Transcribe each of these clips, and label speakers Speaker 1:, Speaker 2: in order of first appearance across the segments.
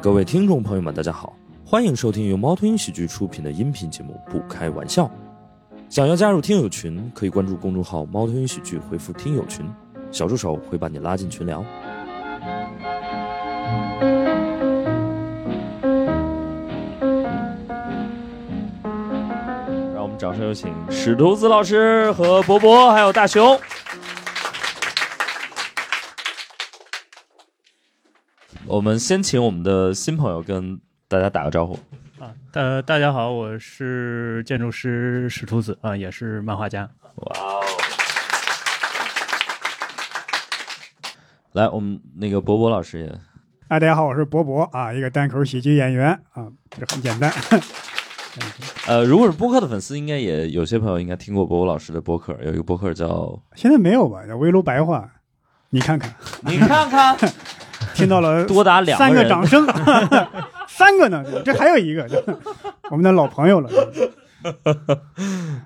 Speaker 1: 各位听众朋友们，大家好，欢迎收听由猫头鹰喜剧出品的音频节目《不开玩笑》。想要加入听友群，可以关注公众号“猫头鹰喜剧”，回复“听友群”，小助手会把你拉进群聊。让我们掌声有请史徒子老师和博博，还有大熊。我们先请我们的新朋友跟大家打个招呼。
Speaker 2: 啊，呃，大家好，我是建筑师史徒子啊，也是漫画家。
Speaker 1: 哇哦！来，我们那个博博老师也
Speaker 3: 哎，大家好，我是博博啊，一个单口喜剧演员啊，这很简单。
Speaker 1: 呃，如果是播客的粉丝，应该也有些朋友应该听过博博老师的播客，有一个播客叫
Speaker 3: 现在没有吧？叫围炉白话，你 看看，
Speaker 1: “ 你看看
Speaker 3: 听到了
Speaker 1: 多打两
Speaker 3: 三
Speaker 1: 个
Speaker 3: 个
Speaker 1: 人
Speaker 3: 掌声， 三个呢，这还有一个，这我们的老朋友了。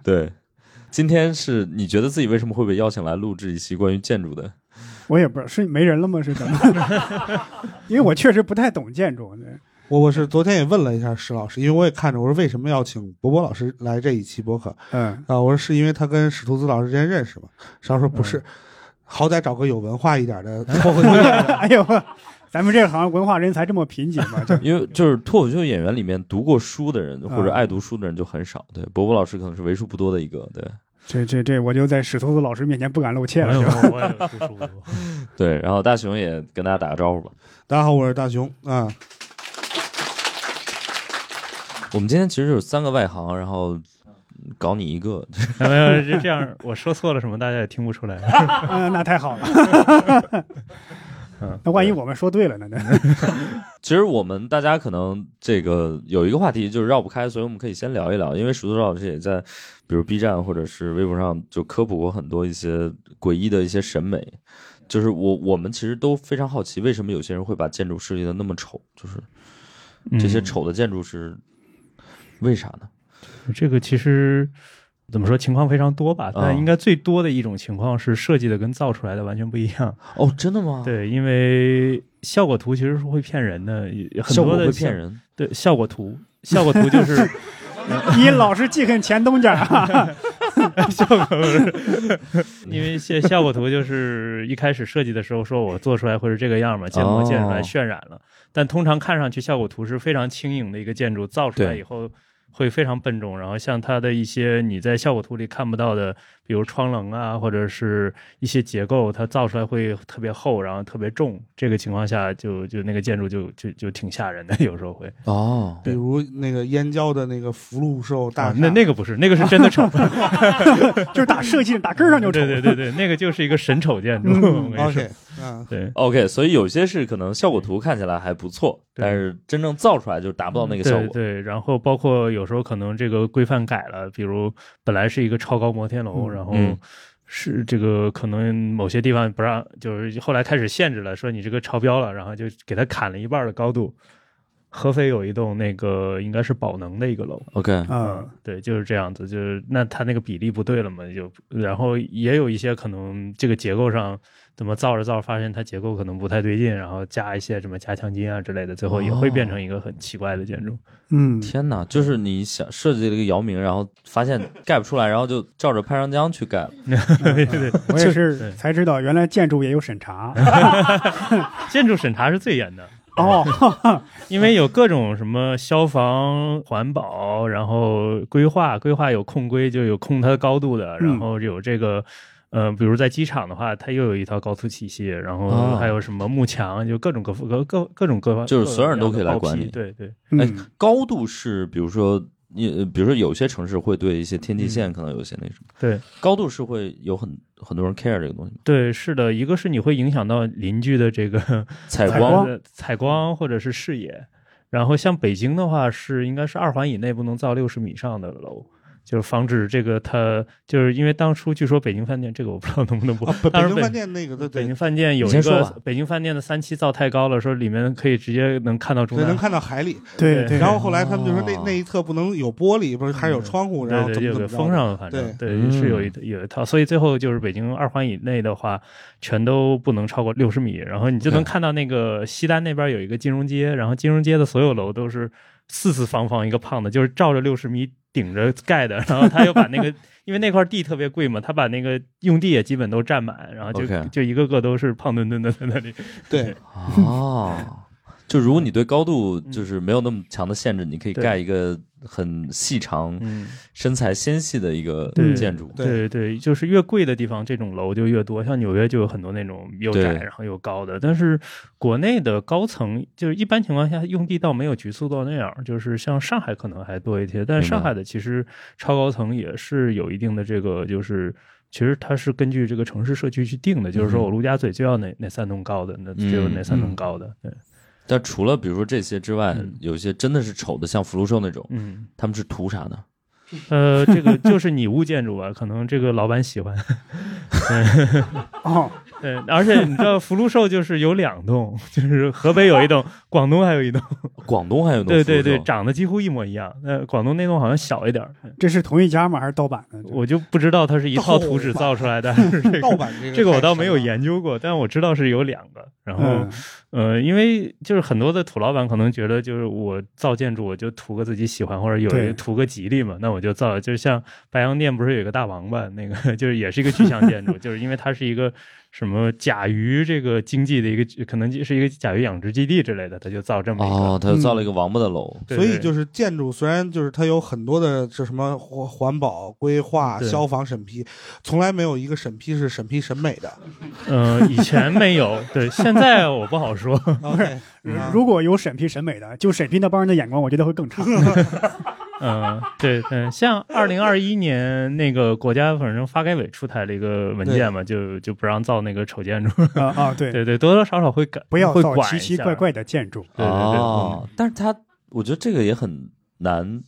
Speaker 1: 对，今天是你觉得自己为什么会被邀请来录制一期关于建筑的？
Speaker 3: 我也不知道是没人了吗？是怎么？ 因为我确实不太懂建筑。
Speaker 4: 我我是昨天也问了一下石老师，因为我也看着我说为什么要请博博老师来这一期播客
Speaker 3: 嗯，
Speaker 4: 啊？我说是因为他跟史图兹老师之间认识嘛？石老师说不
Speaker 2: 嗯
Speaker 4: 是，好歹找个有文化一点的 脱口秀演员。
Speaker 3: 哎呦，咱们这行文化人才这么贫瘠吗？这
Speaker 1: 因为就是脱口秀演员里面读过书的人或者
Speaker 3: 嗯
Speaker 1: 爱读书的人就很少。对，博博老师可能是为数不多的一个。对
Speaker 3: 这这这，我就在史徒子老师面前不敢露怯
Speaker 1: 哎
Speaker 3: 了。就
Speaker 2: 我也有读书，
Speaker 1: 对，然后大熊也跟大家打个招呼吧。
Speaker 4: 大家好，我是大熊啊。
Speaker 1: 我们今天其实就是三个外行，然后搞你一个，
Speaker 2: 没有就这样，我说错了什么，大家也听不出来。
Speaker 1: 啊
Speaker 3: 嗯，那太 好了。
Speaker 1: 嗯
Speaker 3: 那万一我们说对了呢？那
Speaker 1: 其实我们大家可能这个有一个话题就是绕不开，所以我们可以先聊一聊。因为石头老师也在，比如 B 站或者是微博上就科普过很多一些诡异的一些审美。就是我我们其实都非常好奇，为什么有些人会把建筑设计的那么丑？就是这些丑的建筑是为啥呢？
Speaker 2: 嗯，这个其实怎么说，情况非常多
Speaker 1: 啊
Speaker 2: 吧，但应该最多的一种情况是设计的跟造出来的完全不一样。
Speaker 1: 哦，真的吗？，
Speaker 2: 对，因为效果图其实是会骗人的，也很
Speaker 1: 效
Speaker 2: 多
Speaker 1: 果
Speaker 2: 的
Speaker 1: 会
Speaker 2: 像
Speaker 1: 骗。人。
Speaker 2: 对，效果图，效果图就是
Speaker 3: 你老是记恨前东家 啊！
Speaker 2: 效果不是，因为效效果图就是一开始设计的时候说我做出来会是这个样嘛，建模建出来
Speaker 1: 哦
Speaker 2: 渲染了，但通常看上去效果图是非常轻盈的一个建筑，造出来
Speaker 1: 对
Speaker 2: 以后会非常笨重，然后像它的一些你在效果图里看不到的，比如窗棱啊，或者是一些结构，它造出来会特别厚，然后特别重，这个情况下就就那个建筑就就就挺吓人的，有时候会。啊
Speaker 1: 哦，
Speaker 4: 比如那个燕郊的那个福禄寿大
Speaker 2: 啊
Speaker 4: 厦、
Speaker 2: 那那个不是，那个是真的丑，
Speaker 3: 就是打设计打根儿上就丑。
Speaker 2: 对对对对，那个就是一个神丑建筑，我
Speaker 3: 嗯
Speaker 2: 跟你说。
Speaker 4: OK 啊，
Speaker 2: 对，
Speaker 1: OK，所以有些是可能效果图看起来还不错，
Speaker 2: 对
Speaker 1: 但是真正造出来就达不到那个效
Speaker 2: 嗯对
Speaker 1: 果。
Speaker 2: 对，然后包括有时候可能这个规范改了，比如本来是一个超高摩天楼，
Speaker 3: 嗯
Speaker 2: 然后
Speaker 1: 嗯
Speaker 2: 是这个可能某些地方不让，就是后来开始限制了，说你这个超标了，然后就给它砍了一半的高度。合肥有一栋那个应该是宝能的一个楼，
Speaker 1: OK，
Speaker 3: 啊，
Speaker 2: 对，就是这样子，就是那它那个比例不对了嘛，就然后也有一些可能这个结构上怎么造着造着发现它结构可能不太对劲，然后加一些什么加强筋啊之类的，最后也会变成一个很奇怪的建筑。
Speaker 3: 嗯，
Speaker 1: 天哪，就是你想设计了一个姚明，然后发 现盖不出来，然后就照着潘长江去盖了。哎
Speaker 2: 对对，对
Speaker 3: 我也
Speaker 2: 对
Speaker 3: 是才知道原来建筑也有 审查
Speaker 2: 建筑审查是最严的，
Speaker 3: 哦。
Speaker 2: 因为有各种什么消防、环保，然后规划，规划有控规，就有控它的高度的，
Speaker 3: 嗯
Speaker 2: 然后有这个。呃，比如在机场的话，它又有一套高速体系，然
Speaker 1: 哦
Speaker 2: 后还有什么幕墙，就各种各各各各种各方，
Speaker 1: 就是所有人都可以来
Speaker 2: 各种各样的
Speaker 1: 管理
Speaker 2: 报批对对，
Speaker 3: 嗯，
Speaker 1: 高度是，比如说你，呃比如说有些城市会对一些天际
Speaker 2: 嗯
Speaker 1: 线可能有些那什么，
Speaker 2: 对
Speaker 1: 高度是会有很很多人 care 这个东西吗？
Speaker 2: 对，是的，一个是你会影响到邻居的这个
Speaker 1: 采
Speaker 3: 采
Speaker 1: 光
Speaker 3: 光
Speaker 2: 呃采光或者是视野。然后像北京的话是应该是二环以内不能造六十米以上的楼，就是防止这个它就是因为当初据说北京饭店这个我不知道能不能播
Speaker 4: 啊，北
Speaker 2: 哦当
Speaker 4: 北
Speaker 2: 时
Speaker 4: 京饭店那个对
Speaker 2: 北
Speaker 4: 对
Speaker 2: 京饭店有
Speaker 1: 哦你
Speaker 2: 一
Speaker 1: 先说吧
Speaker 2: 个北京饭店的三期造太高了，说里面可以直接能看到中
Speaker 4: 对，能
Speaker 2: 南海，
Speaker 4: 看到海里。
Speaker 3: 对对，
Speaker 4: 然后后来他们就说
Speaker 1: 哦
Speaker 4: 那那一侧不能有玻璃，不是还有窗户，然后
Speaker 2: 对
Speaker 4: 怎
Speaker 2: 对，
Speaker 4: 么
Speaker 2: 有
Speaker 4: 怎么
Speaker 2: 个
Speaker 4: 着
Speaker 2: 封上了，反正对
Speaker 1: 嗯
Speaker 2: 是有一有一套，所以最后就是北京二环以内的话，全都不能超过六十米，然后你就能看到那个西单那边有一个金融街，然后金融街的所有楼都是四四方方一个胖的，就是照着六十米顶着盖的，然后他又把那个因为那块地特别贵嘛，他把那个用地也基本都占满，然后就
Speaker 1: OK
Speaker 2: 就一个个都是胖墩墩的在那里，
Speaker 4: 对，
Speaker 1: 哦，就如果你对高度
Speaker 2: 嗯
Speaker 1: 就是没有那么强的限制，你可以
Speaker 2: 对
Speaker 1: 盖一个很细长、
Speaker 2: 嗯。
Speaker 1: 身材纤细的一个
Speaker 2: 对
Speaker 1: 建筑。
Speaker 4: 对
Speaker 2: 对对，就是越贵的地方，这种楼就越多。像纽约就有很多那种又
Speaker 1: 对
Speaker 2: 窄然后又高的，但是国内的高层就是一般情况下用地倒没有局促到那样，就是像上海可能还多一些，但
Speaker 1: 明
Speaker 2: 上
Speaker 1: 白
Speaker 2: 海的其实超高层也是有一定的这个就是。其实它是根据这个城市社区去定的，就是说
Speaker 1: 嗯
Speaker 2: 我陆家嘴就要哪哪三栋高的，那只有
Speaker 1: 嗯
Speaker 2: 哪三栋
Speaker 4: 嗯
Speaker 2: 高的。对，
Speaker 1: 但除了比如说这些之外，
Speaker 2: 嗯
Speaker 1: 有些真的是丑的，像福禄寿那种，
Speaker 2: 嗯，
Speaker 1: 他们是图啥呢？
Speaker 2: 呃，这个就是拟物建筑吧，可能这个老板喜欢。
Speaker 3: 哦，
Speaker 2: 对，而且你知道福禄寿就是有两栋，就是河北有一栋，广东还有一栋，
Speaker 1: 广东还有那种
Speaker 2: 对对
Speaker 1: 福禄
Speaker 2: 对，
Speaker 1: 寿
Speaker 2: 长得几乎一模一样。那广东那栋好像小一点儿，
Speaker 3: 这是同一家吗？还是盗版的？
Speaker 2: 我就不知道它是一套图纸造出来的还是 这
Speaker 4: 盗
Speaker 2: 个。
Speaker 4: 版这个
Speaker 2: 这个我倒没有
Speaker 4: 太深了
Speaker 2: 研究过，但我知道是有两个。然后
Speaker 3: 嗯，，
Speaker 2: 呃，因为就是很多的土老板可能觉得，就是我造建筑我就图个自己喜欢，或者有一
Speaker 3: 对
Speaker 2: 个图个吉利嘛，那我就造。就是像白洋淀不是有一个大王八，那个 就是也是一个具象建筑，就是因为它是一个什么甲鱼这个经济的一个，可能就是一个甲鱼养殖基地之类的，它就造这么一个。
Speaker 1: 哦，他又造了一
Speaker 2: 嗯
Speaker 1: 个王八的楼。
Speaker 2: 对
Speaker 4: 所以
Speaker 2: 对
Speaker 4: 就是建筑，虽然就是它有很多的这什么环环保规划、
Speaker 2: 对
Speaker 4: 消防审批，从来没有一个审批是审批审美的。
Speaker 2: 呃，以前没有，对，现在我不好说。
Speaker 4: OK，
Speaker 3: 如果有审批审美的，就审批那帮人的眼光，我觉得 会更差。
Speaker 2: 嗯，对，嗯，像二零二一年那个国家反正发改委出台了一个文件嘛，就就不让造那个丑建筑。
Speaker 3: 啊啊，对，
Speaker 2: 对对，多多少少会改，
Speaker 3: 不要
Speaker 2: 会
Speaker 3: 造
Speaker 2: 管
Speaker 3: 奇
Speaker 2: 一
Speaker 3: 奇
Speaker 2: 下
Speaker 3: 怪怪的建筑。
Speaker 2: 对对对，
Speaker 1: 哦，但是他我觉得这个也很难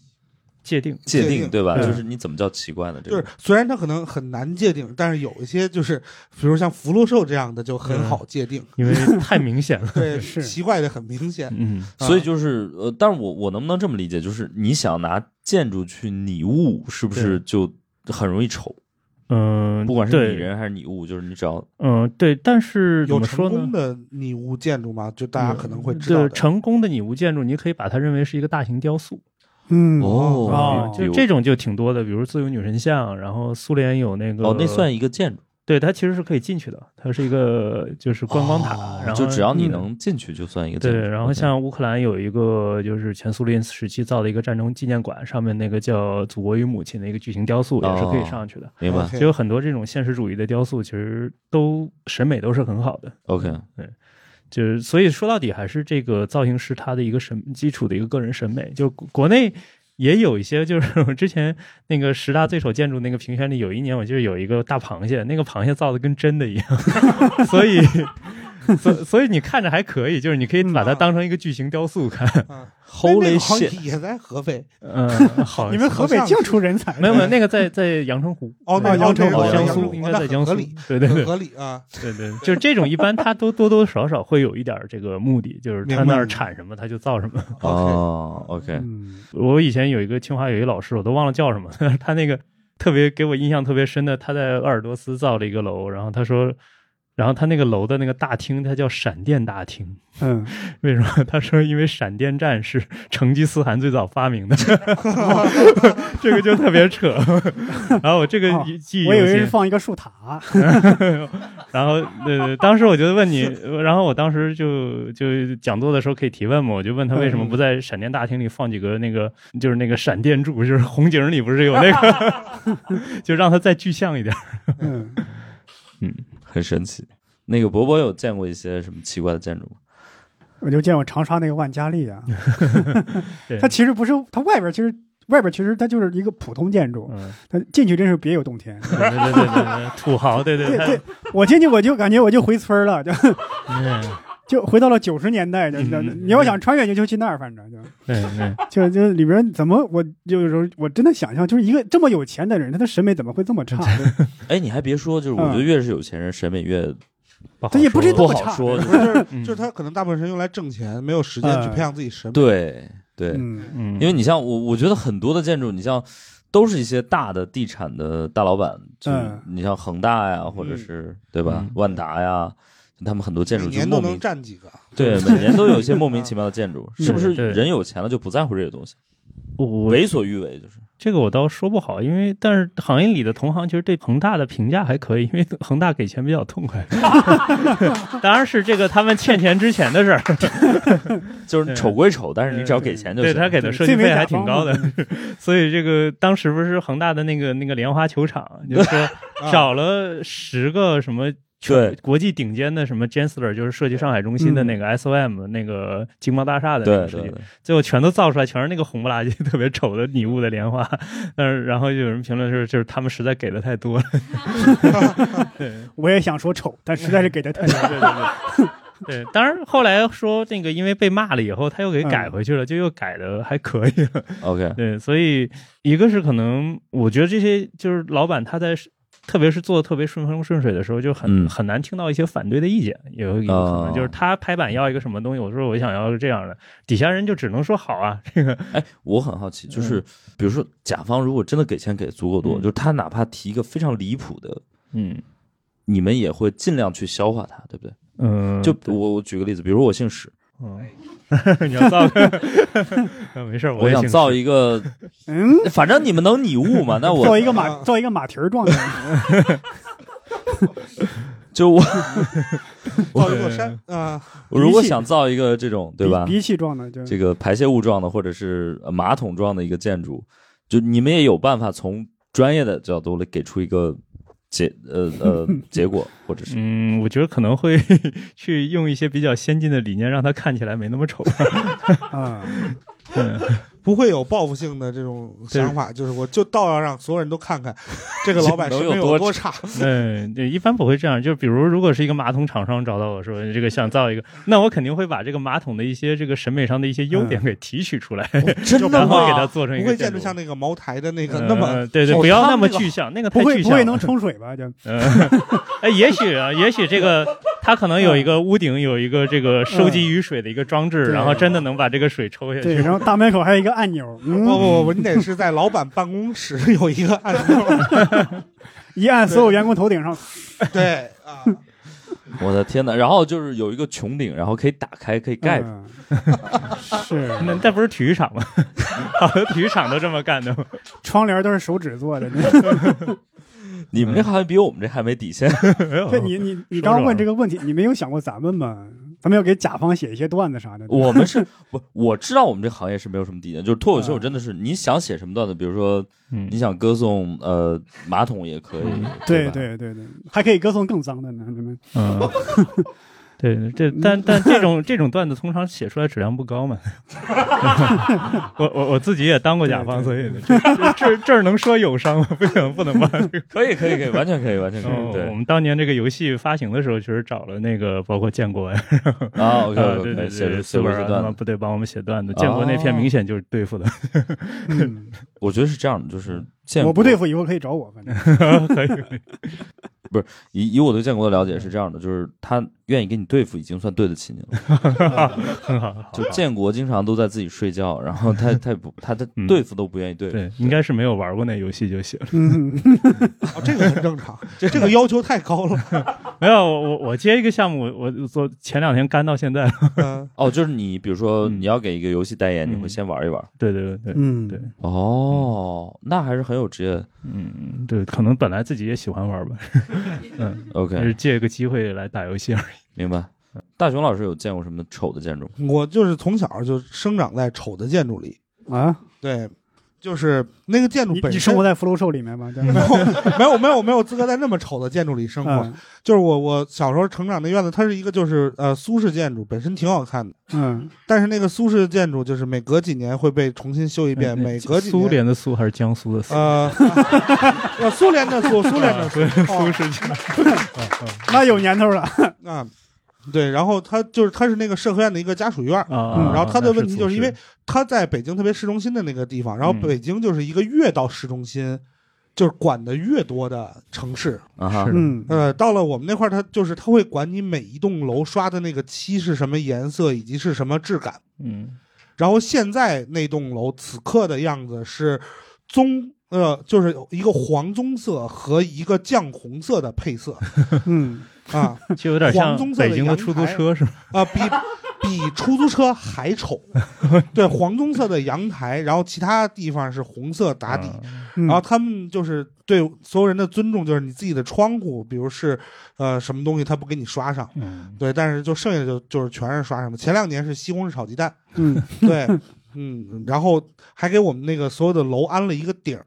Speaker 2: 界定。
Speaker 1: 界
Speaker 4: 界
Speaker 1: 定，
Speaker 4: 定
Speaker 1: 对吧？
Speaker 2: 对
Speaker 1: 就是你怎么叫奇怪呢？这
Speaker 4: 就是
Speaker 1: 个
Speaker 4: 虽然它可能很难界定，但是有一些就是，比如像福禄寿这样的就很好界定，
Speaker 2: 因为太明 显了。
Speaker 4: 对，
Speaker 3: 是
Speaker 4: 奇怪的很明显。
Speaker 2: 嗯，
Speaker 4: 啊
Speaker 1: 所以就是呃，但是我我能不能这么理解？就是你想拿建筑去拟物，是不是就很容易丑？
Speaker 2: 嗯，
Speaker 1: 不管是
Speaker 2: 对
Speaker 1: 拟，人还是拟物，就是你只要
Speaker 2: 嗯，对，但是怎
Speaker 4: 有
Speaker 2: 么说
Speaker 4: 成功
Speaker 2: 呢？
Speaker 4: 的拟物建筑吗？就大家可能会知道
Speaker 2: 对
Speaker 4: 的。
Speaker 2: 成功的拟物建筑，你可以把它认为是一个大型雕塑，啊
Speaker 3: 嗯，
Speaker 1: 哦
Speaker 3: 哦，
Speaker 1: 比
Speaker 2: 就
Speaker 1: 如
Speaker 2: 这种就挺多的，比如自由女神像，然后苏联有那个
Speaker 1: 哦，那算一个建筑
Speaker 2: 对，它其实是可以进去的，它是一个就是观光塔，
Speaker 1: 哦
Speaker 2: 然后
Speaker 1: 就只要你
Speaker 2: 嗯
Speaker 1: 能进去，就算一个建筑。
Speaker 2: 对，然后
Speaker 1: OK
Speaker 2: 像乌克兰有一个就是前苏联时期造的一个战争纪念馆，上面那个叫《祖国与母亲》的一个巨型雕塑也是可以
Speaker 1: 哦
Speaker 2: 上去的。
Speaker 1: 明白
Speaker 4: OK
Speaker 2: 就有很多这种现实主义的雕塑，其实都审美都是很好的。
Speaker 1: ，OK，
Speaker 2: 就是所以说到底还是这个造型师他的一个审基础的一个个人审美。就国国内也有一些，就是我之前那个十大最丑建筑那个评选里，有一年我记得有一个大螃蟹，那个螃蟹造的跟真的一样， 所以。所所以你看着还可以，就是你可以把它当成一个巨型雕塑看。
Speaker 4: 啊，那那
Speaker 1: Holy
Speaker 4: 个好像
Speaker 1: shit！
Speaker 4: 也在合肥
Speaker 2: 嗯，好，
Speaker 3: 你们河北净出人才，
Speaker 2: 没有没有，那个在在阳澄湖，
Speaker 4: 哦，
Speaker 2: 对
Speaker 4: 那
Speaker 3: 阳
Speaker 4: 城
Speaker 3: 澄湖
Speaker 2: 江
Speaker 4: 江
Speaker 3: 阳
Speaker 2: 苏应该在江苏
Speaker 4: 合理，，
Speaker 2: 对对
Speaker 4: 很
Speaker 2: 对
Speaker 4: 合理啊。
Speaker 2: 对对，就是这种一般他都多多少少会有一点儿这个目的，就是他那儿
Speaker 4: 明白
Speaker 2: 产什么他就造什么。
Speaker 4: OK，
Speaker 1: 哦，OK，
Speaker 3: 嗯，
Speaker 2: 我以前有一个清华有一老师，我都忘了 叫什么，他那个特别给我印象特别深的，他在鄂尔多斯造了一个楼，然后他说，然后他那个楼的那个大厅，它叫闪电大厅，
Speaker 3: 嗯，
Speaker 2: 为什么？他说因为闪电战是成吉思汗最早发明的， 这个就特别扯。 然后我这个
Speaker 3: 哦
Speaker 2: 记忆
Speaker 3: 我以
Speaker 2: 犹
Speaker 3: 为是
Speaker 2: 新。
Speaker 3: 放一个树塔，
Speaker 2: 然后对对，当时我就问你，呃然后我当时就就讲座的时候可以提问嘛，我就问他为什么不在闪电大厅里放几个那个就是那个闪电柱，就是红警里不是有那个，就让它再具象一点。
Speaker 3: 嗯，
Speaker 1: 很神奇。那个博博有见过一些什么奇怪的建筑吗？
Speaker 3: 我就见我长沙那个万家丽啊
Speaker 2: 对，
Speaker 3: 它其实不是，它外边其实外边其实它就是一个普通建筑，
Speaker 2: 嗯，
Speaker 3: 它进去真是别有 洞天。
Speaker 2: 对对 对对对，土豪，对对
Speaker 3: 对对，我进去我就感觉我就回村儿了，就
Speaker 2: 嗯
Speaker 3: 就回到了九十年代，就就
Speaker 2: 嗯嗯
Speaker 3: 你要想穿越就就去那儿，反正就
Speaker 2: 对对，
Speaker 3: 就就里边怎么我就有时候我真的想象，就是一个这么有钱的人，他的审美怎么会这么差？对
Speaker 1: 哎，你还别说，就是我
Speaker 2: 嗯
Speaker 1: 觉得越是有钱人，审美越
Speaker 2: 好
Speaker 3: 这也不
Speaker 2: 说
Speaker 3: 是
Speaker 1: 不
Speaker 3: 多
Speaker 1: 好
Speaker 3: 差
Speaker 1: 说。
Speaker 4: 不是，就是
Speaker 2: 嗯
Speaker 4: 就是他可能大部分是用来挣钱，没有时间去培养自己审美。
Speaker 1: 对对，
Speaker 3: 嗯
Speaker 2: 嗯，
Speaker 1: 因为你像我，我觉得很多的建筑，你像都是一些大的地产的大老板，就是
Speaker 3: 嗯
Speaker 1: 你像恒大呀，或者是对吧
Speaker 2: 嗯，
Speaker 1: 万达呀，他们很多建筑
Speaker 4: 每
Speaker 1: 就
Speaker 4: 年都
Speaker 1: 莫
Speaker 4: 能
Speaker 1: 名
Speaker 4: 占几个。
Speaker 1: 对每年都有一些莫名其妙的建 筑，
Speaker 3: 嗯
Speaker 1: 是不是
Speaker 2: 对
Speaker 1: 人有钱了就不在乎这些东西，
Speaker 2: 我我
Speaker 1: 为所欲为就是
Speaker 2: 这个我倒说不好，因为但是行业里的同行其实对恒大的评价还可以，因为恒大给钱比较痛快。 当然是这个他们欠钱之前的事儿，
Speaker 1: 就是
Speaker 2: 对
Speaker 1: 丑归丑，但是你只要给钱就
Speaker 2: 对
Speaker 1: 行。
Speaker 2: 他给的设计
Speaker 3: 这没
Speaker 2: 费
Speaker 3: 甲
Speaker 2: 还挺
Speaker 3: 方
Speaker 2: 高的， 所以这个当时不是恒大的那个那个莲花球场，就是 说
Speaker 4: 啊
Speaker 2: 找了十个什么。
Speaker 1: 对
Speaker 2: 国际顶尖的什么 Gensler，就是设计上海中心
Speaker 3: 嗯
Speaker 2: 的那个 SOM、那个金茂大厦的那
Speaker 1: 对
Speaker 2: 个设计
Speaker 1: 对，对
Speaker 2: 最后全都造出来，全是那个红不拉几、 特别丑的拟物的莲花。但是然后就有人评论说，就是他们实在给的太多了。 对
Speaker 3: 我也想说丑，但实在是给的太多了。
Speaker 2: 对，当然后来说那个因为被骂了以后，他又给
Speaker 3: 嗯
Speaker 2: 改回去了，就又改的还可以了。
Speaker 1: ，OK，
Speaker 2: 对，所以一个是可能，我觉得这些就是老板他在。特别是做的特别顺风顺水的时候，就很、
Speaker 1: 嗯
Speaker 2: 很难听到一些反对的意见，有一个可能、
Speaker 1: 哦
Speaker 2: 就是他拍板要一个什么东西，我说我想要这样的，底下人就只能说好啊， 这个
Speaker 1: 哎，我很好奇，就是比如说甲方如果真的给钱给得足够多，
Speaker 2: 嗯
Speaker 1: 就是他哪怕提一个非常离谱的，
Speaker 2: 嗯
Speaker 1: 你们也会尽量去消化它，对不对？
Speaker 2: 嗯，
Speaker 1: 就我我举个例子，比如我姓史，
Speaker 2: 嗯， 你要造个， 嗯没事儿，
Speaker 1: 我
Speaker 2: 也
Speaker 1: 想
Speaker 2: 挺
Speaker 1: 造一个，
Speaker 3: 嗯，
Speaker 1: 反正你们能拟物嘛？那
Speaker 3: 造
Speaker 1: 我
Speaker 3: 一个马
Speaker 4: 啊
Speaker 3: 造一个马蹄儿状的，
Speaker 1: 就我
Speaker 4: 造一座山啊，
Speaker 1: 我如果想造一个这种对吧
Speaker 3: 鼻，鼻气状的，就
Speaker 1: 这个排泄物状的或者是呃马桶状的一个建筑，就你们也有办法从专业的角度来给出一个结呃呃结果，或者是
Speaker 2: 嗯，我觉得可能会 去用一些比较先进的理念，让它看起来没那么丑。
Speaker 3: 啊，
Speaker 4: 不会有报复性的这种想法，就是我就倒要让所有人都看 看这个老板审
Speaker 1: 能
Speaker 4: 美
Speaker 1: 有多
Speaker 4: 多 差。
Speaker 2: 嗯，对，一般不会这样。就比如，如果是一个马桶厂商找到我说这个想造一个，那我肯定会把这个马桶的一些这个审美上的一些优点给提取出来，
Speaker 1: 真
Speaker 4: 就
Speaker 1: 的
Speaker 2: 然后给它
Speaker 1: 吗？
Speaker 2: 做成一
Speaker 4: 不
Speaker 2: 个
Speaker 4: 会建筑呃像
Speaker 2: 那
Speaker 4: 那个茅台的那个那么
Speaker 2: 对对，
Speaker 1: 哦
Speaker 2: 不要
Speaker 1: 他
Speaker 2: 那么
Speaker 1: 那个
Speaker 2: 具象，那个
Speaker 3: 不
Speaker 2: 太
Speaker 3: 会
Speaker 2: 具
Speaker 3: 不
Speaker 2: 象了。
Speaker 3: 会能冲水吧？就
Speaker 2: 嗯， 哎，也许啊，也许这个它可能有一个屋顶有一个这个收集雨水的一个装置，
Speaker 3: 对
Speaker 2: 然后真的能把这个水抽下
Speaker 3: 对，
Speaker 2: 去。
Speaker 3: 然后大门口还有一个按钮，
Speaker 4: 不
Speaker 3: 嗯，
Speaker 4: 不不，你得是在老板办公室有一个按钮，
Speaker 3: 一按所有员工头顶上，
Speaker 4: 对啊，
Speaker 1: 我的天哪！然后就是有一个穹顶，然后可以打开，可以盖住。
Speaker 3: 嗯是
Speaker 2: 那那不是体育场吗？ 好多体育场都这么干的吗？
Speaker 3: 窗帘都是手指做的。
Speaker 1: 你
Speaker 2: 嗯
Speaker 1: 们这行业比我们这还没底线。
Speaker 2: 哦
Speaker 3: 对你你你
Speaker 2: 说
Speaker 3: 刚
Speaker 2: 着
Speaker 3: 问这个问题，你没有想过咱们吗？咱们要给甲方写一些段子啥的。
Speaker 1: 我们是不，我知道我们这行业是没有什么底线，就是脱口秀
Speaker 3: 啊
Speaker 1: 真的是你想写什么段子，比如说
Speaker 2: 嗯
Speaker 1: 你，想歌颂呃马桶也可以，
Speaker 3: 对
Speaker 1: 吧，
Speaker 3: 对对对，还可以歌颂更脏的呢。你们
Speaker 2: 嗯， 对，这但但这种这种段子通常写出来质量不高嘛。 我我我自己也当过甲方，所以这这这这儿能说友商吗？不 行，不能吧。这个
Speaker 1: 可以可以可以，完全可以完全可
Speaker 2: 哦
Speaker 1: 以，
Speaker 2: 我
Speaker 1: 嗯对
Speaker 2: 们当年这个游戏发行的时候，其实找了那个包括建国呀，
Speaker 1: 啊，OK
Speaker 2: 呃
Speaker 1: OK，
Speaker 2: 对对
Speaker 1: 写
Speaker 2: 啊对，
Speaker 1: 出
Speaker 2: 四
Speaker 1: 写出
Speaker 2: 本
Speaker 1: 这
Speaker 2: 他妈
Speaker 1: 段子，哦
Speaker 2: 部队帮我们写段子，建国那篇明显就是对付的，
Speaker 3: 嗯，
Speaker 1: 我觉得是这样的，就是
Speaker 2: 嗯
Speaker 1: 建
Speaker 3: 我不对
Speaker 1: 国
Speaker 3: 付，以后可以找我，反正
Speaker 2: 可以可以，
Speaker 1: 以以我对建国的了解是这样的，就是他愿意跟你对付，已经算对得起你了。
Speaker 2: 很好，很好
Speaker 1: 就建国经常都在自己睡觉，然后他他也不他他
Speaker 2: 嗯
Speaker 1: 对付都不愿意对付，
Speaker 2: 对，应该是没有玩过那游戏就行。
Speaker 3: 嗯，
Speaker 4: 哦这个很正常， 这个要求太高了。
Speaker 2: 没有，我我我接一个项目，我我昨前两天干到现在了。
Speaker 4: 嗯，
Speaker 1: 哦，就是你比如说
Speaker 2: 嗯
Speaker 1: 你要给一个游戏代言，你会
Speaker 2: 嗯
Speaker 1: 先玩一玩。
Speaker 2: 对对对对，
Speaker 3: 嗯，
Speaker 2: 对
Speaker 1: 哦，那还是很有职业。
Speaker 2: 嗯，对，可能本来自己也喜欢玩吧，嗯，就
Speaker 1: OK，
Speaker 2: 是借个机会来打游戏而已。
Speaker 1: 明白。大熊老师有见过什么丑的建筑吗？
Speaker 4: 我就是从小就生长在丑的建筑里，
Speaker 3: 啊，
Speaker 4: 对，就是那个建筑
Speaker 3: 你
Speaker 4: 本
Speaker 3: 你
Speaker 4: 身
Speaker 3: 生活在 flow show 里面吗？这样
Speaker 4: 没有没有没有资格在那么丑的建筑里生活。
Speaker 3: 嗯
Speaker 4: 就是我我小时候成长那院子，它是一个就是呃苏式建筑，本身挺好看的。
Speaker 3: 嗯，
Speaker 4: 但是那个苏式建筑就是每隔几年会被重新修一遍，
Speaker 2: 嗯
Speaker 4: 每隔几
Speaker 2: 苏
Speaker 4: 年
Speaker 2: 联的苏还是江苏的苏？
Speaker 4: 呃， 呃
Speaker 2: 啊
Speaker 4: 苏联的苏苏联的苏
Speaker 2: 苏是
Speaker 3: 那有年头了。
Speaker 4: 哦啊，对，然后他就是他是那个社科院的一个家属院儿，
Speaker 2: 啊。
Speaker 4: 嗯然后他的问题就是因为
Speaker 2: 那
Speaker 4: 他在北京特别市中心的那个地方，然后
Speaker 2: 嗯
Speaker 4: 北京就是一个越到市中心，就是管的越多的城市。
Speaker 1: 啊哈
Speaker 2: 是
Speaker 3: 嗯，
Speaker 4: 呃，到了我们那块儿，他就是他会管你每一栋楼刷的那个漆是什么颜色，以及是什么质感。
Speaker 2: 嗯
Speaker 4: 然后现在那栋楼此刻的样子是棕。呃，就是有一个黄棕色和一个酱红色的配色
Speaker 3: 嗯，
Speaker 4: 啊
Speaker 2: 就有点
Speaker 4: 黄
Speaker 2: 像
Speaker 4: 棕色的
Speaker 2: 北京的
Speaker 4: 阳
Speaker 2: 出租
Speaker 4: 台
Speaker 2: 车是吧？
Speaker 4: 啊，比比出租车还丑。对，黄棕色的阳台，然后其他地方是红色打底，
Speaker 2: 啊
Speaker 3: 嗯
Speaker 4: 然后他们就是对所有人的尊重，就是你自己的窗户，比如是呃什么东西，他不给你刷上。
Speaker 2: 嗯，
Speaker 4: 对，但是就剩下的就就是全是刷上的。前两年是西红柿炒鸡 蛋，
Speaker 3: 嗯，
Speaker 4: 对，嗯，然后还给我们那个所有的楼安了一个顶儿，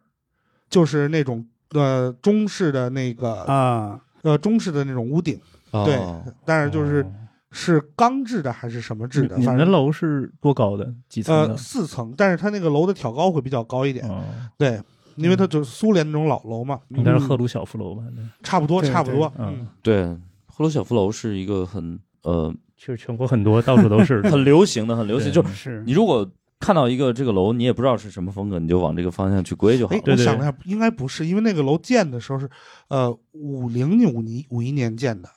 Speaker 4: 就是那种呃中式的那个、
Speaker 3: 啊，
Speaker 4: 呃中式的那种屋顶，对，
Speaker 1: 哦
Speaker 4: 但是就是、是钢制的还是什么制的，
Speaker 2: 你
Speaker 4: 反
Speaker 2: 们的
Speaker 4: 正
Speaker 2: 楼是多高的？几层
Speaker 4: 呃
Speaker 2: 的？
Speaker 4: 四层，但是它那个楼的挑高会比较高一点，
Speaker 2: 哦，
Speaker 4: 对，因为它就是苏联那种老楼嘛，
Speaker 2: 应该是
Speaker 3: 嗯
Speaker 2: 赫鲁晓夫楼吧？
Speaker 4: 差不多
Speaker 3: 对
Speaker 4: 差不多，
Speaker 2: 对
Speaker 4: 嗯
Speaker 2: 嗯，
Speaker 1: 对，赫鲁晓夫楼是一个很呃
Speaker 2: 其实全国很多，到处都
Speaker 3: 嗯
Speaker 2: 是。
Speaker 1: 很流行的，很流行。
Speaker 2: 对
Speaker 1: 就是
Speaker 3: 是
Speaker 1: 你如果看到一个这个楼，你也不知道是什么风格，你就往这个方向去归就好
Speaker 4: 哎
Speaker 1: 了，。
Speaker 2: 对
Speaker 4: 我
Speaker 2: 对
Speaker 4: 想了一下，应该不是，因为那个楼建的时候是，呃，五零五一五一年建的。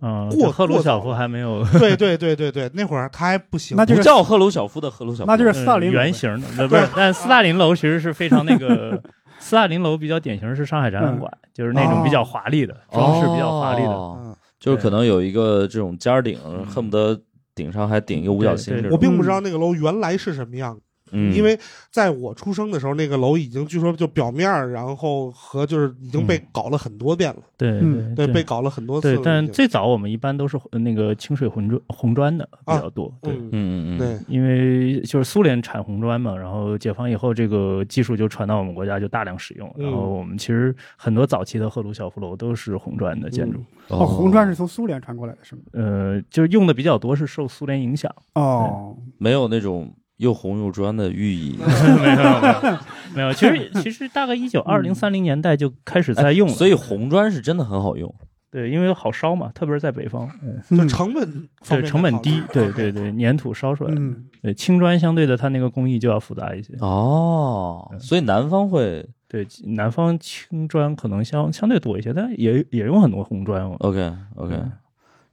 Speaker 2: 嗯，
Speaker 4: 过
Speaker 2: 赫鲁
Speaker 4: 过
Speaker 2: 晓
Speaker 4: 早
Speaker 2: 夫还没有
Speaker 4: 对对对对对，那会儿他还不行，
Speaker 3: 那就
Speaker 1: 不
Speaker 3: 是
Speaker 1: 叫赫鲁晓夫的赫鲁晓夫，哦
Speaker 3: 那就是斯大
Speaker 2: 呃
Speaker 3: 林
Speaker 2: 圆
Speaker 3: 楼
Speaker 2: 形的，呃不是，但斯大林楼其实是非常那 个，斯大林楼比较典型是上海展
Speaker 3: 嗯
Speaker 2: 览馆，就是那种比
Speaker 3: 哦
Speaker 2: 较华丽的装饰，比较华丽的。
Speaker 1: 哦
Speaker 4: 嗯，
Speaker 1: 就是可能有一个这种尖儿顶，
Speaker 2: 嗯
Speaker 1: 恨不得顶上还顶一个五角星
Speaker 2: 对对
Speaker 1: 这
Speaker 4: 我
Speaker 1: 种。
Speaker 4: 并不知道那个楼原来是什么样，
Speaker 1: 嗯，
Speaker 4: 因为在我出生的时候，那个楼已经据说就表面儿，然后和就是已经被搞了很多遍了，
Speaker 2: 对
Speaker 3: 嗯
Speaker 2: 嗯对
Speaker 4: 被搞了很多次了已
Speaker 2: 对，
Speaker 4: 经。
Speaker 2: 但最早我们一般都是呃那个清水红砖红砖的比较多，对。
Speaker 4: 嗯，
Speaker 1: 嗯嗯嗯，
Speaker 4: 对，
Speaker 2: 因为就是苏联产红砖嘛，然后解放以后，这个技术就传到我们国家，就大量使用。
Speaker 4: 嗯
Speaker 2: 然后我们其实很多早期的赫鲁晓夫楼都是红砖的建筑，
Speaker 3: 哦，红砖是从苏联传过来的，是吗？
Speaker 4: 嗯
Speaker 2: 呃，就是用的比较多是受苏联影响。
Speaker 3: 哦，
Speaker 1: 没有那种又红又砖的寓
Speaker 3: 嗯
Speaker 1: 意，
Speaker 2: 没有没有 没有没有，其实其实大概一九二零三零年代就开始在用了，
Speaker 1: 嗯哎所以红砖是真的很好用。
Speaker 2: 对，因为好烧嘛，特别是在北方，嗯
Speaker 4: 就
Speaker 3: 嗯
Speaker 4: 成本方
Speaker 2: 对，
Speaker 4: 面
Speaker 2: 成本低
Speaker 4: 考虑，
Speaker 2: 对对对，粘土烧出来，
Speaker 3: 嗯，
Speaker 2: 对，青砖相对的它那个工艺就要复杂一些，
Speaker 1: 哦，所以南方会
Speaker 2: 对，南方青砖可能相相对多一些，但也也用很多红砖哦，
Speaker 1: OK OK
Speaker 2: 嗯。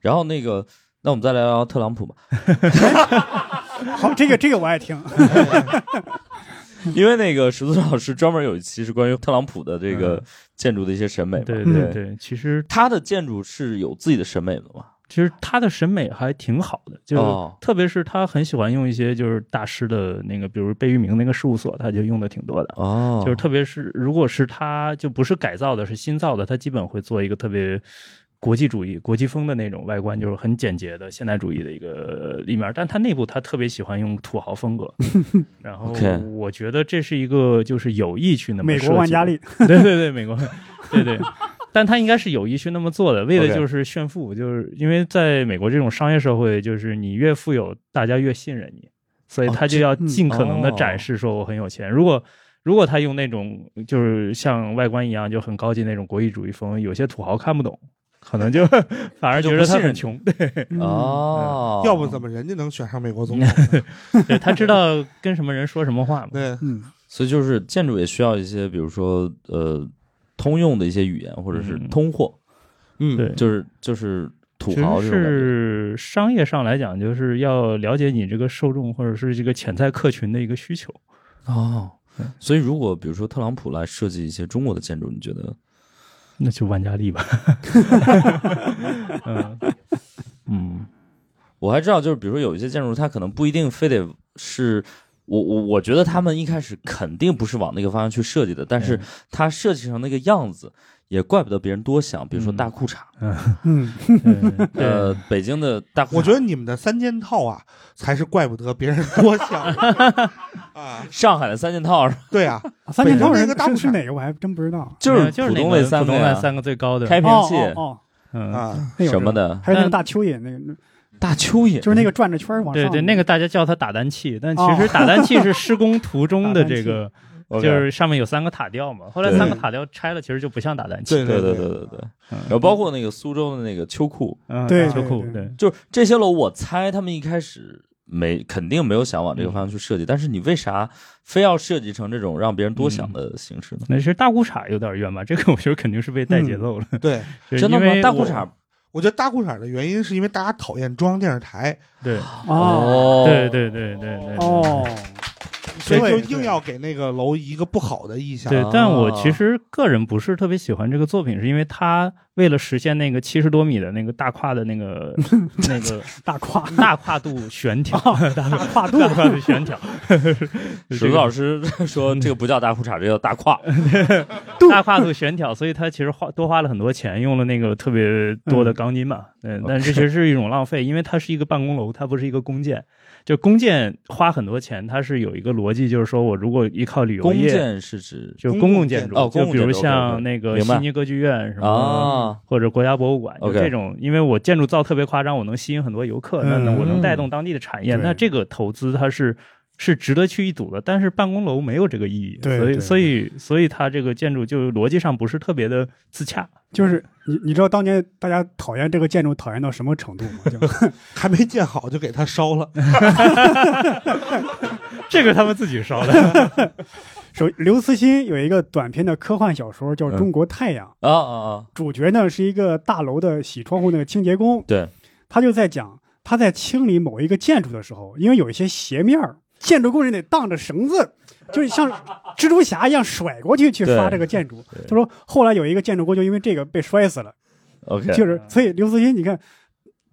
Speaker 1: 然后那个，那我们再聊聊特朗普吧，
Speaker 3: 好，这个这个我 爱听，
Speaker 1: 哎因为那个石子老师专门有一期是关于特朗普的这个建筑的一些审美嘛。
Speaker 2: 对
Speaker 1: 对
Speaker 2: 对，对，其实
Speaker 1: 他的建筑是有自己的审美的嘛？
Speaker 2: 其实他的审美还挺好的，就。
Speaker 1: 哦
Speaker 2: 特别是他很喜欢用一些就是大师的那个，比如贝聿铭那个事务所，他就用的挺多的。
Speaker 1: 哦，
Speaker 2: 就是特别是如果是他就不是改造的，是新造的，他基本会做一个特别国际主义、国际风的那种外观，就是很简洁的现代主义的一个立面。但他内部他特别喜欢用土豪 风格，然后
Speaker 1: OK
Speaker 2: 我觉得这是一个就是有意去那么
Speaker 3: 美
Speaker 2: 设
Speaker 3: 国
Speaker 2: 计
Speaker 3: 万家
Speaker 2: 的
Speaker 3: 丽，
Speaker 2: 对对对，美国，对对。 但他应该是有意去那么做的，为
Speaker 1: OK
Speaker 2: 的就是炫富就是因为在美国这种商业社会，就是你越富有，大家越信任你，所以
Speaker 1: 哦
Speaker 2: 他就
Speaker 1: 这
Speaker 2: 要
Speaker 3: 嗯
Speaker 2: 尽可能的
Speaker 1: 哦
Speaker 2: 展示说我很有钱。如果如果他用那种就是像外观一样就很高级那种国际主义风，有些土豪看不懂，可能就 反而
Speaker 1: 就
Speaker 2: 觉
Speaker 1: 不
Speaker 2: 得他
Speaker 1: 信任
Speaker 2: 很
Speaker 1: 你
Speaker 2: 穷。对
Speaker 1: 哦，
Speaker 4: 要不怎么人家能选上美国 总统？
Speaker 2: 对，他知道跟什么人说什么话嘛。
Speaker 4: 对，
Speaker 3: 嗯，
Speaker 1: 所以就是建筑也需要一些，比如说呃，通用的一些语言或者是
Speaker 2: 嗯
Speaker 1: 通货，
Speaker 4: 嗯，
Speaker 2: 对，
Speaker 1: 就是就是土
Speaker 2: 其
Speaker 1: 豪
Speaker 2: 实
Speaker 1: 这种感觉。
Speaker 2: 是商业上来讲，就是要了解你这个受众或者是这个潜在客群的一个需求。
Speaker 1: 哦
Speaker 2: 嗯，
Speaker 1: 所以如果比如说特朗普来设计一些中国的建筑，你觉得？
Speaker 2: 那就万家丽吧。嗯
Speaker 1: 嗯，我还知道，就是比如说有一些建筑，它可能不一定非得是我我我觉得他们一开始肯定不是往那个方向去设计的，但是它设计成那个样子，也怪不得别人多想。比如说大裤衩，
Speaker 3: 嗯，
Speaker 2: 嗯，对，
Speaker 1: 呃，北京的大裤衩，
Speaker 4: 我觉得你们的三件套啊，才是怪不得别人多想 啊。
Speaker 1: 上海的三件套是吧
Speaker 4: 对啊，
Speaker 3: 嗯三件套
Speaker 4: 北京那
Speaker 3: 人
Speaker 4: 个大
Speaker 3: 是
Speaker 4: 裤衩
Speaker 3: 是哪个我还真不知道，
Speaker 1: 就是
Speaker 2: 就是
Speaker 1: 浦
Speaker 2: 那
Speaker 1: 东
Speaker 2: 个
Speaker 1: 那三
Speaker 2: 浦
Speaker 1: 个
Speaker 2: 东
Speaker 1: 呀
Speaker 2: 那三个最高的
Speaker 1: 开
Speaker 3: 哦
Speaker 1: 屏
Speaker 3: 哦
Speaker 1: 气
Speaker 3: 哦，
Speaker 2: 嗯，
Speaker 4: 啊，
Speaker 3: 那个我知道
Speaker 1: 什么，的，
Speaker 3: 还有那
Speaker 2: 但
Speaker 3: 个大蚯蚓那个，
Speaker 1: 大蚯蚓，
Speaker 3: 就是那个转着圈儿往上，
Speaker 2: 对对，那个大家叫它打蛋器，但其实打蛋器是施工途中的这个
Speaker 1: OK
Speaker 2: 就是上面有三个塔吊嘛。后来三个塔吊拆了，其实就不像打蛋器。
Speaker 4: 对
Speaker 1: 对
Speaker 4: 对
Speaker 1: 对对对，
Speaker 2: 嗯
Speaker 1: 然后包括那个苏州的那个秋裤，
Speaker 2: 嗯，
Speaker 3: 对
Speaker 2: 秋裤
Speaker 3: 对
Speaker 2: 对，
Speaker 1: 就是这些楼，我猜他们一开始没肯定没有想往这个方向去设计，但是你为啥非要设计成这种让别人多想
Speaker 2: 嗯
Speaker 1: 的形式呢？
Speaker 2: 那是大裤衩有点冤吧？这个我觉得肯定是被带节奏了。
Speaker 4: 对，
Speaker 2: 就是
Speaker 1: 嗯真的
Speaker 2: 因为
Speaker 1: 吗？
Speaker 2: 我
Speaker 1: 大裤衩
Speaker 4: 我觉得大裤衩的原因是因为大家讨厌中央电视台，
Speaker 2: 对
Speaker 3: 哦
Speaker 2: 对对对对对对
Speaker 3: 哦，
Speaker 4: 所以就
Speaker 3: 对
Speaker 4: 硬要给那个楼一个不好的意象。
Speaker 2: 对
Speaker 1: 啊，
Speaker 2: 但我其实个人不是特别喜欢这个作品，是因为他为了实现那个七十多米的那个大胯的那个那个
Speaker 3: 大跨
Speaker 2: 大跨度悬挑，大
Speaker 3: 大跨度
Speaker 2: 大跨度悬挑，
Speaker 1: 史老师说这个不叫大裤衩，这叫大胯。
Speaker 3: 度
Speaker 2: 大跨度悬挑，所以他其实花多花了很多钱，用了那个特别多的钢筋嘛。嗯，但是其实是一种浪费，因为它是一个办公楼，它不是一个弓箭。就弓箭花很多钱，它是有一个逻辑，就是说我如果依靠旅游
Speaker 1: 弓
Speaker 2: 业，
Speaker 1: 箭是指
Speaker 2: 就
Speaker 4: 公
Speaker 2: 公
Speaker 4: 共
Speaker 2: 共
Speaker 4: 建
Speaker 2: 建筑，
Speaker 1: 筑哦公
Speaker 2: 就
Speaker 1: 共
Speaker 2: 比
Speaker 1: 建
Speaker 2: 如
Speaker 1: 筑
Speaker 2: 像
Speaker 1: ，OK，OK，
Speaker 2: 那个
Speaker 1: 明白
Speaker 2: 悉尼歌剧院什么
Speaker 1: 啊，
Speaker 2: 或者国家博物馆，就
Speaker 1: OK
Speaker 2: 这种，因为我建筑造特别夸张，我能吸引很多游客，那
Speaker 3: 嗯
Speaker 2: 那我能带动当地的产业，
Speaker 5: 对
Speaker 2: 那这个投资它是是值得去一睹的。但是办公楼没有这个意义，
Speaker 3: 对
Speaker 2: 所以
Speaker 5: 对
Speaker 2: 所以所以它这个建筑就逻辑上不是特别的自洽。
Speaker 3: 就是你你知道当年大家讨厌这个建筑讨厌到什么程度吗？ 就
Speaker 4: 还没建好就给它烧了，
Speaker 2: 这个他们自己烧的，
Speaker 3: 首刘慈欣有一个短篇的科幻小说
Speaker 1: 嗯
Speaker 3: 叫《中国太阳》，
Speaker 1: 啊啊啊！
Speaker 3: 主角呢是一个大楼的洗窗户那个清洁工，
Speaker 1: 对，
Speaker 3: 他就在讲他在清理某一个建筑的时候，因为有一些斜面儿，建筑工人得荡着绳子，就是像蜘蛛侠一样甩过去去发
Speaker 1: 对
Speaker 3: 这个建筑。
Speaker 1: 对
Speaker 3: 他说后来有一个建筑工就因为这个被摔死了，
Speaker 1: OK，
Speaker 3: 就是所以刘慈欣你看。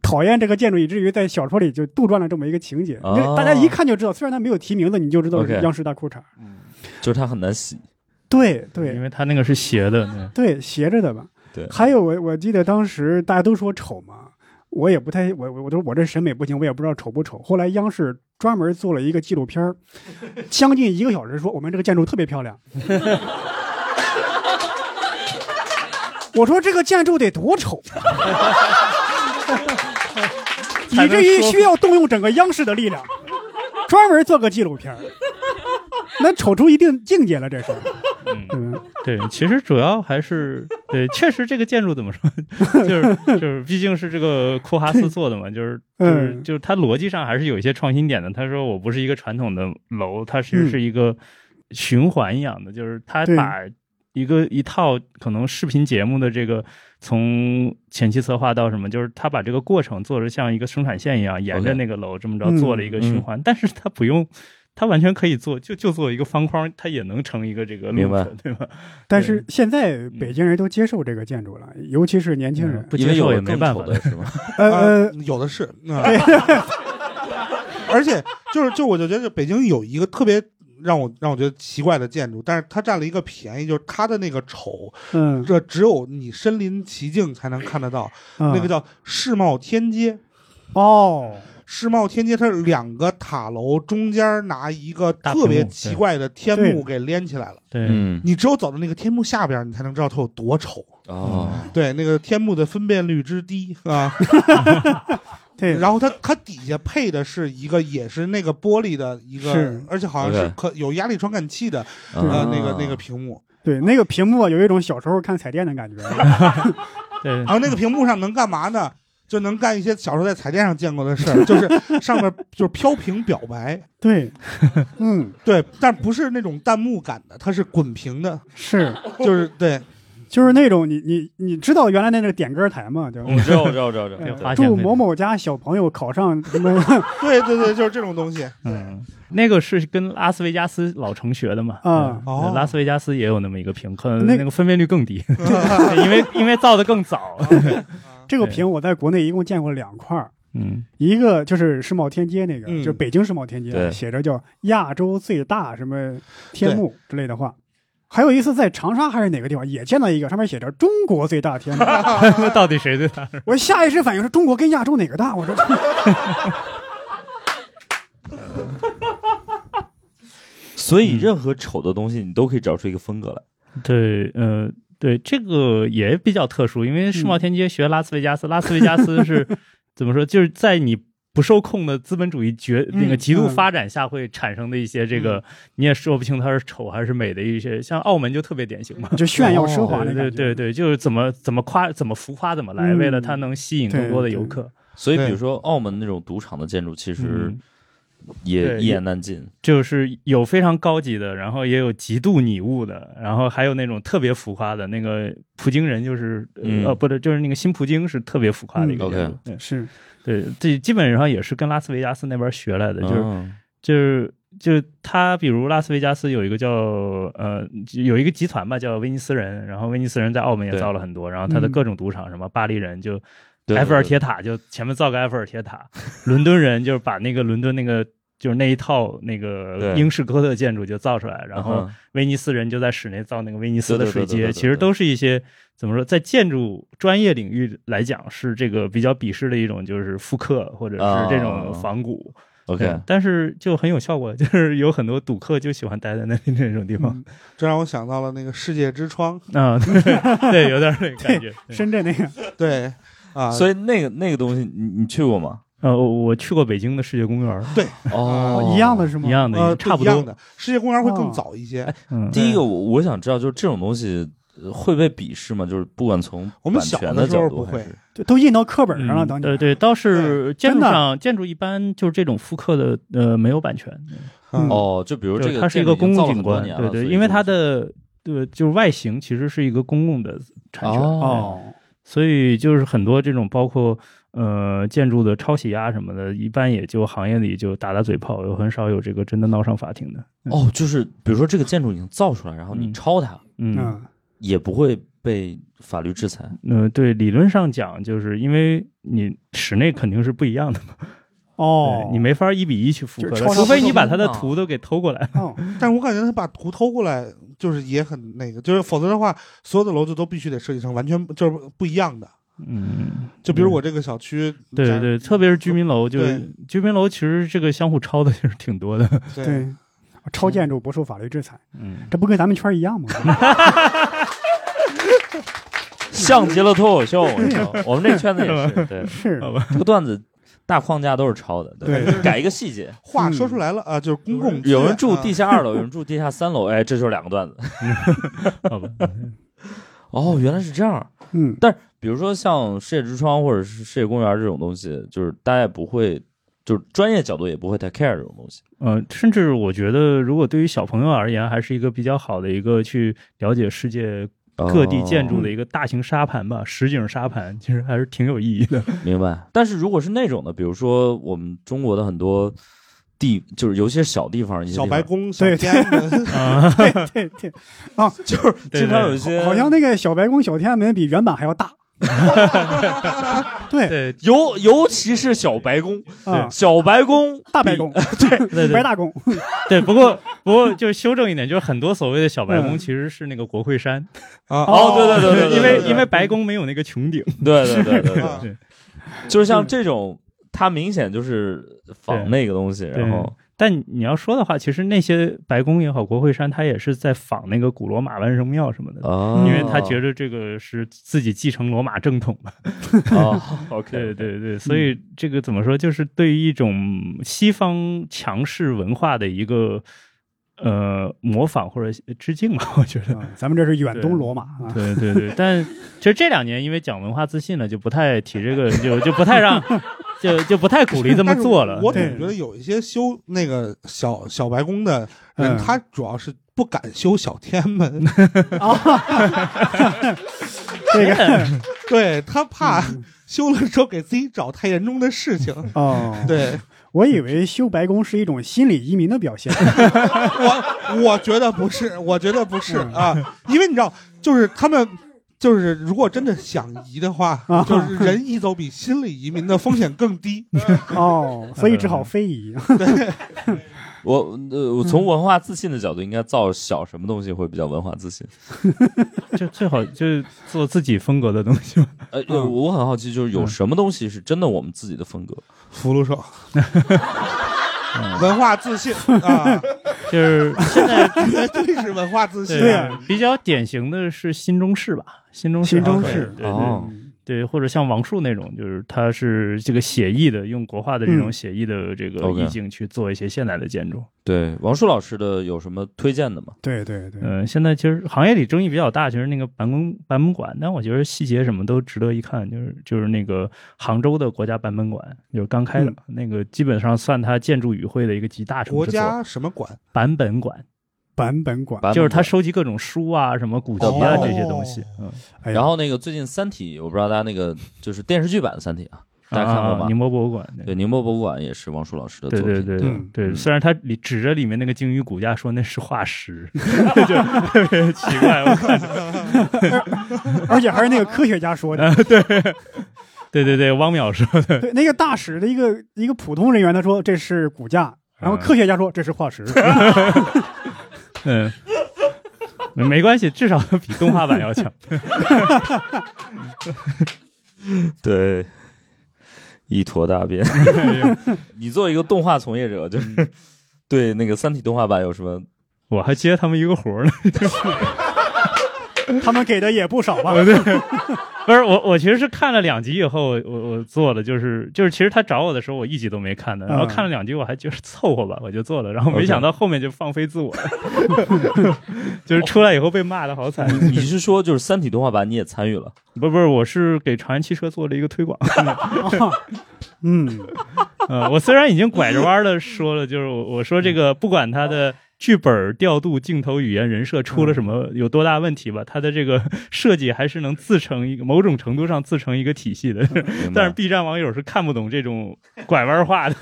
Speaker 3: 讨厌这个建筑，以至于在小说里就杜撰了这么一个情节。
Speaker 1: 哦
Speaker 3: 那大家一看就知道，虽然他没有提名字，你就知道是
Speaker 1: OK
Speaker 3: 央视大裤衩。
Speaker 1: 就是它很难洗。
Speaker 3: 对
Speaker 2: 因
Speaker 3: 对
Speaker 2: 为它那个是斜的，对
Speaker 3: 对，斜着的吧。
Speaker 1: 对，
Speaker 3: 还有我我记得当时大家都说丑嘛，我也不太我我我都我这审美不行，我也不知道丑不丑。后来央视专门做了一个纪录片儿，将近一个小时，说我们这个建筑特别漂亮。 我说这个建筑得多丑，以至于需要动用整个央视的力量，专门做个纪录片儿，那丑出一定境界了，这是。
Speaker 2: 嗯
Speaker 3: 嗯，
Speaker 2: 对，其实主要还是对，确实这个建筑怎么说，就是就是，毕竟是这个库哈斯做的嘛，就是就是
Speaker 3: 嗯
Speaker 2: 就是它逻辑上还是有一些创新点的。他说我不是一个传统的楼，它其实是一个循环一样的，就是他
Speaker 3: 嗯对
Speaker 2: 把一个一套可能视频节目的这个从前期策划到什么，就是他把这个过程做得像一个生产线一样，沿着
Speaker 1: OK
Speaker 2: 那个楼这么着
Speaker 3: 嗯
Speaker 2: 做了一个循环，但是他不用。他完全可以做，就就做一个方框，它也能成一个这个
Speaker 1: 明
Speaker 2: loop，
Speaker 1: 白
Speaker 2: 对吧？
Speaker 3: 但是现在北京人都接受这个建筑了，尤其是年轻人。
Speaker 2: 不
Speaker 1: 因
Speaker 2: 接
Speaker 1: 为有
Speaker 2: 受也
Speaker 1: 了
Speaker 2: 没
Speaker 1: 更
Speaker 2: 办
Speaker 1: 丑
Speaker 2: 法
Speaker 1: 的是吗？
Speaker 3: 呃呃
Speaker 4: 呃，，有的是。嗯、 而且就是就我就觉得北京有一个特别让我让我觉得奇怪的建筑，但是它占了一个便宜，就是它的那个丑，
Speaker 3: 嗯，
Speaker 4: 这只有你身临其境才能看得到。那个
Speaker 3: 叫
Speaker 4: 叫世贸天阶，
Speaker 3: 嗯哦，
Speaker 4: 世贸天阶它是两个塔楼中间拿一个特别奇怪的天
Speaker 3: 大屏
Speaker 4: 幕
Speaker 3: 幕
Speaker 4: 给连起来了，
Speaker 2: 对，
Speaker 1: 嗯，
Speaker 4: 你只有走到那个天幕下边，你才能知道它有多丑。
Speaker 1: 哦，
Speaker 4: 对，那个天幕的分辨率之低啊，
Speaker 3: 对，
Speaker 4: 然后它它底下配的是一个也是那个玻璃的一个
Speaker 3: 是，
Speaker 4: 而且好像是
Speaker 1: OK
Speaker 4: 可有压力传感器的
Speaker 1: 啊
Speaker 4: 呃那个那个屏幕，
Speaker 3: 对那个屏幕啊有一种小时候看彩电的感觉。
Speaker 2: 对
Speaker 4: 然，后那个屏幕上能干嘛呢？就能干一些小时候在彩电上见过的事儿，就是上面就是飘屏表白，
Speaker 3: 对，嗯，
Speaker 4: 对，但不是那种弹幕感的，它是滚屏的，
Speaker 3: 是，
Speaker 4: 就是对，
Speaker 3: 就是那种你你你知道原来那个点歌台吗？就
Speaker 1: 我知道，我知道，我知道，我知道
Speaker 2: 对
Speaker 3: 嗯
Speaker 2: 花钱
Speaker 3: 祝
Speaker 2: 配
Speaker 3: 某
Speaker 2: 的
Speaker 3: 某家小朋友考上什么
Speaker 4: 对对对，就是这种东西。
Speaker 2: 嗯，那个是跟拉斯维加斯老城学的嘛？
Speaker 3: 啊
Speaker 2: 嗯
Speaker 4: 哦
Speaker 2: 拉斯维加斯也有那么一个屏，可能
Speaker 3: 那
Speaker 2: 那个分辨率更低，对因为因为造的更早。
Speaker 3: 这个屏，我在国内一共见过两块儿。
Speaker 2: 嗯，
Speaker 3: 一个就是世贸天阶那个，
Speaker 4: 嗯
Speaker 3: 就北京世贸天阶，
Speaker 1: 对
Speaker 3: 写着叫“亚洲最大什么天幕”之类的话。还有一次在长沙还是哪个地方也见到一个，上面写着“中国最 大天幕
Speaker 2: 到底谁对他？”，
Speaker 3: 我下意识反应是中国跟亚洲哪个大？我说，
Speaker 1: 所
Speaker 2: 嗯
Speaker 1: 以任何丑的东西，你都可以找出一个风格来。
Speaker 2: 对，呃，对，这个也比较特殊，因为世贸天阶学拉斯维加斯，拉斯维加斯是怎么说？就是在你不受控的资本主义绝那个
Speaker 3: 嗯
Speaker 2: 极度
Speaker 3: 嗯
Speaker 2: 发展下会产生的一些这个，你也说不清它是丑还是美的一些，像澳门就特别典型嘛。
Speaker 3: 就炫耀奢华那
Speaker 2: 对对
Speaker 3: 感觉。
Speaker 2: 对对，就是怎么怎么夸怎么浮夸怎么来，
Speaker 3: 嗯
Speaker 2: 为了它能吸引更多的游客。
Speaker 1: 所以比
Speaker 4: 对
Speaker 1: 如说澳门那种赌场的建筑，其实
Speaker 2: 嗯
Speaker 1: 也
Speaker 2: 对
Speaker 1: 一言难尽。
Speaker 2: 就是有非常高级的，然后也有极度拟物的，然后还有那种特别浮夸的。那个葡京人就是，
Speaker 1: 嗯
Speaker 2: 呃，不对，就是那个新葡京是特别浮夸的一个
Speaker 1: 嗯
Speaker 2: 建筑。对
Speaker 3: 是，
Speaker 2: 对，这基本上也是跟拉斯维加斯那边学来的，就是
Speaker 1: 嗯
Speaker 2: 就是就是他，比如拉斯维加斯有一个叫呃有一个集团吧，叫威尼斯人，然后威尼斯人在澳门也
Speaker 1: 对
Speaker 2: 造了很多，然后他的
Speaker 3: 嗯
Speaker 2: 各种赌场，什么巴黎人就
Speaker 1: 对
Speaker 2: 埃菲尔铁塔就前面造个埃菲尔铁塔，伦敦人就是把那个伦敦那个。就是那一套那个
Speaker 1: 对
Speaker 2: 英式哥特建筑就造出来，然后
Speaker 1: 嗯哼
Speaker 2: 威尼斯人就在室内造那个威尼斯的
Speaker 1: 对对
Speaker 2: 水
Speaker 1: 对对对
Speaker 2: 街，
Speaker 1: 对
Speaker 2: 其实都是一些怎么说，在建筑专业领域来讲是这个比较鄙视的一种，就是复刻或者是这种
Speaker 1: 啊
Speaker 2: 仿古。对
Speaker 1: OK，
Speaker 2: 但是就很有效果， 就是有很多赌客就喜欢待在那里那种地方
Speaker 4: 这让我想到了那个世界之窗，
Speaker 2: 啊，对对，有点那个感觉。对
Speaker 3: 深圳那个
Speaker 4: 对啊，
Speaker 1: 所以那个那个东西，你你去过 吗？
Speaker 2: 呃，我我去过北京的世界公园，
Speaker 1: 哦
Speaker 3: 一样的是吗？
Speaker 2: 一样的，
Speaker 4: 呃
Speaker 2: 差不
Speaker 4: 一样
Speaker 2: 多。
Speaker 4: 的世界公园会
Speaker 3: 哦
Speaker 4: 更早一些。
Speaker 2: 嗯，
Speaker 1: 第一个，我我想知道，就是这种东西呃会被鄙视吗？就是不管从
Speaker 4: 我们
Speaker 1: 版
Speaker 4: 小
Speaker 1: 权
Speaker 4: 的时
Speaker 1: 角
Speaker 4: 候
Speaker 1: 度
Speaker 4: 不
Speaker 1: 还
Speaker 4: 会
Speaker 1: 是，
Speaker 3: 就都印到课本上了，
Speaker 2: 嗯
Speaker 3: 等
Speaker 2: 对
Speaker 3: 你。
Speaker 2: 对，倒是建筑
Speaker 3: 真的
Speaker 2: 上建筑一般就是这种复刻的，呃，没有版权，
Speaker 4: 嗯
Speaker 1: 哦，就比如
Speaker 2: 就
Speaker 1: 这个
Speaker 2: 它是一
Speaker 1: 建筑
Speaker 2: 个
Speaker 1: 已
Speaker 2: 公
Speaker 1: 经造了
Speaker 2: 共景
Speaker 1: 很多
Speaker 2: 观，
Speaker 1: 年了，
Speaker 2: 对对，
Speaker 1: 所以
Speaker 2: 因为
Speaker 1: 就
Speaker 2: 它
Speaker 1: 是
Speaker 2: 的对就是外形其实是一个公共的产权，
Speaker 1: 哦
Speaker 3: 哦，
Speaker 2: 所以就是很多这种包括呃建筑的抄袭啊什么的，一般也就行业里就打打嘴炮，有很少有这个真的闹上法庭的。
Speaker 1: 哦，就是比如说这个建筑已经造出来，然后你
Speaker 2: 嗯
Speaker 1: 抄它，
Speaker 2: 嗯，
Speaker 3: 嗯，
Speaker 1: 也不会被法律制 裁。
Speaker 2: 呃，对，理论上讲，就是因为你室内肯定是不一样的嘛，
Speaker 3: 哦
Speaker 2: 对，你没法一比一去复刻
Speaker 3: 就
Speaker 2: 的
Speaker 3: 是抄，袭
Speaker 2: 除非你把
Speaker 1: 不
Speaker 2: 它的
Speaker 1: 通啊
Speaker 2: 图都给偷过来。
Speaker 3: 哦，
Speaker 4: 但是我感觉他把图偷过来，就是也很那个，就是否则的话，所有的楼就都必须得设计成完全就是不一样的。
Speaker 2: 嗯，
Speaker 4: 就比如我这个小区，
Speaker 2: 对对对，特别是居民楼，就
Speaker 4: 对
Speaker 2: 居民楼其实这个相互抄的就是挺多的。
Speaker 4: 对
Speaker 3: 对，超建筑不受法律制裁，
Speaker 2: 嗯，
Speaker 3: 这不跟咱们圈儿一 样吗？
Speaker 1: 像极了脱口秀，我跟你说，我们这圈子也 是，对，
Speaker 3: 是，
Speaker 2: 好吧
Speaker 1: 这个段子大框架都是抄的，
Speaker 3: 对，
Speaker 1: 改一个细节，
Speaker 4: 话说出来了啊，就是公共资源
Speaker 1: 有人住地
Speaker 4: 啊
Speaker 1: 下二楼，有人住地下三楼，哎，这就是两个段子。
Speaker 2: 好吧，
Speaker 1: 哦，原来是这样。
Speaker 3: 嗯，
Speaker 1: 比如说像世界之窗或者是世界公园这种东西，就是大家也不会，就是专业角度也不会太 care 这种东西。
Speaker 2: 呃，甚至我觉得，如果对于小朋友而言，还是一个比较好的一个去了解世界各地建
Speaker 1: 哦
Speaker 2: 筑的一个大型沙盘
Speaker 1: 嗯
Speaker 2: 吧，实景沙盘，其实还是挺有意 义的。
Speaker 1: 哦明白。但是如果是那种的，比如说我们中国的很多地，就是尤其是小地方，一些
Speaker 4: 小
Speaker 1: 地方
Speaker 4: 白宫、小
Speaker 3: 对
Speaker 4: 天安门，
Speaker 2: 啊，
Speaker 3: 对对对，
Speaker 1: 就是
Speaker 2: 对
Speaker 1: 经常有一些
Speaker 3: 好像那个小白宫、小天安门比原版还要大。对
Speaker 2: 对
Speaker 1: 尤尤其是小白宫，
Speaker 3: 啊，
Speaker 1: 小白宫
Speaker 3: 大白宫，
Speaker 2: 对
Speaker 3: 白
Speaker 2: 对
Speaker 3: 大宫，
Speaker 2: 对，不过不过就是修正一点，就是很多所谓的小白宫
Speaker 3: 嗯
Speaker 2: 其实是那个国会山，
Speaker 4: 啊，
Speaker 1: 哦对对对对对嗯
Speaker 2: 因为因为白宫没有那个穹顶。
Speaker 1: 对对对对
Speaker 4: 啊
Speaker 1: 对，就是像这种，它明显就是仿
Speaker 2: 对
Speaker 1: 那个东西，然后
Speaker 2: 但你要说的话，其实那些白宫也好，国会山，它也是在仿那个古罗马万圣庙什么的，
Speaker 1: 哦，
Speaker 2: 因为他觉
Speaker 1: 得
Speaker 2: 得这个是自己继承罗马正统嘛。
Speaker 1: 哦 ，OK，
Speaker 2: 对嗯对对，所以这个怎么说，就是对于一种西方强势文化的一个呃模仿或者致敬吧，我觉得。
Speaker 3: 啊咱们这是远东罗马啊。
Speaker 2: 对对对，但其实这两年因为讲文化自信了，就不太提这个，就就不太让，就就不太鼓励这么
Speaker 4: 但是
Speaker 2: 做了。
Speaker 4: 我
Speaker 3: 对
Speaker 4: 总觉得有一些修那个小小白宫的人，
Speaker 3: 嗯
Speaker 4: 他主要是不敢修小天安门，
Speaker 3: 啊这个
Speaker 4: 对他怕修了之后给自己找太严重的事情。
Speaker 3: 哦，
Speaker 4: 对
Speaker 3: 我以为修白宫是一种心理移民的表现。
Speaker 4: 我，我觉得不是，我觉得不是
Speaker 3: 嗯
Speaker 4: 啊，因为你知道，就是他们。就是如果真的想移的话
Speaker 3: 啊，
Speaker 4: 就是人移走比心理移民的风险更低。
Speaker 3: 哦，所以只好非遗。
Speaker 1: 我呃，我
Speaker 2: 嗯
Speaker 1: 从文化自信的角度，应该造小什么东西会比较文化自信？
Speaker 2: 就最好就是做自己风格的东西嘛。
Speaker 1: 呃，呃
Speaker 2: 嗯
Speaker 1: 我很好奇，就是有什么东西是真的我们自己的风格？
Speaker 4: 福禄寿， 文化自信啊，
Speaker 2: 就是现 在
Speaker 4: 绝对是文化自信。
Speaker 3: 对
Speaker 2: 啊，比较典型的是新中式吧，新中式，
Speaker 3: 新中
Speaker 2: 对
Speaker 3: 式
Speaker 2: 对对
Speaker 1: 哦
Speaker 3: 嗯
Speaker 2: 对，或者像王树那种，就是他是这个写意的，用国画的这种
Speaker 3: 嗯
Speaker 2: 写意的这个
Speaker 1: OK
Speaker 2: 意境去做一些现代的建筑。
Speaker 1: 对，王树老师的有什么推荐的吗？
Speaker 3: 对对对，
Speaker 2: 嗯、现在其实行业里争议比较大，就是那个版本版本馆，但我觉得细节什么都值得一看。就是就是那个杭州的国家版本馆，就是刚开的、
Speaker 1: 嗯
Speaker 2: 那个，基本上算它建筑语汇的一个集大成
Speaker 4: 国
Speaker 2: 之作。
Speaker 4: 家什么馆？
Speaker 2: 版本馆
Speaker 3: 版本馆，
Speaker 1: 版
Speaker 2: 就是
Speaker 1: 本
Speaker 2: 他收集各种书啊、什么古籍啊、
Speaker 1: 哦
Speaker 2: 这些东西。嗯，
Speaker 3: 哎呀
Speaker 1: 然后那个最近《三体》，我不知道大家那个就是电视剧版的《三体》啊，大家看过
Speaker 2: 啊
Speaker 1: 吗？
Speaker 2: 宁波博物馆。
Speaker 1: 对，宁波博物馆也是王树老师的作
Speaker 2: 对
Speaker 1: 品。
Speaker 2: 对对对
Speaker 3: 嗯
Speaker 2: 对，
Speaker 1: 嗯
Speaker 2: 虽然他里指着里面那个鲸鱼骨架说那是化石， 就特别奇怪。我看
Speaker 3: 而且还是那个科学家说的，
Speaker 2: 对对对，汪淼说的，
Speaker 3: 对，那个大使的一个一个普通人员，他说这是骨架，然后科学家说这是化石，
Speaker 2: 嗯，没关系，至少比动画版要强。
Speaker 1: 对，一坨大 便。你作为一个动画从业者，就是
Speaker 2: 嗯
Speaker 1: 对那个《三体》动画版有什么？
Speaker 2: 我还接他们一个活儿呢，
Speaker 3: 他们给的也不少吧？
Speaker 2: 不是我，我其实是看了两集以后，我我做的就是就是，其实他找我的时候，我一集都没看的，然后
Speaker 3: 嗯
Speaker 2: 看了两集，我还觉得凑合吧，我就做了，然后没
Speaker 1: OK
Speaker 2: 想到后面就放飞自我了， 就是出来以后被骂的好惨。
Speaker 1: 你是说就是《三体》动画版你也参与了？
Speaker 2: 不不是，我是给长安汽车做了一个推广。
Speaker 3: 嗯，
Speaker 2: 呃，我虽然已经拐着弯儿的说了，就是我我说这个不管他的剧本调度、镜头语言、人设
Speaker 1: 嗯
Speaker 2: 出了什么有多大问题吧，他的这个 设计还是能自成一个某种程度上自成一个体系的。
Speaker 1: 明白
Speaker 2: 但是 B 站网友是看不懂这种拐弯儿 话的，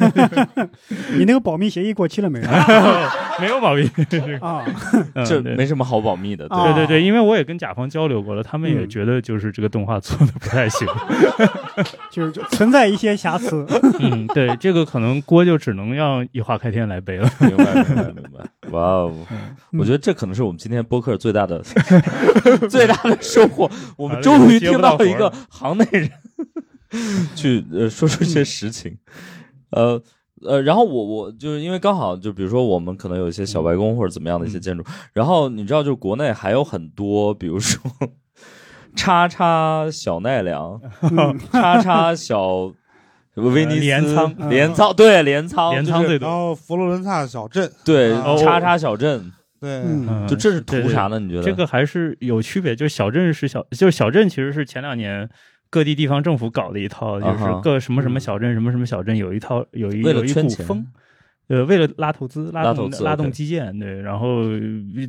Speaker 3: 你那个保密协议过期了没有？
Speaker 2: 哎没有毛病。
Speaker 3: 啊，
Speaker 2: 嗯
Speaker 1: 这
Speaker 2: 对
Speaker 1: 没哦什么好保密的。对
Speaker 3: 啊
Speaker 2: 对对对，因为我也跟甲方交流过了，他们也
Speaker 3: 嗯
Speaker 2: 觉得就是这个动画做的不 太行。
Speaker 3: 就是就存在一些瑕疵，
Speaker 2: 嗯，对，这个可能锅就只能让一化开天来背了。
Speaker 1: 明白，明白，明白。 哇哦！我觉得这可能是我们今天播客最大 的、最大的收获。我们终于听到了一个行内人去呃说出一些实情。呃呃，然后我我就是因为刚好就比如说我们可能有一些小白宫或者怎么样的一些建筑，然后你知道，就是国内还有很多，比如说 叉叉小奈良、叉叉小。什么威尼斯、
Speaker 2: 镰仓
Speaker 1: 嗯镰仓对镰仓，
Speaker 2: 镰
Speaker 1: 哦就
Speaker 2: 仓
Speaker 1: 是
Speaker 2: 最
Speaker 4: 然
Speaker 2: 多
Speaker 4: 后佛罗伦萨小镇，
Speaker 1: 对
Speaker 4: 哦
Speaker 1: 叉叉小镇，
Speaker 4: 对，
Speaker 3: 嗯，
Speaker 2: 嗯
Speaker 1: 就这是
Speaker 2: 对
Speaker 1: 图
Speaker 2: 对
Speaker 1: 啥呢？你觉得
Speaker 2: 这个还是有区别，就是小镇是小，就是小镇其实是前两年各地地方政府搞的一套，就
Speaker 1: 啊
Speaker 2: 是
Speaker 1: 哈
Speaker 2: 各什么什么小镇、什么什么小镇有一套有一
Speaker 1: 为了
Speaker 2: 有一
Speaker 1: 圈
Speaker 2: 股
Speaker 1: 钱
Speaker 2: 风。呃，为了拉投资、
Speaker 1: 拉
Speaker 2: 拉动
Speaker 1: 投资
Speaker 2: 拉动
Speaker 1: OK
Speaker 2: 基建，对，然后呃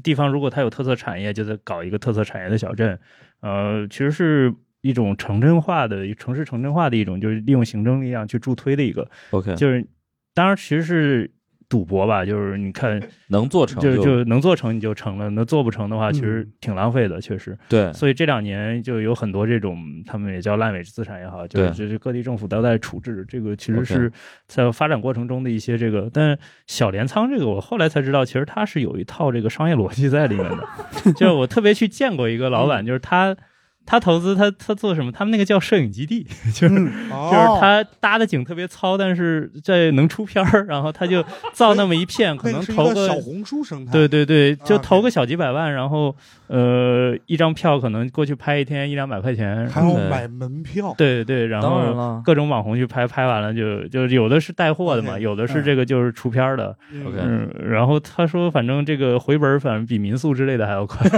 Speaker 2: 地方如果它有特色产业，就在搞一个特色产业的小镇，呃，其实是一种城镇化的、城市城镇化的一种，就是利用行政力量去助推的一个，
Speaker 1: ？OK，
Speaker 2: 就是当然其实是赌博吧，就是你看
Speaker 1: 能做成
Speaker 2: 就就能做成你就成了，那做不成的话，其实
Speaker 3: 嗯
Speaker 2: 挺浪费的，确实。
Speaker 1: 对
Speaker 2: 所以这两年就有很多这种，他们也叫烂尾资产也好，就
Speaker 1: 对
Speaker 2: 是就是各地政府都在处置，这个其
Speaker 1: OK
Speaker 2: 实是在发展过程中的一些这个。但小镰仓这个，我后来才知道，其实它是有一套这个商业逻辑在里面的。 就我特别去见过一个老
Speaker 1: 嗯
Speaker 2: 板，就是他。他投资，他他做什么？他们那个叫摄影基地， 就是就是
Speaker 4: 哦，
Speaker 2: 他搭的景特别糙，但是这能出片儿，然后他就造那么一片，可能
Speaker 4: 那个是一
Speaker 2: 投
Speaker 4: 个
Speaker 2: 个
Speaker 4: 小红书生态，
Speaker 2: 对对对，就
Speaker 4: 啊
Speaker 2: 投
Speaker 4: 对
Speaker 2: 个小几百万，然后呃，一张票可能过去拍一天一两百块钱，嗯
Speaker 4: 还要
Speaker 1: 对
Speaker 4: 买门票，
Speaker 2: 对对对，然
Speaker 1: 当然
Speaker 2: 后
Speaker 1: 了。
Speaker 2: 各种网红去拍，拍完了就就有的是带货的嘛，
Speaker 4: OK，
Speaker 2: 有的是这个就是出片儿的，
Speaker 4: 嗯
Speaker 1: OK
Speaker 2: 嗯，然后他说反正这个回本儿反正比民宿之类的还要快，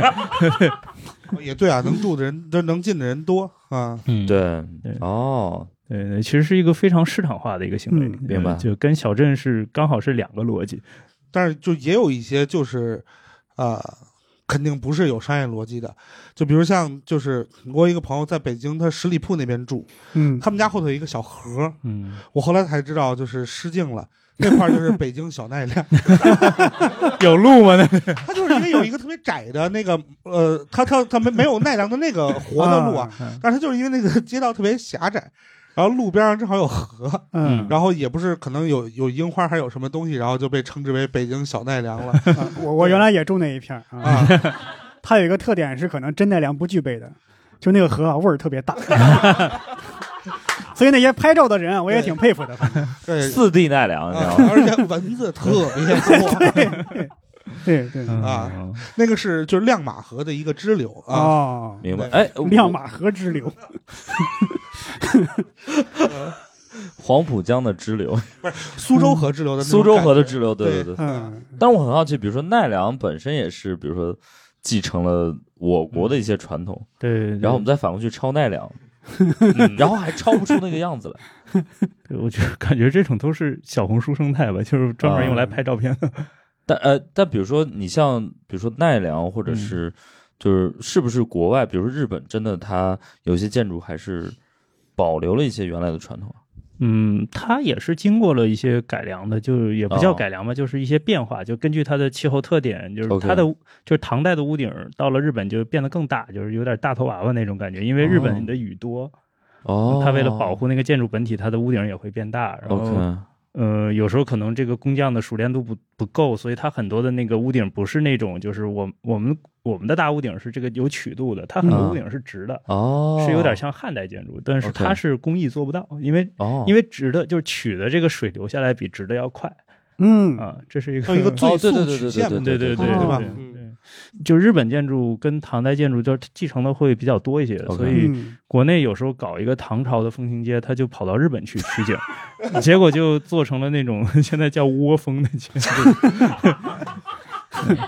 Speaker 4: 也对啊，能住的人，能进的人多啊。
Speaker 2: 嗯，
Speaker 1: 对
Speaker 2: 对
Speaker 1: 哦，
Speaker 2: 对对，其实是一个非常市场化的一个行为，
Speaker 3: 嗯
Speaker 1: 明白
Speaker 2: 就跟小镇是刚好是两个逻辑，
Speaker 4: 但是就也有一些就是，呃，肯定不是有商业逻辑的。就比如像就是我有一个朋友在北京，他十里铺那边住，
Speaker 3: 嗯，
Speaker 4: 他们家后头有一个小河，
Speaker 2: 嗯，
Speaker 4: 我后来才知道就是失敬了。那块儿就是北京小奈良，
Speaker 2: 有路吗？那
Speaker 4: 它就是因为有一个特别窄的那个，呃，它它它没没有奈良的那个活的路啊，但是它就是因为那个街道特别狭窄，然后路边上正好有河，
Speaker 3: 嗯，
Speaker 4: 然后也不是可能有有樱花，还有什么东西，然后就被称之为北京小奈良 了
Speaker 3: 啊我我原来也种那一片儿
Speaker 2: 嗯
Speaker 3: 啊，
Speaker 4: 啊！
Speaker 3: 它有一个特点是可能真奈良不具备的，就那个河啊味儿特别大， 所以那些拍照的人啊，我也挺佩
Speaker 2: 嗯
Speaker 3: 服的。反正
Speaker 4: 对，嗯
Speaker 1: 四 D 奈良，你知道
Speaker 4: 啊
Speaker 1: 吗？
Speaker 4: 而且蚊子特别多。
Speaker 3: 对对
Speaker 2: 嗯
Speaker 4: 啊，那个是就是亮马河的一个支流啊，
Speaker 3: 哦，
Speaker 1: 明白？
Speaker 4: 对
Speaker 1: 哎，
Speaker 3: 亮马河支流，
Speaker 1: 黄浦江的支流，
Speaker 4: 苏州河支流的那种
Speaker 1: 苏州河的
Speaker 4: 感觉
Speaker 1: 支流，对
Speaker 4: 对
Speaker 1: 对对。
Speaker 3: 嗯，
Speaker 1: 但是我很好奇，比如说奈良本身也是，比如说继承了我国的一些传统，
Speaker 2: 嗯
Speaker 5: 对对，对
Speaker 1: 然后我们再反过去抄奈良，然后还抄不出那个样子来。
Speaker 2: 对我觉得感觉这种都是小红书生态吧，就是专门用来拍照片的。
Speaker 1: 但呃，但比如说你像，比如说奈良，或者是、就是是不是国外，比如说日本，真的它有些建筑还是保留了一些原来的传统啊。
Speaker 2: 嗯，它也是经过了一些改良的，就是也不叫
Speaker 1: 哦
Speaker 2: 改良吧，就是一些变化，就根据它的气候特点，就是
Speaker 1: OK
Speaker 2: 它的就是唐代的屋顶儿到了日本就变得更大，就是有点大头娃娃那种感觉，因为日本的雨多，
Speaker 1: 哦，
Speaker 2: 嗯它为了保护那个建筑本体，它的屋顶儿也会变大，然后
Speaker 1: OK，
Speaker 2: 呃，有时候可能这个工匠的熟练度不不够，所以它很多的那个屋顶不是那种，就是我我们我们的大屋顶是这个有曲度的，它很
Speaker 1: 嗯
Speaker 2: 多屋顶是直的，
Speaker 1: 哦，
Speaker 2: 是有点像汉代建筑，但是
Speaker 1: OK
Speaker 2: 它是工艺做不到，因为
Speaker 1: 哦，
Speaker 2: 因
Speaker 1: 为
Speaker 2: 为直的就是曲的这个水流下来比直的要快
Speaker 3: 嗯，
Speaker 2: 啊，这是一
Speaker 4: 有一 个
Speaker 2: 个。
Speaker 4: 最
Speaker 1: 哦对对
Speaker 4: 速
Speaker 1: 对
Speaker 4: 曲
Speaker 1: 对
Speaker 4: 线嘛，
Speaker 2: 对对对
Speaker 4: 对吧
Speaker 2: 对对
Speaker 4: 嗯
Speaker 2: 就日本建筑跟唐代建筑就是继承的会比较多一些，
Speaker 1: OK
Speaker 2: 所以
Speaker 3: 嗯
Speaker 2: 国内有时候搞一个唐朝的风情街，他就跑到日本去 取景，结果就做成了那种 现在叫窝风的建 筑。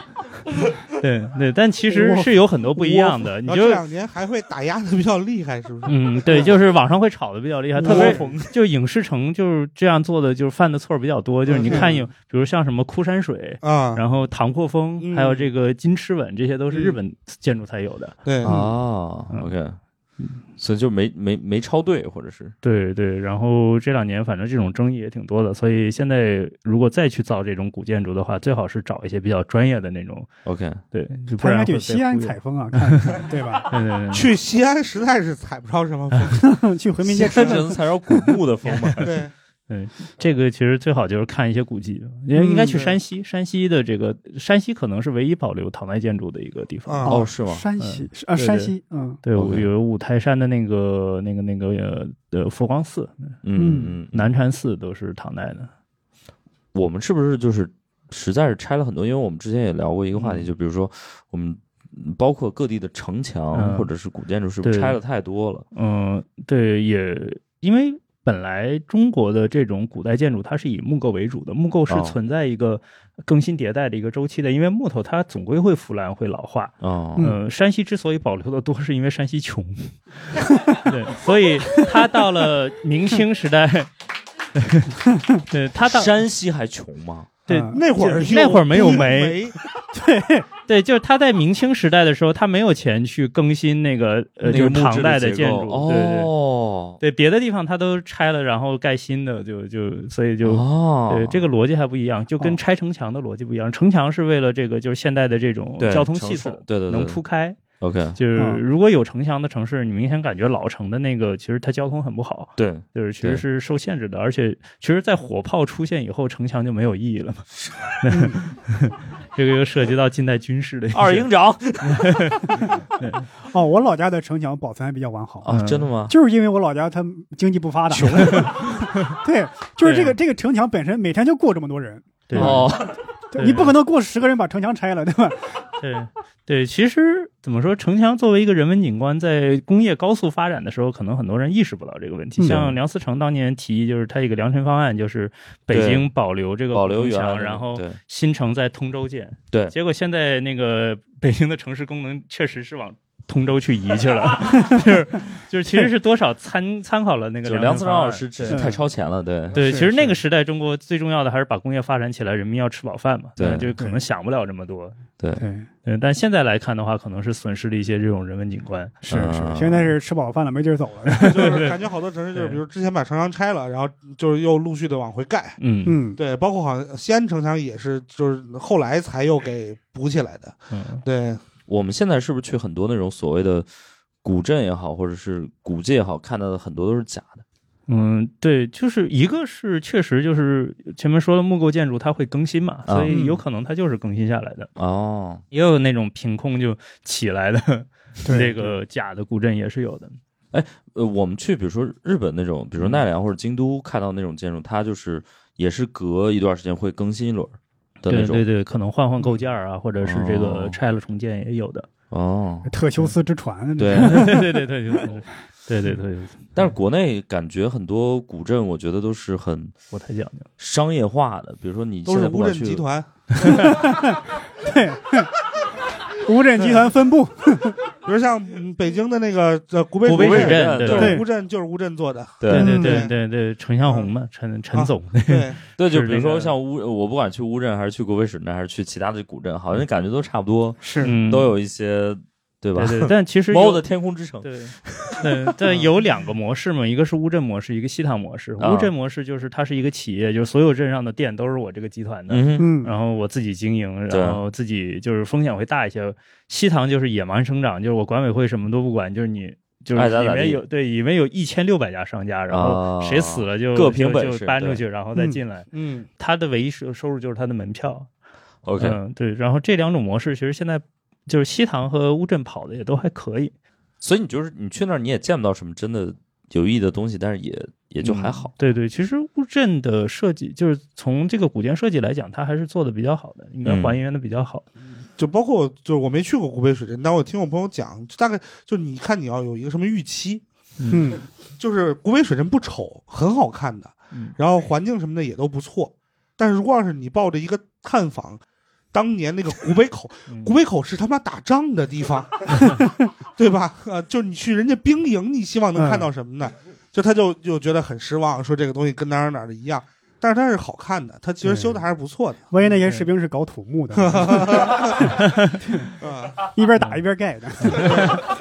Speaker 2: 对对，但其实是有很多不一样的，你
Speaker 4: 然后
Speaker 2: 就
Speaker 4: 这两年还会打压的比较厉害，是不 是？
Speaker 2: 嗯，对，就是网上会吵的比较厉
Speaker 3: 嗯
Speaker 2: 害，特
Speaker 4: 窝
Speaker 2: 别
Speaker 4: 风
Speaker 2: 就影视城就是这样做的，就是犯的错儿比较多。
Speaker 3: 嗯
Speaker 2: 就是你看有，比如像什么枯山水，
Speaker 4: 啊，
Speaker 2: 然后唐破
Speaker 4: 嗯
Speaker 2: 风，还有这个金翅吻，这些都是日
Speaker 3: 嗯
Speaker 2: 本建筑才有的。
Speaker 4: 对，
Speaker 1: 啊
Speaker 2: 嗯
Speaker 1: ，OK，所以就没没没抄对，或者是
Speaker 2: 对对，然后这两年反正这种争议也挺多的，所以现在如果再去造这种古建筑的话，最好是找一些比较专业的那种，
Speaker 1: OK，
Speaker 2: 对，就不
Speaker 3: 他应
Speaker 2: 然会
Speaker 3: 该去
Speaker 2: 被
Speaker 3: 西安
Speaker 2: 忽悠嗯
Speaker 3: 采。风啊，看看对吧？
Speaker 2: 对对对，
Speaker 4: 去西安实在是踩不着什么风，
Speaker 3: 去回民
Speaker 1: 西
Speaker 3: 街
Speaker 1: 安只
Speaker 3: 吃
Speaker 1: 能采绕古墓的风 嘛。
Speaker 4: 对，
Speaker 2: 这个其实最好就是看一些古迹，因为应该去
Speaker 4: 嗯对
Speaker 2: 山西，山西的这个山西可能是唯一保留唐代建筑的一个地方。
Speaker 4: 啊
Speaker 1: 哦，是吗？
Speaker 3: 山西是啊，
Speaker 2: 对对
Speaker 3: 山西，嗯，
Speaker 2: 对，
Speaker 1: OK
Speaker 2: 有五台山的那个、那个、那个呃呃佛光寺、
Speaker 1: 嗯嗯，
Speaker 2: 南禅寺都是唐代的。
Speaker 1: 我们是不是就是实在是拆了很多？因为我们之前也聊过一个话题，
Speaker 2: 嗯
Speaker 1: 就比如说我们嗯包括各地的城墙
Speaker 2: 嗯
Speaker 1: 或者是古建筑，是不是
Speaker 2: 对
Speaker 1: 拆了太多了？
Speaker 2: 嗯，对，也因为本来中国的这种古代建筑它是以木构为主的，木构是
Speaker 1: 哦
Speaker 2: 存在一个更新迭代的一个周期的，因为木头它总归会腐烂、会老化。
Speaker 1: 哦，
Speaker 3: 嗯
Speaker 2: 呃，山西之所以保留的多，是因为山西穷， 对，所以它到了明清时代， 对，它到
Speaker 1: 山西还穷吗？
Speaker 2: 对
Speaker 3: 啊
Speaker 4: 那会儿
Speaker 2: 就那会儿没有
Speaker 4: 煤
Speaker 2: 煤，对，就是他在明清时代的时候，他没有钱去更新那个呃，
Speaker 1: 那
Speaker 2: 就
Speaker 1: 个木
Speaker 2: 是
Speaker 1: 质
Speaker 2: 唐代
Speaker 1: 的结
Speaker 2: 建
Speaker 1: 构
Speaker 2: 筑，对对
Speaker 1: 哦，
Speaker 2: 对，别的地方他都拆了，然后盖新的，就就所以就、
Speaker 1: 哦，
Speaker 2: 对这个逻辑还不一样，就跟拆城墙的逻辑不一样。城墙是为了这个就是现代的这种
Speaker 1: 对
Speaker 2: 交通
Speaker 1: 城
Speaker 2: 系
Speaker 1: 市
Speaker 2: 统
Speaker 1: 对对对
Speaker 2: 能铺开，
Speaker 1: OK，
Speaker 2: 就是
Speaker 3: 嗯
Speaker 2: 如果有城墙的城市，你明显感觉老城的那个其实它交通很不好，
Speaker 1: 对，
Speaker 2: 就是其实
Speaker 1: 对
Speaker 2: 是受限制的，而且其实，在火炮出现以后，城墙就没有意义了 嘛。 这个又涉及到近代军事的一些
Speaker 1: 二营长
Speaker 3: 哦，我老家的城墙保存还比较完好，
Speaker 1: 啊，
Speaker 2: 嗯
Speaker 1: 真的吗？
Speaker 3: 就是因为我老家它经济不发达， 对，就是这个这个城墙本身每天就过这么多人，
Speaker 2: 对、
Speaker 1: 哦，
Speaker 3: 对
Speaker 2: 对
Speaker 3: 你不可能过十个人把城墙拆了，对吧？
Speaker 2: 对对，其实怎么说，城墙作为一个人文景观，在工业高速发展的时候，可能很多人意识不到这个问题。
Speaker 3: 嗯
Speaker 2: 像梁思成当年提议，就是他一个梁陈方案，就是北
Speaker 1: 对
Speaker 2: 京保留这 个
Speaker 1: 保留
Speaker 2: 古城
Speaker 1: 原来
Speaker 2: 墙，
Speaker 1: 的
Speaker 2: 然后嗯
Speaker 1: 对
Speaker 2: 新城在通州建。
Speaker 1: 对
Speaker 2: 结果现在那个北京的城市功能确实是往。通州去移去 了，就是就是，其实是多少参参考了那个
Speaker 1: 就是梁
Speaker 2: 梁
Speaker 1: 思成
Speaker 2: 陈方
Speaker 1: 老
Speaker 2: 案
Speaker 1: 师真
Speaker 2: 对
Speaker 1: 是
Speaker 3: 嗯
Speaker 1: 太超前了，对
Speaker 2: 对，
Speaker 3: 是
Speaker 2: 其实那
Speaker 3: 是
Speaker 2: 个时代中国最重要的还是把工业发展起来，人民要吃饱饭嘛，
Speaker 1: 对
Speaker 2: 那就可能想不了这么多。
Speaker 1: 对，
Speaker 3: 对，
Speaker 2: 嗯，但现在来看的话，可能是损失了一些这种人文景观。
Speaker 3: 是
Speaker 1: 啊
Speaker 3: 是，现在是吃饱饭了没地儿走了，
Speaker 4: 就是感觉好多城市就是，
Speaker 2: 对
Speaker 4: 比如之前把城墙拆了，然后就是又陆续的往回盖。
Speaker 2: 嗯
Speaker 3: 嗯，
Speaker 4: 对，包括好像西安城墙也是，就是后来才又给补起来的。
Speaker 2: 嗯，
Speaker 4: 对，
Speaker 1: 我们现在是不是去很多那种所谓的古镇也好，或者是古迹也好，看到的很多都是假的？
Speaker 2: 嗯，对，就是一个是确实就是前面说的木构建筑它会更新嘛，所以有可能它就是更新下来的，
Speaker 1: 哦，
Speaker 2: 也有那种凭空就起来的
Speaker 3: 对
Speaker 2: 这个假的古镇也是有的。
Speaker 1: 呃，我们去比如说日本那种，
Speaker 2: 嗯
Speaker 1: 比如说奈良或者京都看到那种建筑，它就是也是隔一段时间会更新一轮儿，的那
Speaker 2: 对
Speaker 1: 种。
Speaker 2: 对对，可能换换构件儿啊，或者是这
Speaker 1: 哦
Speaker 2: 个拆了重建也有的。
Speaker 1: 哦，
Speaker 3: 特修斯之船，
Speaker 1: 对，
Speaker 2: 对对对对对对对对，
Speaker 1: 但是国内感觉很多古镇，我觉得都是很
Speaker 2: 不太讲究。
Speaker 1: 商业化的，比如说你
Speaker 4: 都
Speaker 1: 现
Speaker 4: 是
Speaker 1: 在不
Speaker 4: 乌
Speaker 1: 管
Speaker 4: 镇
Speaker 1: 去
Speaker 4: 集团，
Speaker 3: 乌镇集团分部，
Speaker 4: 比如像嗯北京的那个呃古北
Speaker 2: 古
Speaker 4: 水
Speaker 2: 北
Speaker 1: 水镇
Speaker 2: 水镇，
Speaker 1: 对
Speaker 4: 就
Speaker 2: 对
Speaker 4: 是乌镇就是乌镇 做的，
Speaker 1: 对
Speaker 2: 对
Speaker 4: 嗯
Speaker 2: 对对对，陈向红嘛，陈陈总，
Speaker 4: 对，
Speaker 1: 对，就
Speaker 2: 就是
Speaker 1: 比如
Speaker 2: 这
Speaker 1: 说
Speaker 2: 个
Speaker 1: 像乌，我不管去乌镇还是去国北水镇，还是去其他的古镇，好像感觉都差不多，
Speaker 3: 是
Speaker 2: 嗯，
Speaker 1: 都有一些，对吧
Speaker 2: 对。？对，但其实 有
Speaker 1: 猫的天空之城，
Speaker 2: 对，对，但有两个模式嘛，一个是乌镇模式，一个西塘模式。
Speaker 1: 啊
Speaker 2: 乌镇模式就是它是一个企业，就是所有镇上的店都是我这个集团的，
Speaker 1: 嗯哼，
Speaker 3: 嗯，
Speaker 2: 然后我自己经营，
Speaker 1: 对
Speaker 2: 然后自己就是风险会大一些。西塘就是野蛮生长，就是我管委会什么都不管，就是你。就
Speaker 1: 爱
Speaker 2: 是
Speaker 1: 咋
Speaker 2: 里
Speaker 1: 咋地
Speaker 2: 面有对里面有一千六百家商家，然后谁死了就
Speaker 1: 啊各凭
Speaker 2: 就
Speaker 1: 本
Speaker 2: 就
Speaker 1: 事
Speaker 2: 搬
Speaker 1: 对
Speaker 2: 出去，然后再进来。
Speaker 4: 嗯，
Speaker 2: 他的唯一收收入就是他的门票。
Speaker 1: ，OK，
Speaker 2: 嗯，对。然后这两种模式其实现在就是西塘和乌镇跑的也都还可以，
Speaker 1: 所以你就是你去那儿你也见不到什么真的有意义的东西，但是也也就还好
Speaker 2: 嗯。对对，其实乌镇的设计就是从这个古建设计来讲，它还是做的比较好的，应该
Speaker 1: 嗯
Speaker 2: 还原的比较好。
Speaker 4: 就包括就是我没去过古北水镇，但我听我朋友讲，大概就是你看你要有一个什么预期，
Speaker 3: 嗯，
Speaker 4: 就是古北水镇不丑，很好看的，
Speaker 2: 嗯
Speaker 4: 然后环境什么的也都不错，但是如果要是你抱着一个探访。当年那个古北口，
Speaker 2: 嗯
Speaker 4: 古北口是他妈打仗的地方， 对吧？呃，就是你去人家兵营，你希望能看到什么呢？就他就就觉得很失望，说这个东西跟哪儿哪儿的一样，但是它是好看的，它其实修的还是不错的。
Speaker 3: 万一那些士兵是搞土木的，
Speaker 4: 啊、
Speaker 3: 一边打一边盖的，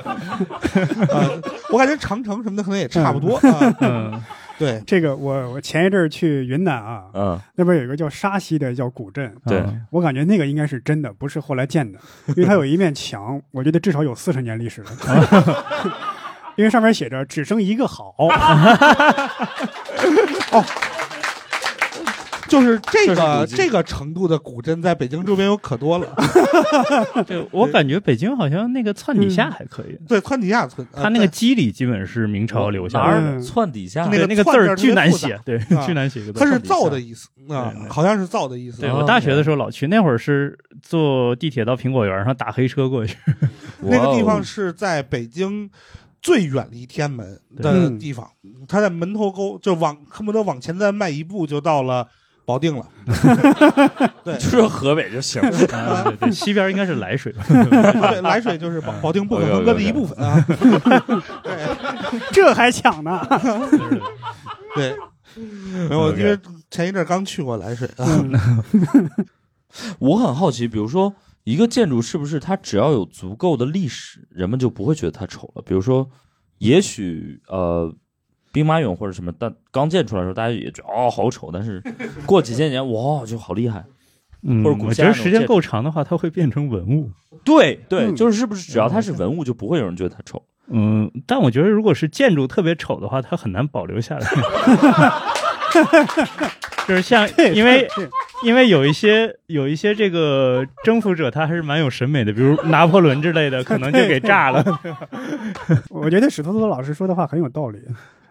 Speaker 4: 呃，我感觉长城什么的可能也差不多。啊、
Speaker 2: 嗯，
Speaker 4: 对，
Speaker 3: 这个我我前一阵儿去云南啊，
Speaker 1: 嗯，
Speaker 3: 那边有一个叫沙溪的叫古镇，
Speaker 1: 对
Speaker 2: 嗯
Speaker 3: 我感觉那个应该是真的，不是后来建的，因为它有一面墙，我觉得至少有四十年历史了。 因为上面写着“只生一个好
Speaker 4: 就是这
Speaker 1: 这是古
Speaker 4: 个
Speaker 1: 迹
Speaker 4: 这个程度的古镇，在北京周边有可多了。
Speaker 2: 对我感觉北京好像那个窜底
Speaker 4: 嗯
Speaker 2: 下还可以，
Speaker 4: 对，川底下村，呃
Speaker 2: 它那个肌理基本是明朝留
Speaker 1: 哦哪
Speaker 2: 下
Speaker 1: 儿
Speaker 2: 来
Speaker 1: 呢
Speaker 2: 的，
Speaker 3: 嗯
Speaker 1: 窜底下
Speaker 4: 那
Speaker 2: 对
Speaker 4: 个
Speaker 2: 那个字
Speaker 4: 窜字儿
Speaker 2: 儿
Speaker 4: 特别
Speaker 2: 巨难
Speaker 4: 复杂
Speaker 2: 写，对
Speaker 4: 啊，
Speaker 2: 巨难写一个字
Speaker 4: 它
Speaker 2: 儿。
Speaker 4: 是造的意思啊
Speaker 2: 对，对
Speaker 4: 好像是造的意思啊
Speaker 2: 对。
Speaker 1: 哦
Speaker 2: 我大学的时候老去，那会儿是坐地铁到苹果园，然后打黑车过去。
Speaker 4: 那个地
Speaker 1: 哇
Speaker 4: 方
Speaker 1: 哦
Speaker 4: 是在北京最远离天安门的
Speaker 3: 对
Speaker 4: 地方，它在门头沟，就往恨不得往前再迈一步就到了保定 了。对
Speaker 1: 就。是河北就行了。
Speaker 2: 啊对对，西边应该是涞水吧。
Speaker 4: 对涞水就是保保定不可分割的一部分 啊，”，
Speaker 3: 这还抢呢？
Speaker 4: 对，没有，
Speaker 1: OK
Speaker 4: 因为前一阵儿刚去过涞水啊，
Speaker 1: 我很好奇，比如说一个建筑是不是它只要有足够的历史，人们就不会觉得它丑了？比如说，也许呃，兵马俑或者什么，但刚建出来的时候，大家也觉得哦好丑，但是过几千年哇就好厉害。
Speaker 2: 嗯
Speaker 1: 或者古
Speaker 2: 我
Speaker 1: 希
Speaker 2: 觉
Speaker 1: 腊
Speaker 2: 得
Speaker 1: 那种
Speaker 2: 时间够长的话，它会变成文物。
Speaker 1: 对对，
Speaker 3: 嗯
Speaker 1: 就是是不是只要它是文物，就不会有人觉得它丑？
Speaker 2: 嗯，但我觉得如果是建筑特别丑的话，它很难保留下 来。就是像，因为
Speaker 3: 对
Speaker 2: 因为有一些有一些这个征服者，他还是蛮有审美的，比如拿破仑之类 的，可能就给炸了。
Speaker 3: 我觉得史托特老师说的话很有道理。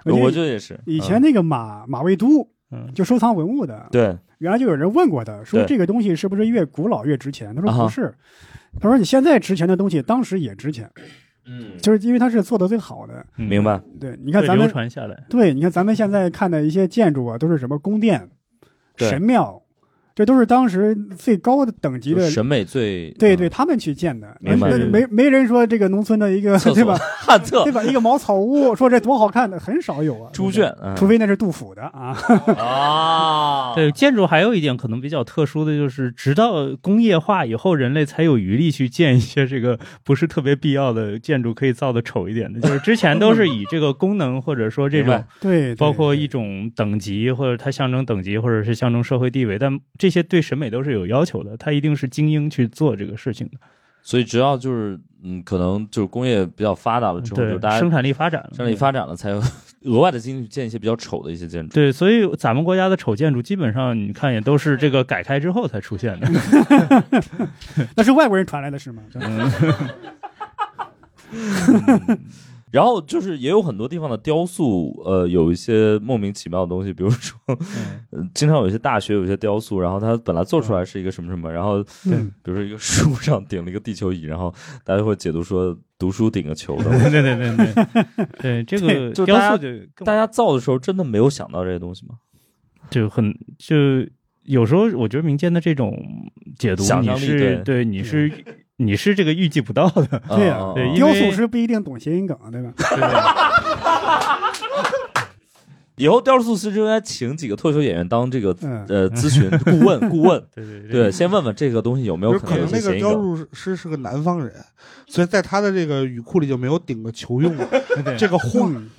Speaker 1: 我
Speaker 3: 觉
Speaker 1: 觉得也是。
Speaker 3: 以前
Speaker 1: 嗯
Speaker 3: 那个马马未都
Speaker 2: 嗯，
Speaker 3: 就收藏文物的，
Speaker 1: 对
Speaker 3: 原来就有人问过他，说
Speaker 1: 对
Speaker 3: 这个东西是不是越古老越值钱？他说
Speaker 1: 啊哈
Speaker 3: 不是，他说你现在值钱的东西，当时也值钱，
Speaker 1: 嗯，
Speaker 3: 就是因为它是做的最好的。
Speaker 1: 明白。
Speaker 3: 对，你
Speaker 2: 会
Speaker 3: 看咱
Speaker 2: 嗯流
Speaker 3: 们
Speaker 2: 传下来。
Speaker 3: 对，你看咱们现在看的一些建筑啊，都是什么宫殿、
Speaker 1: 对
Speaker 3: 神庙，这都是当时最高的等级
Speaker 1: 就
Speaker 3: 的，
Speaker 1: 审美最
Speaker 3: 对对，他们去建的。那
Speaker 1: 明白
Speaker 3: 那
Speaker 1: 明白
Speaker 3: 没没人说这个农村的一个
Speaker 1: 厕所
Speaker 3: 对吧？
Speaker 1: 嗯 旱厕
Speaker 3: 对吧？一个茅草屋，说这多好看的，很少有啊。
Speaker 1: 猪圈，
Speaker 3: 除非那是杜甫的啊。
Speaker 1: 嗯啊，
Speaker 2: 对建筑还有一点可能比较特殊的就是，直到工业化以后，人类才有余力去建一些这个不是特别必要的建筑，可以造的丑一点的。就是之前都是以这个功能或者说这
Speaker 1: 明
Speaker 2: 种
Speaker 1: 白
Speaker 3: 对，对
Speaker 2: 包括
Speaker 3: 对
Speaker 2: 一种等级，或者它象征等级，或者是象征社会地位，但这些对审美都是有要求的，它一定是精英去做这个事情的。
Speaker 1: 所以只要就是嗯，可能就是工业比较发达了之后，就
Speaker 2: 对
Speaker 1: 大，家
Speaker 2: 生产力发展了，
Speaker 1: 生理发展了，才有额外的精力去建一些比较丑的一些建筑。
Speaker 2: 对，所以咱们国家的丑建筑基本上你看也都是这个改开之后才出 现的。
Speaker 1: 嗯
Speaker 3: 那是外国人传来的是吗？
Speaker 1: 然后就是也有很多地方的雕塑，呃，有一些莫名其妙的东西，比如 说，呃经常有一些大学有一些雕塑，然后它本来做出来是一个什么什么，
Speaker 2: 嗯
Speaker 1: 然后
Speaker 3: 对
Speaker 1: 比如说一个树上顶了一个地球仪，然后大家会解读说读书顶个球的。
Speaker 2: 对 对对对对对，这个
Speaker 1: 对就
Speaker 2: 雕
Speaker 1: 大家
Speaker 2: 塑就更
Speaker 1: 大家造的时候真的没有想到这些东西吗？
Speaker 2: 就很就有时候我觉得民间的这种解读，
Speaker 1: 想
Speaker 2: 你
Speaker 1: 象力
Speaker 2: 是
Speaker 1: 对
Speaker 2: 对你是你是这个预计不 到的，
Speaker 3: 对呀
Speaker 1: 嗯嗯
Speaker 2: 对
Speaker 1: 嗯
Speaker 2: 因为
Speaker 3: 雕塑师不一定懂谐音梗，啊对吧？
Speaker 1: 以后雕塑师就应该请几个脱口秀演员当这个
Speaker 3: 嗯，
Speaker 1: 呃咨询顾问，顾问
Speaker 2: 对 对
Speaker 1: 对，先问问这个东西有没有
Speaker 4: 就是
Speaker 1: 可
Speaker 4: 可
Speaker 1: 能有
Speaker 4: 能
Speaker 1: 些
Speaker 4: 那个
Speaker 1: 谐音
Speaker 4: 雕
Speaker 1: 梗。
Speaker 4: 塑师是个南方人，所以在他的这个语库里就没有“顶个球用” 这个话。
Speaker 3: 嗯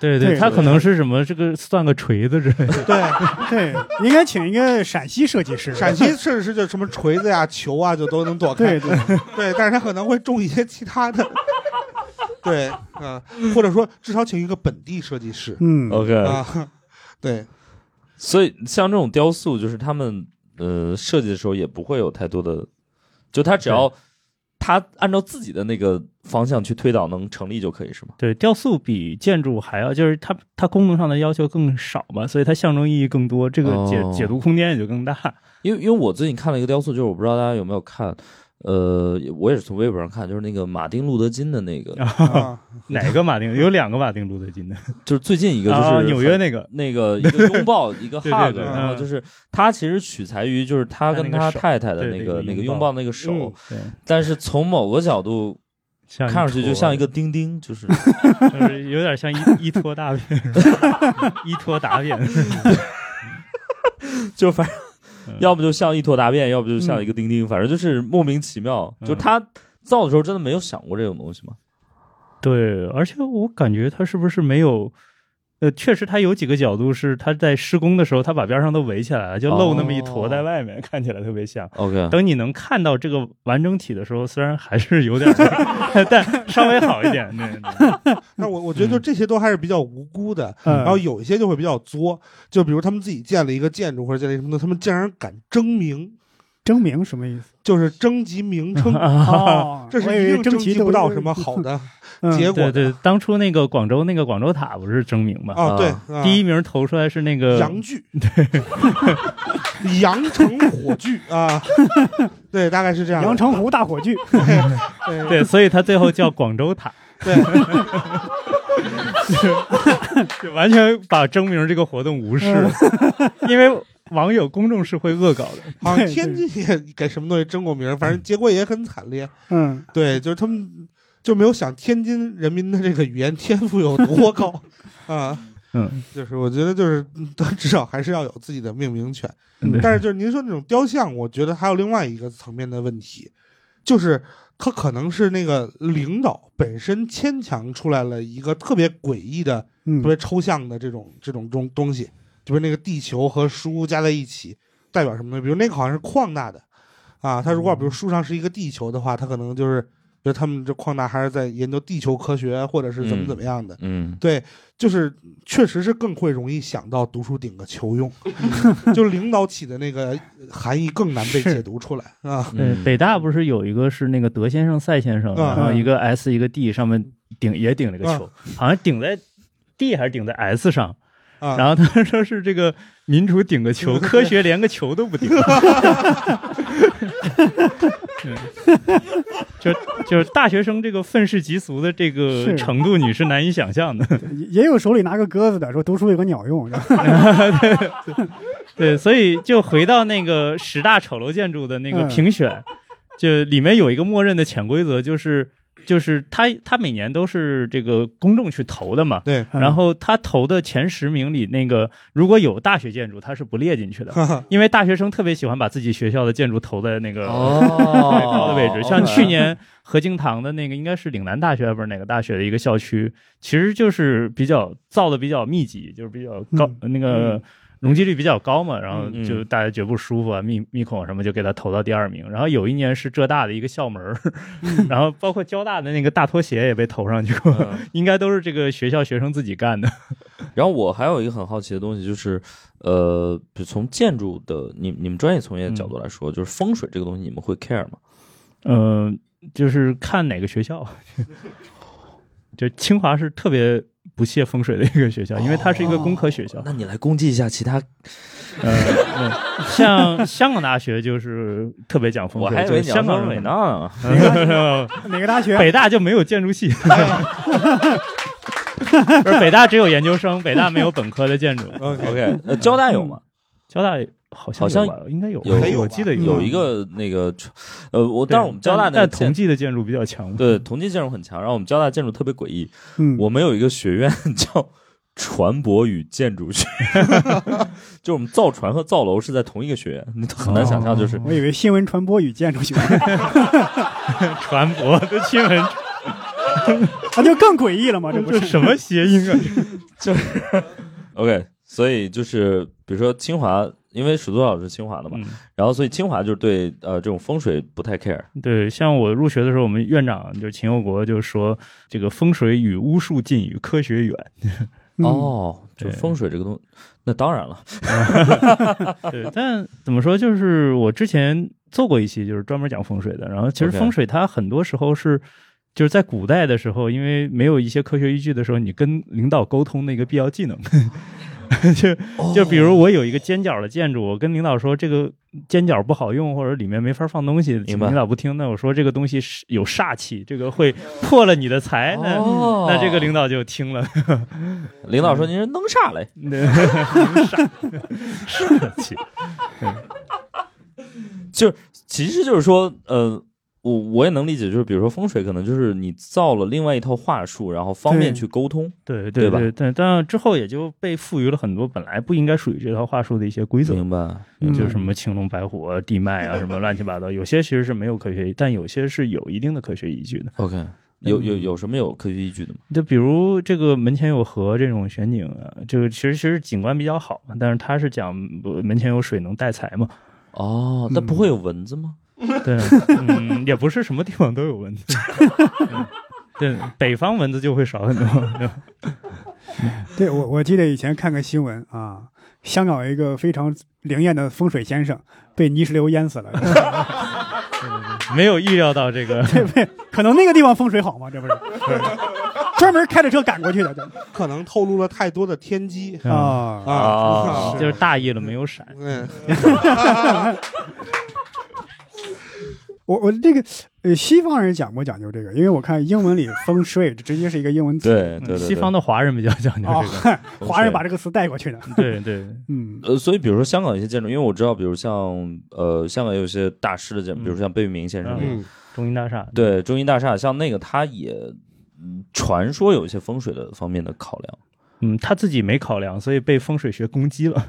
Speaker 2: 对
Speaker 3: 对
Speaker 2: 对，他
Speaker 3: 对
Speaker 2: 可能是什么这个算个锤子之类的，
Speaker 4: 对，
Speaker 3: 对，应该请一个陕西设计师。
Speaker 4: 陕西设计师就什么锤子呀、球啊，就都能躲
Speaker 3: 对
Speaker 4: 开。
Speaker 3: 对，
Speaker 4: 对，但是他可能会种一些其他的。对，啊、或者说至少请一个本地设计师
Speaker 3: 嗯，
Speaker 1: OK，
Speaker 4: 啊。对，
Speaker 1: 所以像这种雕塑，就是他们呃设计的时候也不会有太多的，就他只要他按照自己的那个方向去推导，能成立就可以，是吗？
Speaker 2: 对，雕塑比建筑还要，就是它它功能上的要求更少嘛，所以它象征意义更多，这个解、
Speaker 1: 哦
Speaker 2: 解读空间也就更 大。
Speaker 1: 因为因为我最近看了一个雕塑，就是我不知道大家有没有看，呃，我也是从微博上看，就是那个马丁路德金的那个，
Speaker 4: 啊，
Speaker 2: 哪个马丁？有两个马丁路德金的，
Speaker 1: 就是最近一个就是、
Speaker 2: 啊，纽约那个，
Speaker 1: 那个一个拥 抱，一个
Speaker 2: 对对
Speaker 1: hug，
Speaker 2: 对
Speaker 1: 然后
Speaker 2: 嗯
Speaker 1: 就是他其实取材于就是他跟
Speaker 2: 他那
Speaker 1: 他
Speaker 2: 个手
Speaker 1: 太太的
Speaker 2: 对
Speaker 1: 那
Speaker 2: 那
Speaker 1: 个
Speaker 2: 个
Speaker 1: 那个
Speaker 2: 拥
Speaker 1: 拥抱
Speaker 2: 抱
Speaker 1: 那个手
Speaker 3: 嗯，
Speaker 2: 对，
Speaker 1: 但是从某个角度
Speaker 2: 像
Speaker 1: 看上去就像一
Speaker 2: 个，
Speaker 1: 个钉钉， 就是
Speaker 2: 就是有点像依依托大便， 是吧依托答辩。
Speaker 1: 就反
Speaker 2: 嗯
Speaker 1: 正要不就像一坨大便，要不就像一个钉钉，反正就是莫名其妙。
Speaker 2: 嗯
Speaker 1: 就他造的时候真的没有想过这种东西吗？
Speaker 2: 对，而且我感觉他是不是没有？呃，确实，他有几个角度是他在施工的时候，他把边上都围起来了，就露那么一
Speaker 1: 哦
Speaker 2: 坨在外面，看起来特别像。
Speaker 1: OK，
Speaker 2: 等你能看到这个完整体的时候，虽然还是有点， 但稍微好一点。对，对
Speaker 4: 那我我觉得就这些都还是比较无辜的，
Speaker 3: 然
Speaker 1: 嗯
Speaker 4: 然后有一些就会比较作，就比如他们自己建了一个建筑或者建了一个什么的，他们竟然敢征名，
Speaker 3: 征名什么意思？
Speaker 4: 就是征集名称，
Speaker 3: 哦
Speaker 4: 啊这
Speaker 3: 我以
Speaker 4: 是
Speaker 3: 为
Speaker 4: 一定征
Speaker 3: 征集嗯
Speaker 4: 集不到 什么好的结
Speaker 3: 结
Speaker 4: 果
Speaker 2: 对
Speaker 4: 的
Speaker 2: 对，当初那个广州那个广州塔不是征名嘛？
Speaker 4: 啊。对，啊
Speaker 2: 第一名投出来是那个
Speaker 4: 杨剧， 对，阳城火炬啊，对，大概是这样的。
Speaker 3: 阳澄湖大火 炬，
Speaker 4: 对
Speaker 2: 对，所以他最后叫广州塔，
Speaker 4: 对
Speaker 2: 就完全把征名这个活动无视了，
Speaker 4: 嗯
Speaker 2: 因为网友公众是会恶搞的。
Speaker 4: 好像
Speaker 3: 对对
Speaker 4: 天津也给什么东西争过名儿，反正结果也很惨烈。
Speaker 3: 嗯，
Speaker 4: 对，就是他们就没有想天津人民的这个语言天赋有多高啊。
Speaker 2: 嗯，
Speaker 4: 就是我觉得就是嗯他至少还是要有自己的命名权。
Speaker 2: 对
Speaker 4: 嗯但是就是您说那种雕像，我觉得还有另外一个层面的问题，就是他可能是那个领导本身牵强出来了一个特别诡异的、
Speaker 3: 嗯
Speaker 4: 特别抽象的这种这种东东西，就是那个地球和书加在一起代表什么呢？比如那个好像是矿大的啊，它如果比如书上是一个地球的话，它可能就是觉得他们这矿大还是在研究地球科学，或者是怎么
Speaker 1: 嗯
Speaker 4: 怎么样的。
Speaker 1: 嗯，
Speaker 4: 对，就是确实是更会容易想到读书顶个 球用，就领导起的那个含义更难被
Speaker 2: 是
Speaker 4: 解读出来啊。
Speaker 2: 对，
Speaker 1: 嗯
Speaker 2: 北大不是有一个是那个德先生、赛先生，
Speaker 4: 嗯
Speaker 2: 然后一个 S 一个 D 上面顶也顶了个球，好像顶在 D 还是顶在 S 上，
Speaker 4: 啊，
Speaker 2: 然后他说是这个民主顶个球，科学连个球都不 顶。嗯就就是大学生这个愤世嫉俗的这个
Speaker 3: 是
Speaker 2: 程度，你是难以想 象的。
Speaker 3: 也也有手里拿个鸽子的，说读书有个鸟用，是 吧
Speaker 2: 对，所以就回到那个十大丑陋建筑的那个
Speaker 3: 嗯
Speaker 2: 评选，就里面有一个默认的潜规则，就是就是他他每年都是这个公众去投的嘛，
Speaker 4: 对，
Speaker 1: 嗯
Speaker 2: 然后他投的前十名里，那个如果有大学建筑，他是不列进去的，因为大学生特别喜欢把自己学校的建筑投在那个 最高
Speaker 1: 哦
Speaker 2: 的位置。呃像去年何敬堂的那个，应该是岭南大学不是哪个大学的一个校区，其实就是比较造的比较密集，就是比较高、那个容积率比较高嘛，然后
Speaker 1: 嗯嗯
Speaker 2: 就大家觉得不舒服啊，密密孔什么就给他投到第二名。
Speaker 1: 嗯
Speaker 2: 然后有一年是浙大的一个校 门儿，然后包括交大的那个大拖鞋也被投上去过，
Speaker 1: 嗯
Speaker 2: 应该都是这个学校学生自己干的。
Speaker 1: 然后我还有一个很好奇的东西，就是呃，比如从建筑的你你们专业从业角度来说，就是风水这个东西，你
Speaker 2: 呃
Speaker 1: 们会 care 吗？
Speaker 2: 嗯、就是看哪个学校， 就清华是特别不屑风水的一个学校，因为它是一个工科学校。
Speaker 1: 那你来攻击一下其他，
Speaker 2: 呃，嗯像香港大学就是特别讲风
Speaker 1: 我
Speaker 2: 水，
Speaker 1: 还以为你
Speaker 2: 就是香
Speaker 1: 要
Speaker 2: 港
Speaker 1: 说
Speaker 2: 人
Speaker 1: 伟
Speaker 2: 呃
Speaker 1: 呢。
Speaker 3: 哪个大 学？
Speaker 2: 北大就没有建筑系， 不是北大只有研究生，北大没有本科的建筑。
Speaker 4: OK，
Speaker 1: OK，呃， 交大有吗？
Speaker 2: 交大好像
Speaker 1: 好像
Speaker 2: 有吧应该有，
Speaker 1: 有
Speaker 4: 还有
Speaker 2: 我记得
Speaker 4: 吧嗯
Speaker 1: 有一个那个，呃，我但是我们交大那
Speaker 2: 但
Speaker 1: 个
Speaker 2: 但同
Speaker 1: 建
Speaker 2: 济的建筑比较强，
Speaker 1: 对同济建筑很强，然后我们交大建筑特别诡异。
Speaker 3: 嗯，
Speaker 1: 我们有一个学院叫船舶与建筑学， 就我们造船和造楼是在同一个学院，你很难想象，就是
Speaker 3: 我以为新闻传播与建筑学，
Speaker 2: 船舶 的新 闻，
Speaker 3: 那就更诡异了嘛，这不
Speaker 2: 这
Speaker 3: 是？
Speaker 2: 什么谐音啊？
Speaker 1: OK，所以就是比如说清华，因为史多老师是清华的嘛，
Speaker 2: 嗯，
Speaker 1: 然后所以清华就是对呃这种风水不太 care。
Speaker 2: 对，像我入学的时候，我们院长就是秦佑国就说，这个风水与巫术近，与科学 远。
Speaker 3: 嗯，
Speaker 1: 哦，就
Speaker 2: 对
Speaker 1: 风水这个东，那当然了，
Speaker 2: 对，但怎么说，就是我之前做过一期，就是专门讲风水的。然后其实
Speaker 1: OK
Speaker 2: 风水它很多时候是，就是在古代的时候，因为没有一些科学依据的时候，你跟领导沟通的一个必要技能。 就
Speaker 1: 哦
Speaker 2: 就比如我有一个尖角的建筑，我跟领导说这个尖角不好用，或者里面没法放东西，
Speaker 1: 明白
Speaker 2: 领导不听。那我说这个东西是有煞气，这个会破了你的财。哎那、
Speaker 1: 哦
Speaker 2: 那这个领导嗯就听了，
Speaker 1: 领导说您是弄啥嘞？
Speaker 2: 那煞煞气。
Speaker 1: 其实就是说，呃，我我也能理解，就是比如说风水可能就是你造了另外一套话术，然后方便
Speaker 3: 对
Speaker 1: 去沟通。
Speaker 2: 对
Speaker 1: 对吧
Speaker 2: 对，但但之后也就被赋予了很多本来不应该属于这套话术的一些规则，
Speaker 1: 明白，
Speaker 3: 嗯
Speaker 2: 就是什么青龙白虎、啊、地脉啊，什么乱七八糟，有些其实是没有科学依，但有些是有一定的科学依据的。
Speaker 1: OK，有有有什么有科学依据的吗？
Speaker 2: 就比如这个门前有河这种选景啊，这个其实其实景观比较好嘛，但是它是讲呃门前有水能带财嘛，
Speaker 1: 哦，那不会有蚊子吗？
Speaker 2: 对，嗯，也不是什么地方都有蚊子。 对，北方蚊子就会少很多。对吧
Speaker 3: 对我我记得以前看个新闻啊，香港有一个非常灵验的风水先生被泥石流淹死了，
Speaker 2: 没有预料到这个，
Speaker 3: 对不对？可能那个地方风水好吗？这不是 专门开着车赶过去的，对
Speaker 4: 可能透露了太多的天机
Speaker 3: 啊。
Speaker 1: 啊
Speaker 4: 啊，
Speaker 2: 就是大意了，没有闪。
Speaker 4: 嗯，
Speaker 3: 我我这个呃，西方人讲不讲究这个？因为我看英文里风水直接是一个英文词
Speaker 1: 对对对，
Speaker 2: 西方
Speaker 1: 的
Speaker 2: 的华人比较讲究
Speaker 3: 啊
Speaker 2: 这，
Speaker 3: 华人把这个词带过去的。
Speaker 2: 个， 对对，
Speaker 3: 嗯
Speaker 1: 呃，所以比如说香港一些建筑，因为我知道，比如像呃香港有一些大师的建
Speaker 2: 嗯
Speaker 1: 筑，比如像贝聿铭先生那个，
Speaker 4: 嗯
Speaker 2: 中银大厦，
Speaker 1: 对中医大厦，像那个它也嗯传说有一些风水的方面的考量。
Speaker 2: 嗯，他自己没考量，所以被风水学攻击了，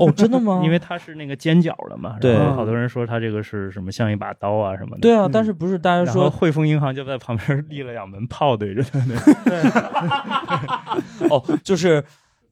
Speaker 1: 哦，真的吗
Speaker 2: 因为他是那个尖角的嘛，
Speaker 1: 对
Speaker 2: 然后好多人说他这个是什么像一把刀啊什么的，
Speaker 1: 对啊，但
Speaker 3: 嗯
Speaker 1: 是不是大家
Speaker 2: 然后
Speaker 1: 说
Speaker 2: 汇丰银行就在旁边立了两门炮对着他，
Speaker 1: 哦，就是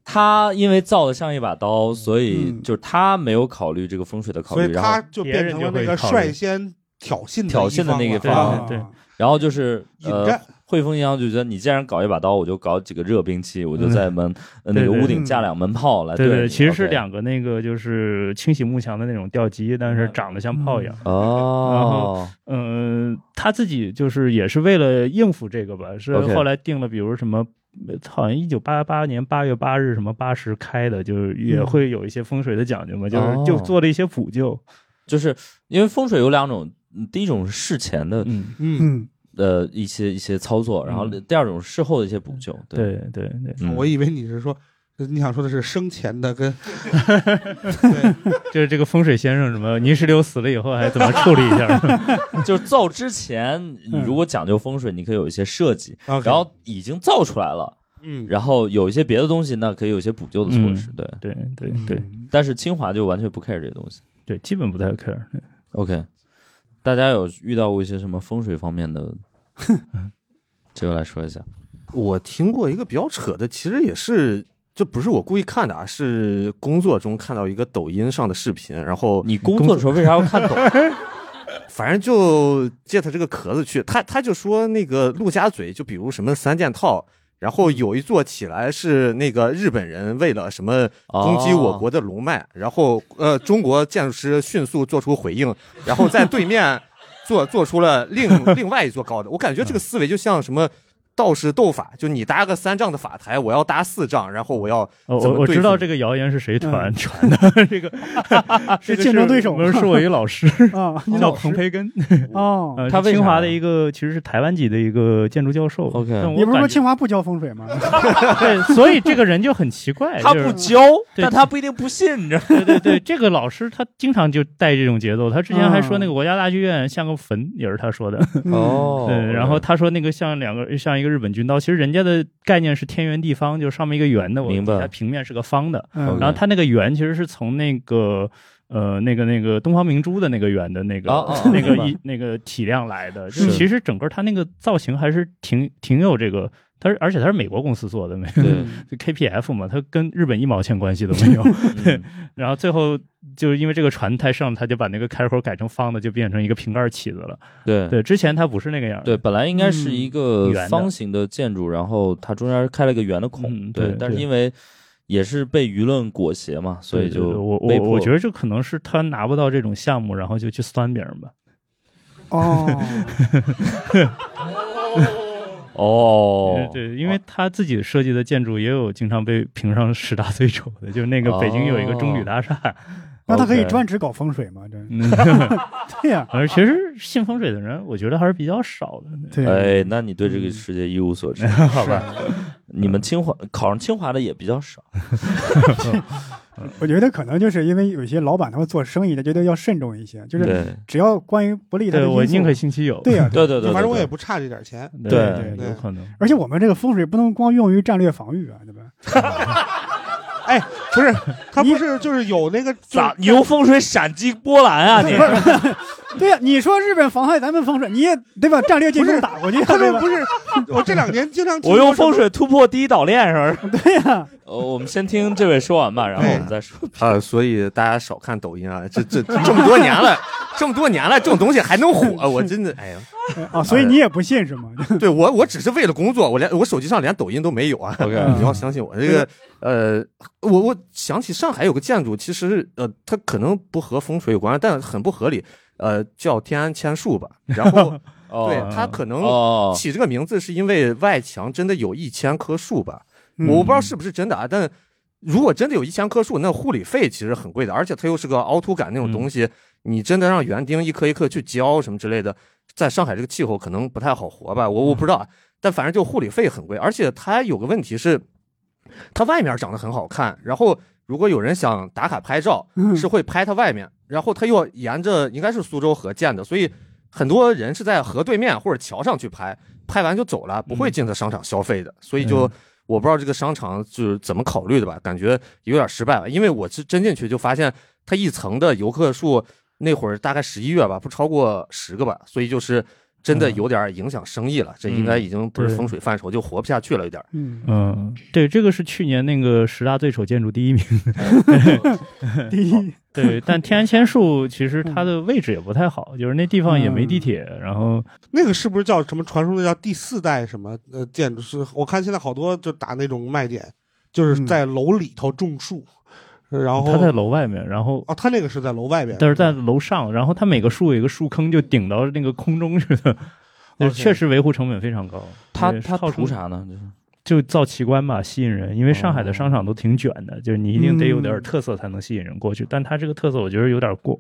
Speaker 1: 他因为造的像一把刀，所以
Speaker 3: 嗯
Speaker 1: 就是他没有考虑这个风水的考
Speaker 4: 所
Speaker 1: 虑，
Speaker 4: 以
Speaker 1: 然后
Speaker 4: 他就变成了那个率先挑衅的
Speaker 1: 挑衅的那个一
Speaker 4: 一
Speaker 1: 方
Speaker 4: 方
Speaker 1: 啊
Speaker 3: 哦
Speaker 4: 了，
Speaker 2: 对
Speaker 1: 然后就是
Speaker 4: 引
Speaker 1: 呃
Speaker 4: 战，
Speaker 1: 汇丰银行就觉得你既然搞一把刀，我就搞几个热兵器，我就
Speaker 2: 嗯
Speaker 1: 在门呃那
Speaker 2: 对
Speaker 1: 个
Speaker 2: 对
Speaker 1: 屋顶
Speaker 3: 嗯
Speaker 1: 架两门炮来
Speaker 2: 对
Speaker 1: 啊对你，
Speaker 2: 其实是
Speaker 1: OK
Speaker 2: 两个那个就是清洗幕墙的那种吊机，但是长得像炮一样，
Speaker 1: 哦，
Speaker 2: 嗯，他自己就是也是为了应付这个吧，是
Speaker 1: OK
Speaker 2: 后来定了，比如什么，呃好像一九八八年八月八日什么八时开的，就是也
Speaker 3: 嗯
Speaker 2: 会有一些风水的讲究嘛，就
Speaker 1: 哦
Speaker 2: 是就做了一些补救。
Speaker 1: 就是因为风水有两种，嗯第一种是事前的
Speaker 2: 嗯，
Speaker 4: 嗯，
Speaker 3: 嗯，
Speaker 1: 呃一些一些操作，然后
Speaker 2: 嗯
Speaker 1: 第二种是事后的一些补救。
Speaker 2: 对对对，
Speaker 1: 嗯
Speaker 4: 我以为你是说。你想说的是生前的跟
Speaker 2: 就是这个风水先生什么泥石流死了以后还怎么处理一 下？
Speaker 1: 就是造之前，你
Speaker 2: 嗯
Speaker 1: 如果讲究风水，你可以有一些设计，
Speaker 4: OK
Speaker 1: 然后已经造出来了，
Speaker 4: 啊嗯，
Speaker 1: 然后有一些别的东西，那可以有一些补救的措施。对，
Speaker 2: 对对对
Speaker 3: 嗯
Speaker 1: 但是清华就完全不 care 这些东西。
Speaker 2: 对，基本不太 care。
Speaker 1: OK，大家有遇到过一些什么风水方面 的？这个来说一下，
Speaker 6: 我听过一个比较扯的，其实也是，这不是我故意看的啊，是工作中看到一个抖音上的视频，然后
Speaker 1: 你工作的时候为啥要看 懂？
Speaker 6: 反正就借他这个壳子去，他他就说那个陆家嘴，就比如什么三件套。然后有一座起来是那个日本人为了什么攻击
Speaker 1: 哦
Speaker 6: 我国的龙脉，然后呃中国建筑师迅速做出回应，然 后在对面做做出了另另外一座高的。我感觉这个思维就像什么道士斗法，就你搭个三丈的法台，我要搭四丈，然后我 要
Speaker 2: 我
Speaker 6: 怎么
Speaker 2: 哦我我
Speaker 6: 对
Speaker 2: 知道
Speaker 6: 付
Speaker 2: 这个谣言是谁传
Speaker 3: 嗯
Speaker 2: 传的， 这 个这个
Speaker 3: 竞争对手
Speaker 2: 是是我一老师
Speaker 3: 啊， 你
Speaker 2: 叫
Speaker 3: 老
Speaker 2: 彭
Speaker 3: 师
Speaker 2: 培根，
Speaker 3: 哦，
Speaker 2: 呃，
Speaker 1: 他
Speaker 2: 是
Speaker 1: 为
Speaker 2: 清
Speaker 1: 啥
Speaker 2: 华
Speaker 1: 呀
Speaker 2: 的一个其实是台湾籍的一个建筑教授。
Speaker 1: OK
Speaker 2: 但我
Speaker 3: 你不是说
Speaker 2: 感觉
Speaker 3: 清华不教风水吗？
Speaker 2: 对，所以这个人就很奇怪，
Speaker 1: 他
Speaker 2: 就是
Speaker 1: 不教，
Speaker 2: 对
Speaker 1: 但他不一定不信，你知道吗？
Speaker 2: 对对对，这个老师他经常就带这种节奏。他之前还说那
Speaker 1: 嗯
Speaker 3: 啊
Speaker 2: 个国家大剧院像个坟，也是他说的。
Speaker 3: 嗯，
Speaker 1: 哦
Speaker 2: 对，然后他说那个像两个像一个日本军刀，其实人家的概念是天圆地方，就上面一个圆的，我
Speaker 1: 明白
Speaker 2: 底下平面是个方的。
Speaker 3: 嗯
Speaker 2: 然后他那个圆其实是从那个呃那个那个东方明珠的那个圆的那个、
Speaker 1: 哦哦
Speaker 2: 那个
Speaker 1: 明白
Speaker 2: 一那个体量来的，就是其实整个它那个造型还是挺挺有这个。它是，而且它是美国公司做的，没有
Speaker 1: 对，
Speaker 2: 就 KPF 嘛，它跟日本一毛钱关系都没 有。
Speaker 1: 嗯
Speaker 2: 然后最后就是因为这个船太上，他就把那个开口改成方的，就变成一个瓶盖起子了。
Speaker 1: 对
Speaker 2: 对，之前它不是那个样儿的。
Speaker 1: 对，本来应该是一个
Speaker 2: 嗯圆的
Speaker 1: 方形的建筑，然后它中间开了个圆的孔，
Speaker 2: 嗯
Speaker 1: 对
Speaker 2: 对
Speaker 1: 但是
Speaker 2: 对
Speaker 1: 因为也是被舆论裹挟嘛，所以
Speaker 2: 对对对
Speaker 1: 就
Speaker 2: 我
Speaker 1: 被
Speaker 2: 我
Speaker 1: 迫
Speaker 2: 我觉得这可能是他拿不到这种项目，然后就去酸别人吧。
Speaker 3: 哦，
Speaker 1: 哦，
Speaker 2: 对对，因为他自己设计的建筑也有经常被评上十大 最丑的，就是
Speaker 1: 哦
Speaker 2: 那个北京有一个中旅大厦，
Speaker 3: 那他可以
Speaker 1: OK
Speaker 3: 专职搞风水吗？真
Speaker 2: 嗯，
Speaker 3: 对呀，
Speaker 2: 而其实信风水的人，我觉得还是比较少的。
Speaker 3: 对呀，
Speaker 1: 哎，那你对这个世界一无所知，
Speaker 2: 嗯 好吧，嗯
Speaker 1: 你们清华考上清华的也比较少，
Speaker 3: 我觉得可能就是因为有些老板他们做生意的，觉得要慎重一些，就是
Speaker 1: 对
Speaker 3: 只要关于不利他的
Speaker 2: 对
Speaker 3: 因素，
Speaker 2: 我宁可信其有。
Speaker 3: 对呀，
Speaker 1: 对对对，
Speaker 4: 反正我
Speaker 1: 对
Speaker 4: 也不差这点钱。
Speaker 2: 对
Speaker 1: 对
Speaker 2: 有可能。
Speaker 3: 而且我们这个风水不能光用于战略防御啊，对吧？
Speaker 4: 哎，不是，他不是就是有那个就
Speaker 1: 咋你用风水闪击波澜 啊 你？
Speaker 3: 对呀、你说日本妨害咱们风水，你也对吧？战略进攻打过去，啊
Speaker 4: 他
Speaker 3: 对
Speaker 4: 们
Speaker 3: 吧
Speaker 4: 不？是，我这两年经常听
Speaker 1: 我用
Speaker 4: 说
Speaker 1: 风水突破第一岛链是 不是？
Speaker 3: 对呀、
Speaker 1: 呃，我们先听这位说完吧，然后我们再说。
Speaker 6: 啊，所以大家少看抖音啊，这这这么多年了，这么多年了，这种东西还能火，我真的哎呀，
Speaker 3: 啊，所以你也不信是吗？
Speaker 6: 对我我只是为了工作，我连我手机上连抖音都没有啊。
Speaker 1: OK，
Speaker 6: 你要相信我，这个呃，我我想起上海有个建筑，其实呃，它可能不和风水有关，但很不合理，呃，叫天安千树吧。然后
Speaker 1: 哦
Speaker 6: 对它可能
Speaker 1: 哦，
Speaker 6: 起这个名字是因为外墙真的有一千棵树吧，我不知道是不是真的啊，但如果真的有一千棵树，那护理费其实很贵的，而且它又是个凹凸感那种东西，你真的让园丁一棵一棵去浇什么之类的，在上海这个气候可能不太好活吧，我我不知道啊，但反正就护理费很贵，而且它有个问题是，它外面长得很好看，然后如果有人想打卡拍照，
Speaker 3: 嗯
Speaker 6: 是会拍它外面，然后它又沿着应该是苏州河建的，所以很多人是在河对面或者桥上去拍，拍完就走了，不
Speaker 1: 嗯
Speaker 6: 会进它商场消费的，所以就。我不知道这个商场就是怎么考虑的吧，感觉有点失败了。因为我是真进去就发现，它一层的游客数那会儿大概十一月吧，不超过十个吧，所以就是
Speaker 1: 嗯
Speaker 6: 真的有点影响生意了。这应该已经不是风水范畴，就活不下去了，有点。
Speaker 3: 嗯，
Speaker 2: 嗯，对，这个是去年那个十大最丑建筑第一名。
Speaker 3: 第一，
Speaker 2: 对，但天安千树其实它的位置也不太好，就是那地方也没地铁，然后
Speaker 4: 那个是不是叫什么传说的叫第四代什么呃建筑师？我看现在好多就打那种卖点，就是在楼里头种树，然后
Speaker 2: 它在楼外面，然后
Speaker 4: 哦，他那个是在楼外边，
Speaker 2: 但是在楼上，然后它每个树有一个树坑，就顶到那个空中去的，就
Speaker 4: OK
Speaker 2: 确实维护成本非常高。
Speaker 1: 他
Speaker 2: 对
Speaker 1: 他
Speaker 2: 号
Speaker 1: 图
Speaker 2: 称
Speaker 1: 啥呢？就是
Speaker 2: 就造奇观吧，吸引人，因为上海的
Speaker 1: 哦
Speaker 2: 商场都挺卷的，就是你一定得有点
Speaker 3: 嗯
Speaker 2: 特色才能吸引人过去，但它这个特色我觉得有点过。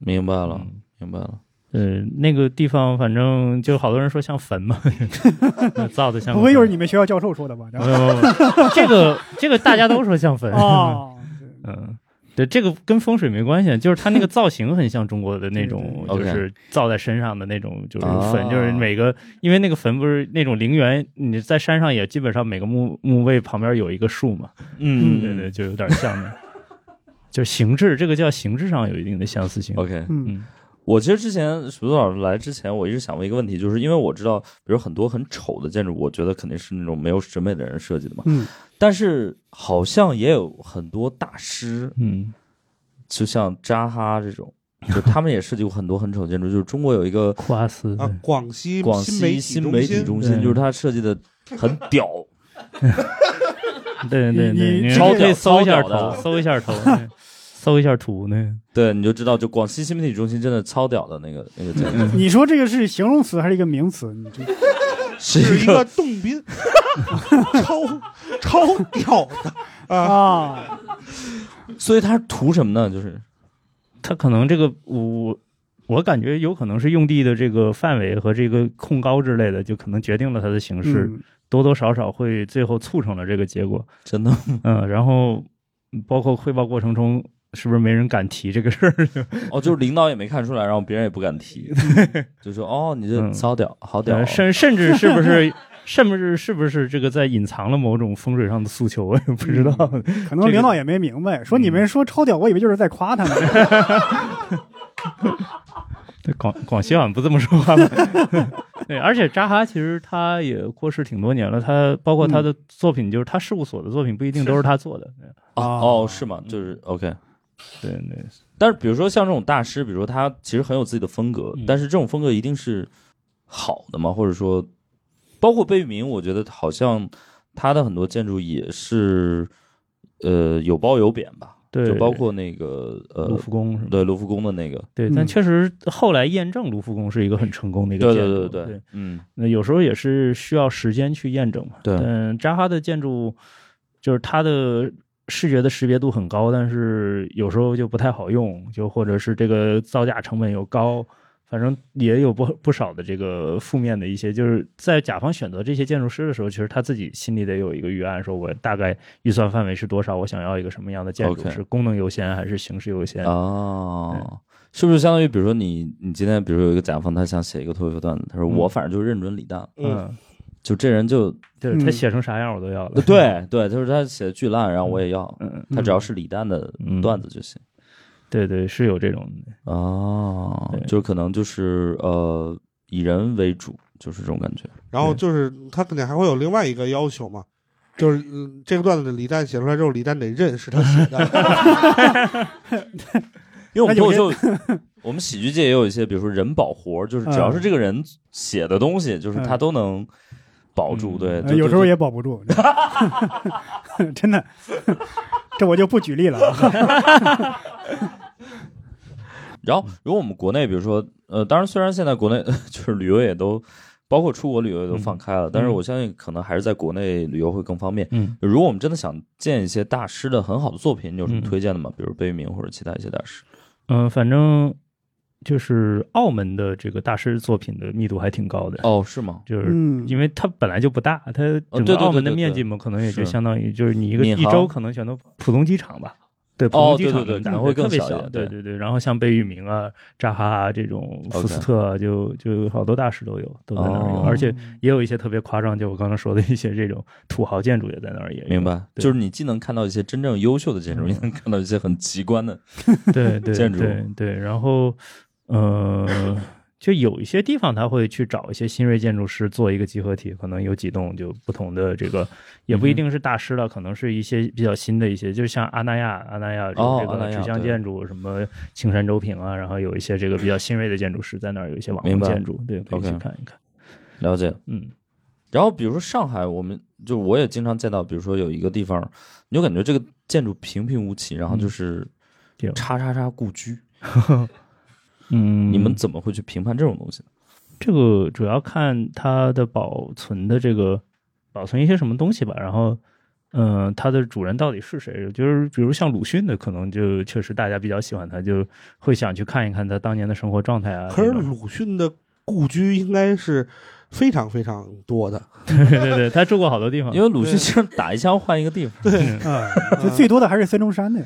Speaker 1: 明白了
Speaker 2: 嗯，
Speaker 1: 明白了。
Speaker 2: 呃，那个地方反正就好多人说像坟嘛， 造的像个
Speaker 3: 不会又是
Speaker 2: 坟
Speaker 3: 你们学校教授说的吧？
Speaker 1: 啊
Speaker 2: 没有没有没有 这个这个大家都说像坟
Speaker 3: 哦，
Speaker 2: 嗯，对，这个跟风水没关系，就是它那个造型很像中国的那种，
Speaker 1: 对
Speaker 2: 就
Speaker 1: 对
Speaker 2: 是造在身上的那种，就是
Speaker 1: 啊
Speaker 2: 坟，就是每个，因为那个坟不是那种陵园，你在山上也基本上每个墓墓位旁边有一个树嘛，
Speaker 1: 嗯
Speaker 2: 对对，就有点像 的，就是形制，这个叫形制上有一定的相似性。
Speaker 1: OK，
Speaker 3: 嗯
Speaker 1: 我其实之前许多老师来之前，我一直想问一个问题，就是因为我知道，比如很多很丑的建筑，我觉得肯定是那种没有审美的人设计的嘛。
Speaker 3: 嗯，
Speaker 1: 但是好像也有很多大师，
Speaker 2: 嗯，
Speaker 1: 就像扎哈这种，就他们也设计过很多很丑的建筑。就是中国有一个
Speaker 2: 库阿斯，
Speaker 4: 啊，广西
Speaker 1: 广西
Speaker 4: 新
Speaker 1: 新
Speaker 4: 媒
Speaker 1: 媒体
Speaker 4: 中
Speaker 1: 中心，
Speaker 2: 对
Speaker 1: 就是他设计的很屌，
Speaker 2: 对
Speaker 3: 你
Speaker 2: 对对，
Speaker 3: 你
Speaker 2: 你
Speaker 1: 超
Speaker 2: 可
Speaker 1: 屌
Speaker 2: 以搜一下
Speaker 1: 超屌
Speaker 2: 头
Speaker 1: 的，
Speaker 2: 搜一下头，对搜一下图呢。
Speaker 1: 对，你就知道，就广西新媒体
Speaker 4: 嗯
Speaker 1: 中心真的超屌的那个那个建筑。
Speaker 3: 你说这个是形容词还是一个名词？你这
Speaker 1: 是
Speaker 4: 是
Speaker 1: 一
Speaker 4: 一
Speaker 1: 个
Speaker 4: 个冻宾，超超屌的啊！
Speaker 3: 啊，
Speaker 1: 所以它图什么呢？ 就是
Speaker 2: 它可能这个我我感觉有可能是用地的这个范围和这个控高之类的，就可能决定了它的形式，
Speaker 3: 嗯
Speaker 2: 多多少少会最后促成了这个结果。
Speaker 1: 真的
Speaker 2: 嗯，然后包括汇报过程中，是不是没人敢提这个 事儿？
Speaker 1: 哦，就是领导也没看出来，然后别人也不敢 提，就说哦，你这
Speaker 2: 嗯
Speaker 1: 骚屌，好屌
Speaker 2: 对，，甚甚至是不是， 甚至是不是这个在隐藏了某种风水上的诉求，我也不知道。
Speaker 3: 可能领导也没明白，说你们说超屌，我以为就是在夸他们。
Speaker 2: 对广广西好像不这么说话吧？ 对，而且扎哈其实他也过世挺多年了，他包括他
Speaker 1: 嗯
Speaker 2: 的作品，就是他事务所的作品不一定都是他做的。啊
Speaker 1: 哦，是吗？就是 OK。
Speaker 2: 对对，
Speaker 1: 但是比如说像这种大师，比如说他其实很有自己的风格，
Speaker 2: 嗯
Speaker 1: 但是这种风格一定是好的吗？或者说，包括贝聿铭，我觉得好像他的很多建筑也是呃有褒有贬吧，
Speaker 2: 对
Speaker 1: 就包括那个
Speaker 2: 卢
Speaker 1: 呃
Speaker 2: 浮宫是吧？
Speaker 1: 对卢浮宫的那个，
Speaker 2: 对，
Speaker 3: 嗯
Speaker 2: 但确实后来验证卢浮宫是一个很成功的一个
Speaker 1: 对
Speaker 2: 建
Speaker 1: 对对
Speaker 2: 筑。
Speaker 1: 对
Speaker 2: 对
Speaker 1: 对，，嗯，
Speaker 2: 那有时候也是需要时间去验证嘛。
Speaker 1: 对
Speaker 2: 嗯，扎哈的建筑就是它的视觉的识别度很高，但是有时候就不太好用，就或者是这个造价成本又高，反正也有不不少的这个负面的一些，就是在甲方选择这些建筑师的时候，其实他自己心里得有一个预案，说我大概预算范围是多少，我想要一个什么样的建筑，
Speaker 1: OK 啊
Speaker 2: 是功能优先还是形式优先？嗯
Speaker 1: 哦，是不是相当于，比如说你，你今天比如说有一个甲方，他想写一个脱口秀段子，他说
Speaker 2: 嗯
Speaker 1: 我反正就认准李诞，
Speaker 4: 嗯，
Speaker 2: 嗯，
Speaker 1: 就这人就
Speaker 2: 对他写成啥样我都要了。
Speaker 1: 对 对，就是他写的巨烂，然后我也要，
Speaker 2: 呃嗯，
Speaker 1: 他只要是李诞的
Speaker 2: 嗯
Speaker 1: 段子就行。
Speaker 2: 对对是有这种的。
Speaker 1: 哦
Speaker 2: 对，
Speaker 1: 就可能就是呃以人为主，就是这种感觉。
Speaker 4: 然后就是他肯定还会有另外一个要求嘛，就是、嗯这个段子李诞写出来之后，李诞得认是他写的，
Speaker 1: 因为我们
Speaker 3: 那有
Speaker 1: 脱口秀，我们喜剧界也有一些，比如说人保活儿，就是只要是这个人写的东西，就是他
Speaker 3: 嗯
Speaker 1: 都能保住。
Speaker 2: 嗯
Speaker 1: 对，
Speaker 3: 呃
Speaker 1: 就
Speaker 3: 有
Speaker 1: 就
Speaker 3: 时候也保不住， 真的。 这我就不举例了 啊。
Speaker 1: 然后，如果我们国内，比如说，呃，当然，虽然现在国内 就是旅游也都，包括出国旅游也都放开了，但是我相信可能还是在国内旅游会更方便。
Speaker 2: 嗯，
Speaker 1: 如果我们真的想见一些大师的很好的作品，你有什么
Speaker 2: 嗯
Speaker 1: 推荐的吗？比如贝聿铭或者其他一些大师？
Speaker 2: 嗯，反正就是澳门的这个大师作品的密度还挺高的，
Speaker 1: 哦，是吗？
Speaker 2: 就是
Speaker 3: 嗯，
Speaker 2: 因为它本来就不大，它
Speaker 1: 哦
Speaker 2: 整
Speaker 1: 对对
Speaker 2: 个
Speaker 1: 对
Speaker 2: 澳门的
Speaker 1: 对对
Speaker 2: 面积嘛，可能也就是相当于就是你一个
Speaker 1: 闵
Speaker 2: 一
Speaker 1: 行
Speaker 2: 周可能全都浦东机场吧。对，浦
Speaker 1: 哦
Speaker 2: 东机场
Speaker 1: 对对对
Speaker 2: 那么大
Speaker 1: 可能会
Speaker 2: 对特别
Speaker 1: 更小一点
Speaker 2: 小。对
Speaker 1: 对
Speaker 2: 对对，然后像贝聿铭啊、扎哈啊这种，
Speaker 1: OK
Speaker 2: 福斯特啊，就就好多大师都有，都在那儿有，
Speaker 1: 哦
Speaker 2: 而且也有一些特别夸张，就我刚才说的一些这种土豪建筑也在那儿也有。
Speaker 1: 明白，
Speaker 2: 对
Speaker 1: 就是你既能看到一些真正优秀的建筑，
Speaker 2: 嗯
Speaker 1: 也能看到一些很奇观的。
Speaker 2: 对对
Speaker 1: 建筑
Speaker 2: 对对，然后呃，就有一些地方他会去找一些新锐建筑师做一个集合体，可能有几栋就不同的这个，也
Speaker 1: 嗯
Speaker 2: 不一定是大师了，可能是一些比较新的一些，就像阿那亚阿那亚有
Speaker 1: 哦
Speaker 2: 这
Speaker 1: 阿那
Speaker 2: 个
Speaker 1: 亚
Speaker 2: 纸箱
Speaker 1: 对
Speaker 2: 建筑，什么青山周平啊，然后有一些这个比较新锐的建筑师在那儿有一些网
Speaker 1: 明
Speaker 2: 红
Speaker 1: 白
Speaker 2: 建筑，对，可以去
Speaker 1: OK
Speaker 2: 看一看，
Speaker 1: 了解。
Speaker 2: 嗯。
Speaker 1: 然后比如说上海，我们就我也经常见到，比如说有一个地方，你就感觉这个建筑平平无奇，然后就是
Speaker 2: 对
Speaker 1: 叉叉叉故居，
Speaker 2: 嗯，
Speaker 1: 你们怎么会去评判这种东西呢？
Speaker 2: 这个主要看它的保存的这个保存一些什么东西吧，然后，嗯、它的主人到底是谁？就是比如像鲁迅的，可能就确实大家比较喜欢他，就会想去看一看他当年的生活状态啊。
Speaker 4: 可是
Speaker 2: 这种
Speaker 4: 鲁迅的故居应该是非常非常多的，
Speaker 2: 对对对，他住过好多地方
Speaker 4: 啊
Speaker 1: 因。为鲁迅先生打一枪换一个地方，
Speaker 3: 啊，就最多的还是孙中 山的。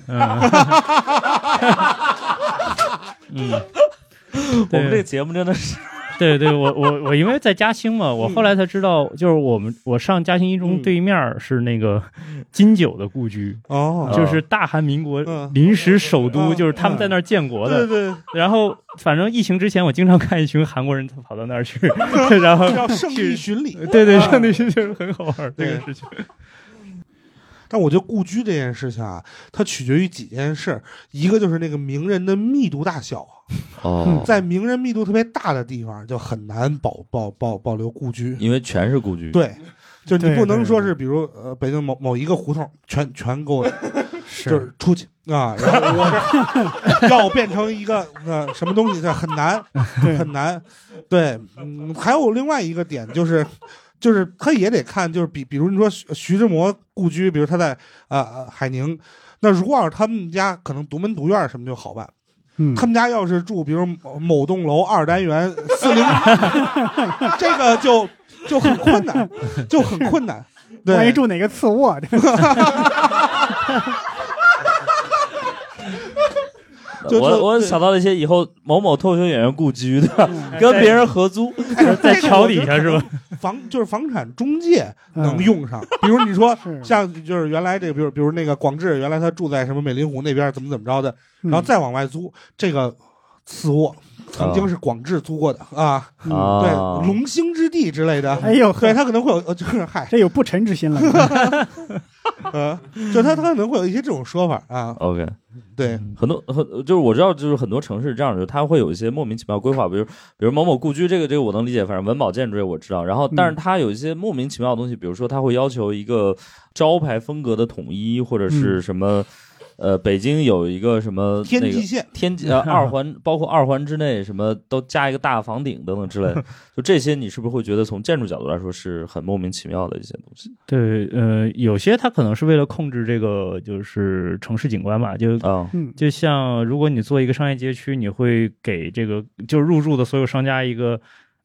Speaker 1: 我们这个节目真的是
Speaker 2: 嗯对对，我我我因为在嘉兴嘛，我后来才知道，就是我们我上嘉兴一中
Speaker 4: 嗯
Speaker 2: 对面是那个金九的故居，
Speaker 4: 哦，
Speaker 2: 就是大韩民国
Speaker 4: 嗯
Speaker 2: 临时首都，
Speaker 4: 嗯
Speaker 2: 就是他们在那儿建国的
Speaker 4: 对。对，
Speaker 2: 然后反正疫情之前，我经常看一群韩国人跑到那儿去， 然后
Speaker 4: 叫圣地巡礼。
Speaker 2: 对对， 上帝是就是很好玩儿这个事情。
Speaker 4: 但我觉得故居这件事情啊，它取决于几件事儿，一个就是那个名人的密度大小啊，
Speaker 1: 哦，
Speaker 4: 在名人密度特别大的地方，就很难保保保保留故居。
Speaker 1: 因为全是故居，
Speaker 4: 对，就是你
Speaker 3: 对
Speaker 4: 不能
Speaker 3: 对
Speaker 4: 说是比如呃北京某某一个胡同全 全给我就是是出去啊，然后我 这要变成一个呃什么东西，这很难
Speaker 3: 对
Speaker 4: 很难。对，嗯，还有另外一个点就是，就是他也得看，就是比比如你说徐徐志摩故居，比如他在啊、呃、海宁，那如果要是他们家可能独门独院儿什么就好办。
Speaker 3: 嗯
Speaker 4: 他们家要是住，比如某某栋楼二单元四零， 这个就就很困难，就很困难。
Speaker 3: 万一
Speaker 4: 对，
Speaker 3: 住哪个次 卧，
Speaker 4: 就
Speaker 1: 我
Speaker 4: 就
Speaker 1: 我
Speaker 4: 对
Speaker 1: 想到了一些以后某某脱口秀演员故居的，
Speaker 4: 嗯 哎
Speaker 1: 跟别人合租，
Speaker 4: 在
Speaker 2: 桥底下是吧？
Speaker 4: 房就是房产中介能
Speaker 3: 嗯
Speaker 4: 用上，比如你说
Speaker 3: 是
Speaker 4: 像就是原来这个，比如比如那个广志，原来他住在什么美林湖那边，怎么怎么着的，然后再往外租这个次卧，曾经是广志租过的 啊，
Speaker 3: 嗯
Speaker 1: 啊
Speaker 4: 对，龙兴之地之类的，
Speaker 3: 哎呦
Speaker 4: 对
Speaker 3: 呵，
Speaker 4: 他可能会有呃 就是嗨，
Speaker 3: 这有不臣之心 了。
Speaker 4: 呃，就他他可能会有一些这种说法啊，
Speaker 1: OK，
Speaker 4: 对，
Speaker 1: 很多很就是我知道，就是很多城市这样，就是它会有一些莫名其妙规划，比如比如某某故居，这个这个我能理解，反正文保建筑这个我知道。然后，但是它有一些莫名其妙的东西，比如说它会要求一个招牌风格的统一，或者是什么，呃，北京有一个什么
Speaker 4: 嗯天
Speaker 1: 那个
Speaker 4: 际线
Speaker 1: 天际 呃二环，包括二环之内什么都加一个大房顶等等之类 的，就这些，你是不是会觉得从建筑角度来说是很莫名其妙的一些东西
Speaker 2: 对，呃，有些它可能是为了控制这个就是城市景观吧，就
Speaker 1: 啊？
Speaker 3: 嗯，
Speaker 2: 就像如果你做一个商业街区，你会给这个就是入驻的所有商家一个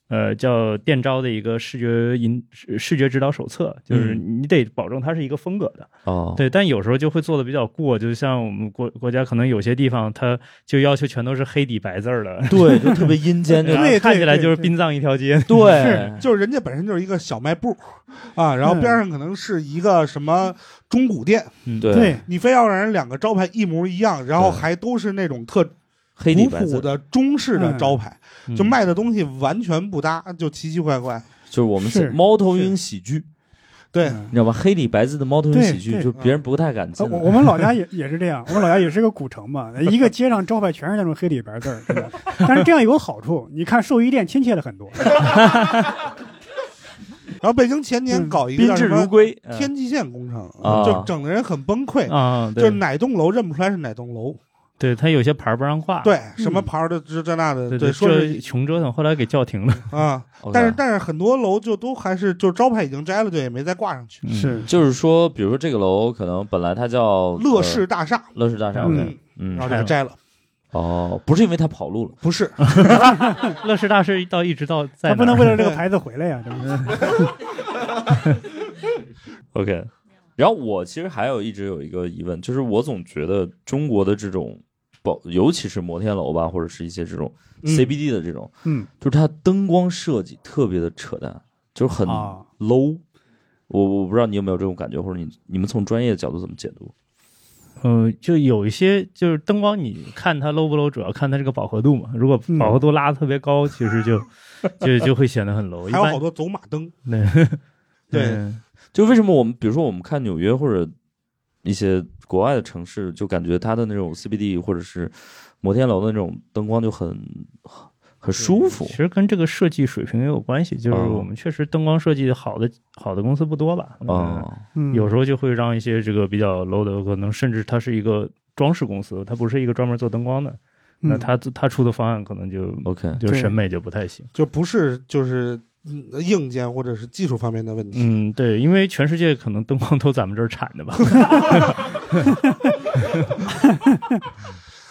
Speaker 2: 呃叫店招的一个视觉引视视觉指导手册，就是你得保证它是一个风格的。
Speaker 1: 哦，
Speaker 2: 对，但有时候就会做的比较过，就像我们国国家可能有些地方它就要求全都是黑底白字儿的，
Speaker 1: 对，就特别阴间，就
Speaker 2: 然后
Speaker 3: 对
Speaker 2: 看起来
Speaker 3: 对
Speaker 2: 就是
Speaker 3: 对
Speaker 2: 殡葬一条街。
Speaker 1: 对，
Speaker 4: 就是人家本身就是一个小卖部啊，然后边上可能是一个什么中古店，
Speaker 1: 对，
Speaker 3: 对，
Speaker 4: 你非要让人两个招牌一模一样，然后
Speaker 1: 对
Speaker 4: 还都是那种特
Speaker 1: 黑底
Speaker 4: 古
Speaker 1: 白字
Speaker 4: 朴。的中式的
Speaker 3: 嗯
Speaker 4: 招牌，
Speaker 2: 嗯
Speaker 4: 就卖的东西完全不搭，就奇奇怪怪。
Speaker 1: 就是我们
Speaker 3: 是
Speaker 1: 猫头鹰喜剧，
Speaker 4: 对，
Speaker 3: 嗯
Speaker 1: 你知道吧？黑底白字的猫头鹰喜剧，
Speaker 3: 对
Speaker 1: 就别人不太敢
Speaker 3: 呃
Speaker 1: 进来。
Speaker 3: 我我们老家也也是这样，我们老家也是个古城嘛，一个街上招牌全是那种黑底白字儿，是吧但是这样有个好处，你看寿衣店亲切 了很多。
Speaker 4: 然后北京前年
Speaker 3: 嗯
Speaker 4: 搞一个
Speaker 1: 宾
Speaker 4: 叫
Speaker 1: 至
Speaker 4: 什
Speaker 1: 如
Speaker 4: 么
Speaker 1: 归，嗯
Speaker 4: 天际线工程，
Speaker 1: 啊
Speaker 4: 就整的人很崩溃。
Speaker 2: 啊，
Speaker 4: 就是
Speaker 2: 对
Speaker 4: 哪栋楼认不出来是哪栋楼，
Speaker 2: 对，它有些牌儿不让挂。
Speaker 1: 啊
Speaker 4: 对，
Speaker 3: 嗯
Speaker 4: 什么牌儿的这这那的，
Speaker 2: 对
Speaker 4: 对，说是
Speaker 2: 这穷折腾，后来给叫停了。
Speaker 4: 啊，
Speaker 1: OK
Speaker 4: 但是但是很多楼就都还是就招牌已经摘了，就也没再挂上去。
Speaker 2: 嗯
Speaker 3: 是，
Speaker 1: 就是说，比如说这个楼可能本来它叫
Speaker 4: 乐视大厦，
Speaker 1: 呃乐视大厦，
Speaker 3: 嗯
Speaker 1: OK，嗯
Speaker 4: 然后给它摘了，
Speaker 1: 哦，不是因为它跑路了，
Speaker 4: 不是，
Speaker 2: 乐视大师到一直到在
Speaker 3: 他不
Speaker 2: 哪
Speaker 3: 能
Speaker 2: 儿
Speaker 3: 为了这个牌子回来呀，这不 是？
Speaker 1: OK，然后我其实还有一直有一个疑问，就是我总觉得中国的这种保，尤其是摩天楼吧，或者是一些这种
Speaker 4: 嗯
Speaker 1: CBD 的这种，
Speaker 3: 嗯
Speaker 1: 就是它灯光设计特别的扯淡，就是很
Speaker 3: 啊，
Speaker 1: low。我我不知道你有没有这种感觉，或者你你们从专业角度怎么解读？
Speaker 2: 呃，就有一些就是灯光，你看它 low 不 low，主要看它这个饱和度嘛。如果
Speaker 3: 嗯
Speaker 2: 饱和度拉的特别高，其实就就就会显得很 low。一
Speaker 4: 还有
Speaker 2: 般嗯
Speaker 4: 好多走马 灯。
Speaker 2: 对
Speaker 4: 对，
Speaker 1: 就为什么我们，比如说我们看纽约或者一些国外的城市，就感觉它的那种 CBD 或者是摩天楼的那种灯光就很很舒服
Speaker 2: 其实跟这个设计水平也有关系，就是
Speaker 1: 哦
Speaker 2: 我们确实灯光设计好的好的公司不多吧？嗯
Speaker 1: 啊、
Speaker 3: 嗯
Speaker 2: 有时候就会让一些这个比较 low 的，可能甚至它是一个装饰公司，它不是一个专门做灯光的，那
Speaker 3: 嗯
Speaker 2: 它它出的方案可能就
Speaker 1: OK，
Speaker 2: 就
Speaker 3: 对
Speaker 2: 审美就不太行。
Speaker 4: 就不是就是嗯硬件或者是技术方面的问题。
Speaker 2: 嗯，对，因为全世界可能灯光都咱们这儿产的吧。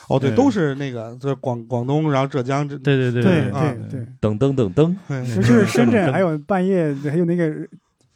Speaker 4: 哦，对，
Speaker 2: 对
Speaker 4: 都是那个这广广东，然后浙江这。
Speaker 2: 对对对
Speaker 3: 对
Speaker 4: 啊
Speaker 3: 对对，
Speaker 1: 噔噔噔噔，
Speaker 4: 哎
Speaker 3: 尤其是深 圳，还有半夜还有那个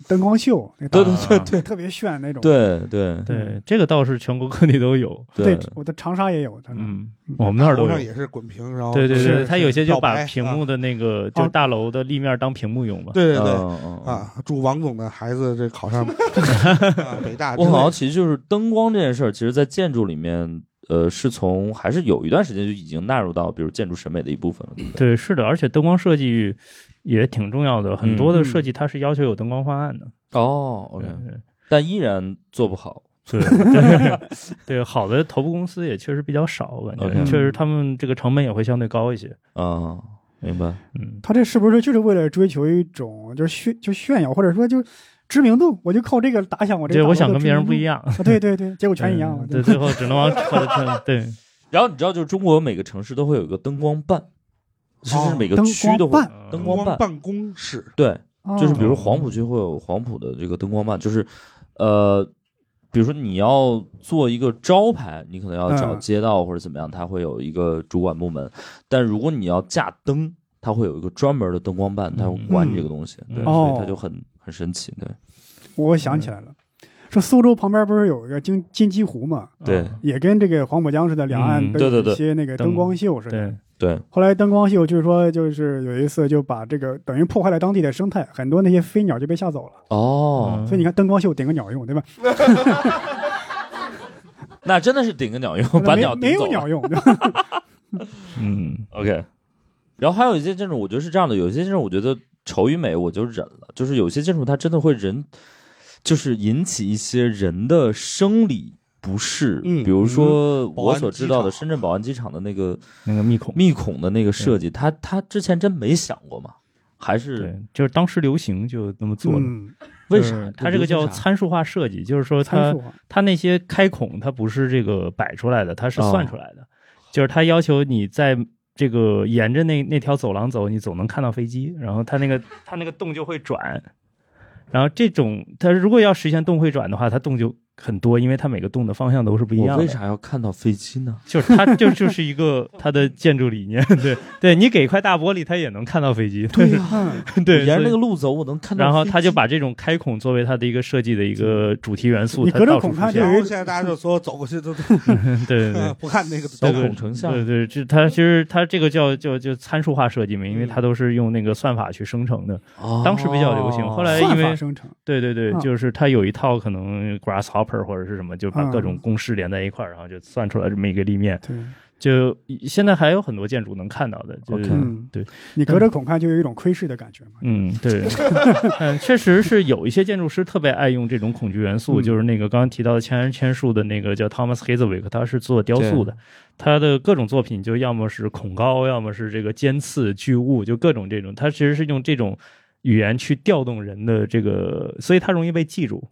Speaker 3: 灯光秀，那个
Speaker 1: 对
Speaker 2: 对对
Speaker 3: 对，特别炫那种。
Speaker 1: 对对
Speaker 2: 啊对，这个倒是全国各地都有。
Speaker 3: 对，我的长沙也有，他们
Speaker 2: 嗯，我们那儿都
Speaker 4: 头上
Speaker 2: 有。
Speaker 4: 也是滚屏，然后
Speaker 2: 对对
Speaker 3: 是
Speaker 2: 对，它有些就
Speaker 4: 告白
Speaker 2: 把
Speaker 4: 啊
Speaker 2: 屏幕的那个
Speaker 3: 哦
Speaker 2: 就大楼的立面当屏幕用嘛。
Speaker 4: 对对对
Speaker 1: 嗯嗯嗯
Speaker 4: 啊！祝王总的孩子这 考上啊北大
Speaker 1: 嗯
Speaker 4: 之
Speaker 1: 我
Speaker 4: 类的。
Speaker 1: 很好奇，就是灯光这件事儿，其实，在建筑里面，呃，是从还是有一段时间就已经纳入到，比如建筑审美的一部分了。对不对
Speaker 2: 对，是的，而且灯光设计也挺重要的，很多
Speaker 1: 嗯
Speaker 2: 的设计它是要求有灯光方案的。
Speaker 1: 哦
Speaker 2: 对
Speaker 1: ，OK，但 依然做不好。
Speaker 2: 对对 对，好的头部公司也确实比较少，我感
Speaker 1: OK
Speaker 2: 觉确实他们这个成本也会相对高一些。
Speaker 1: 啊，明白。
Speaker 2: 嗯，
Speaker 3: 他这是不是就是为了追求一种就是炫就炫耀，或者说就知名度？我就靠这个打响我这
Speaker 2: 对，
Speaker 3: 个。
Speaker 2: 我想跟别人不一
Speaker 3: 样。
Speaker 2: 样，
Speaker 3: 啊对对对，结果全一样了。
Speaker 2: 对，最后只能往扯 扯。对，
Speaker 1: 然后你知道，就是中国每个城市都会有一个灯光办，甚至是每个
Speaker 3: 灯
Speaker 1: 区都
Speaker 3: 光
Speaker 1: 会
Speaker 3: 办
Speaker 1: 灯
Speaker 2: 灯
Speaker 1: 光
Speaker 4: 光
Speaker 1: 办。
Speaker 4: 办公室
Speaker 1: 对，就是
Speaker 3: 哦嗯
Speaker 1: 比如黄浦区会有黄浦的这个灯光漫，就是，呃，比如说你要做一个招牌，你可能要找
Speaker 3: 嗯
Speaker 1: 街道或者怎么样，它会有一个主管部门。但如果你要架灯，它会有一个专门的灯光办，它会管这个东西，对，所
Speaker 3: 嗯
Speaker 1: 以
Speaker 3: 哦
Speaker 1: 它就很很神奇，对
Speaker 3: 我想起来了，说苏州旁边不是有一个金金鸡湖嘛，
Speaker 1: 对
Speaker 3: 也跟这个黄浦江似的，两岸
Speaker 2: 嗯
Speaker 3: 都
Speaker 1: 对对
Speaker 3: 有
Speaker 1: 对
Speaker 3: 一些那个
Speaker 2: 灯
Speaker 3: 灯光秀似的。
Speaker 2: 嗯对，
Speaker 1: 对，
Speaker 3: 后来灯光秀就是说，就是有一次就把这个等于破坏了当地的生态，很多那些飞鸟就被吓走了。
Speaker 1: 哦，
Speaker 3: 所以你看灯光秀顶个鸟用，对吧？
Speaker 1: 那真的是顶个鸟用，把
Speaker 3: 没
Speaker 1: 鸟顶
Speaker 3: 没有
Speaker 1: 走了。
Speaker 3: 鸟用，对吧
Speaker 2: 嗯
Speaker 1: OK，然后还有一些建筑，我觉得是这样的，有些建筑我觉得丑与美我就忍了，就是有些建筑它真的会人，就是引起一些人的生理不适，
Speaker 4: 嗯
Speaker 1: 比如说
Speaker 4: 保
Speaker 1: 我
Speaker 4: 安
Speaker 1: 所
Speaker 4: 机
Speaker 1: 知道的
Speaker 4: 场
Speaker 1: 深圳宝安机场的那个
Speaker 2: 那个密孔，
Speaker 1: 密孔的那个设计，它它之前真没想过嘛，还
Speaker 2: 对
Speaker 1: 是，
Speaker 2: 就是当时流行就那么做的。
Speaker 3: 嗯，
Speaker 1: 为
Speaker 2: 就是
Speaker 1: 啥？
Speaker 2: 它这个
Speaker 1: 流
Speaker 2: 叫
Speaker 1: 行啥
Speaker 2: 参数化设计，就是说
Speaker 3: 参
Speaker 2: 它
Speaker 3: 数啊
Speaker 2: 它那些开孔，它不是这个摆出来的，它是
Speaker 1: 哦
Speaker 2: 算出来的，就是它要求你在这个沿着那那条走廊走，你总能看到飞机，然后它 那个它那个洞就会转，然后这种它如果要实现洞会转的话，它洞就很多，因为它每个洞的方向都是不一
Speaker 1: 我
Speaker 2: 样
Speaker 1: 为
Speaker 2: 的。
Speaker 1: 啥要看到飞机呢？
Speaker 2: 就是 它就就是一个它的建筑理念， 对对，你给一块大玻璃，它也能看到飞机， 对
Speaker 3: 嗯
Speaker 2: 对，
Speaker 1: 我沿着那
Speaker 2: 所以
Speaker 1: 个路走，我能看到飞
Speaker 2: 然
Speaker 1: 机。
Speaker 2: 后他就把这种开孔作为他的一个设计的一个主题元素，
Speaker 3: 你
Speaker 2: 他
Speaker 3: 隔着
Speaker 2: 到处
Speaker 3: 孔
Speaker 2: 出
Speaker 3: 看
Speaker 2: 现
Speaker 4: 然
Speaker 3: 就
Speaker 4: 后
Speaker 3: 有
Speaker 4: 现在大家就所有走过去都都
Speaker 2: 对对对。
Speaker 4: 不看那个
Speaker 1: 小
Speaker 4: 灯
Speaker 1: 孔成像，
Speaker 2: 对对，这它其实它这个叫叫就参数化设计嘛，因为
Speaker 4: 嗯
Speaker 2: 它都是用那个算法去生成的。当时比较流行
Speaker 1: 哦
Speaker 2: 后来因
Speaker 3: 算
Speaker 2: 为
Speaker 3: 法生成，
Speaker 2: 对对对
Speaker 3: 啊，
Speaker 2: 就是它有一套可能 Grasshopper 或者是什么，就把
Speaker 3: 嗯
Speaker 2: 各种公式连在一块儿，然后就算出来这么一个立面。
Speaker 3: 对，
Speaker 2: 就现在还有很多建筑能看到的，就是
Speaker 1: OK
Speaker 3: 嗯，
Speaker 2: 对，
Speaker 3: 你隔着孔看就有一种窥视的感觉嘛，
Speaker 2: 嗯， 对，嗯，确实是有一些建筑师特别爱用这种恐惧元素，
Speaker 3: 嗯
Speaker 2: 就是那个刚刚提到的千人千树的那个叫 Thomas Hazewick，他是做雕塑的，他的各种作品就要么是恐高，要么是这个尖刺巨物，就各种这种，他其实是用这种语言去调动人的这个，所以他容易被记住，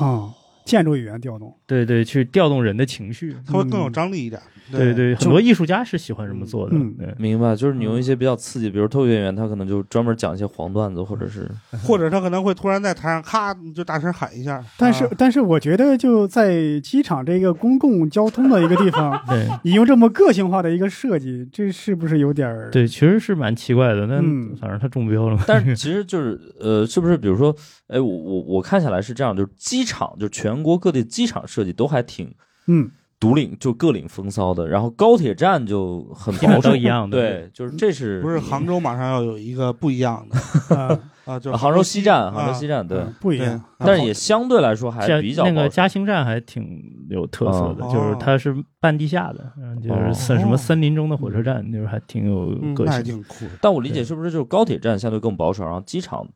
Speaker 3: 啊，建筑语言调动，
Speaker 2: 对对，去调动人的情绪，
Speaker 4: 它会更有张力一点。
Speaker 2: 嗯对对，很多艺术家是喜欢这么做的，
Speaker 3: 嗯
Speaker 2: 对。，
Speaker 1: 明白，就是你用一些比较刺激，比如特别演员，他可能就专门讲一些黄段子，或者是
Speaker 4: 或者他可能会突然在台上咔你就大声喊一下。
Speaker 3: 但是
Speaker 4: 啊
Speaker 3: 但是我觉得就在机场这个公共交通的一个地方
Speaker 2: 对
Speaker 3: 你用这么个性化的一个设计，这是不是有点儿？
Speaker 2: 对，其实是蛮奇怪的，但
Speaker 3: 嗯
Speaker 2: 反正他中标了。
Speaker 1: 但是其实就是呃，是不是比如说，哎，我我我看下来是这样，就是机场，就全国各地机场设计都还挺
Speaker 3: 嗯，
Speaker 1: 独领，就各领风骚的，然后高铁站就很
Speaker 2: 基本
Speaker 1: 保守
Speaker 2: 都一样的嗯
Speaker 1: 对， 就是这是
Speaker 4: 不是杭州马上要有一个不一 样 的
Speaker 3: 啊，
Speaker 4: 啊？就是
Speaker 1: 啊杭州西站，
Speaker 4: 啊
Speaker 1: 杭州西站对，
Speaker 3: 不一
Speaker 4: 对啊
Speaker 3: 样，，
Speaker 1: 但是也相对来说还
Speaker 2: 嘉
Speaker 1: 比较
Speaker 2: 那个
Speaker 1: 保守
Speaker 2: 嘉兴站还挺有特色的，
Speaker 4: 哦
Speaker 2: 就是它是半地下的，嗯，就是森
Speaker 4: 哦
Speaker 2: 什么森林中的火车站，就是还挺有
Speaker 4: 嗯
Speaker 2: 个
Speaker 4: 那也
Speaker 2: 性。
Speaker 4: 挺酷的。
Speaker 1: 但我理解
Speaker 2: 对
Speaker 1: 是不是就是高铁站相对更保守，然后机场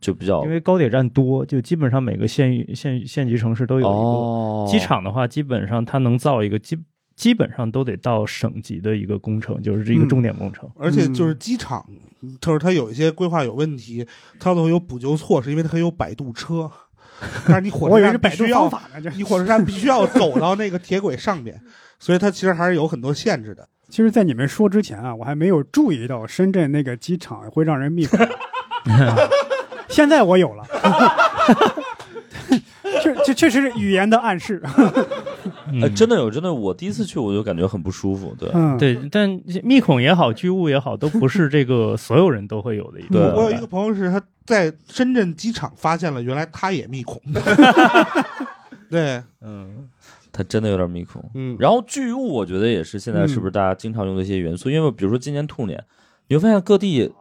Speaker 1: 就比较
Speaker 2: 因为高铁站多，就基本上每个县域县县级城市都有一
Speaker 1: 哦
Speaker 2: 个。机场的话，基本上它能造一个基基本上都得到省级的一个工程，就是一个
Speaker 3: 嗯
Speaker 2: 重点工程。
Speaker 4: 而且
Speaker 1: 嗯
Speaker 4: 就是机场，就是它有一些规划有问题，它都有补救措施，因为它有摆渡 车。但是你火
Speaker 3: 我
Speaker 4: 车
Speaker 3: 以为是
Speaker 4: 站必
Speaker 3: 百度
Speaker 4: 须
Speaker 3: 方
Speaker 4: 要，
Speaker 3: 法呢，这
Speaker 4: 你火车站必须要走到那个铁轨上面，所以它其实还是有很多限制的。
Speaker 3: 其实，在你们说之前啊，我还没有注意到深圳那个机场会让人密 孔。现在我有了， 确这确实是语言的暗示。
Speaker 1: 呃
Speaker 2: 嗯
Speaker 1: 真的有真的，我第一次去我就感觉很不舒服，对。
Speaker 3: 嗯，，
Speaker 2: 对，但密孔也好，巨物也好，都不是这个所有人都会有的一
Speaker 1: 对
Speaker 2: 个。
Speaker 4: 嗯我有一个朋友是他在深圳机场发现了，原来他也密 孔。对，
Speaker 2: 嗯，
Speaker 1: 它真的有点密孔。
Speaker 4: 嗯，
Speaker 1: 然后巨物，我觉得也是现
Speaker 2: 嗯
Speaker 1: 在是不是大家经常用的一些元素？因为比如说今年兔年，你会发现各地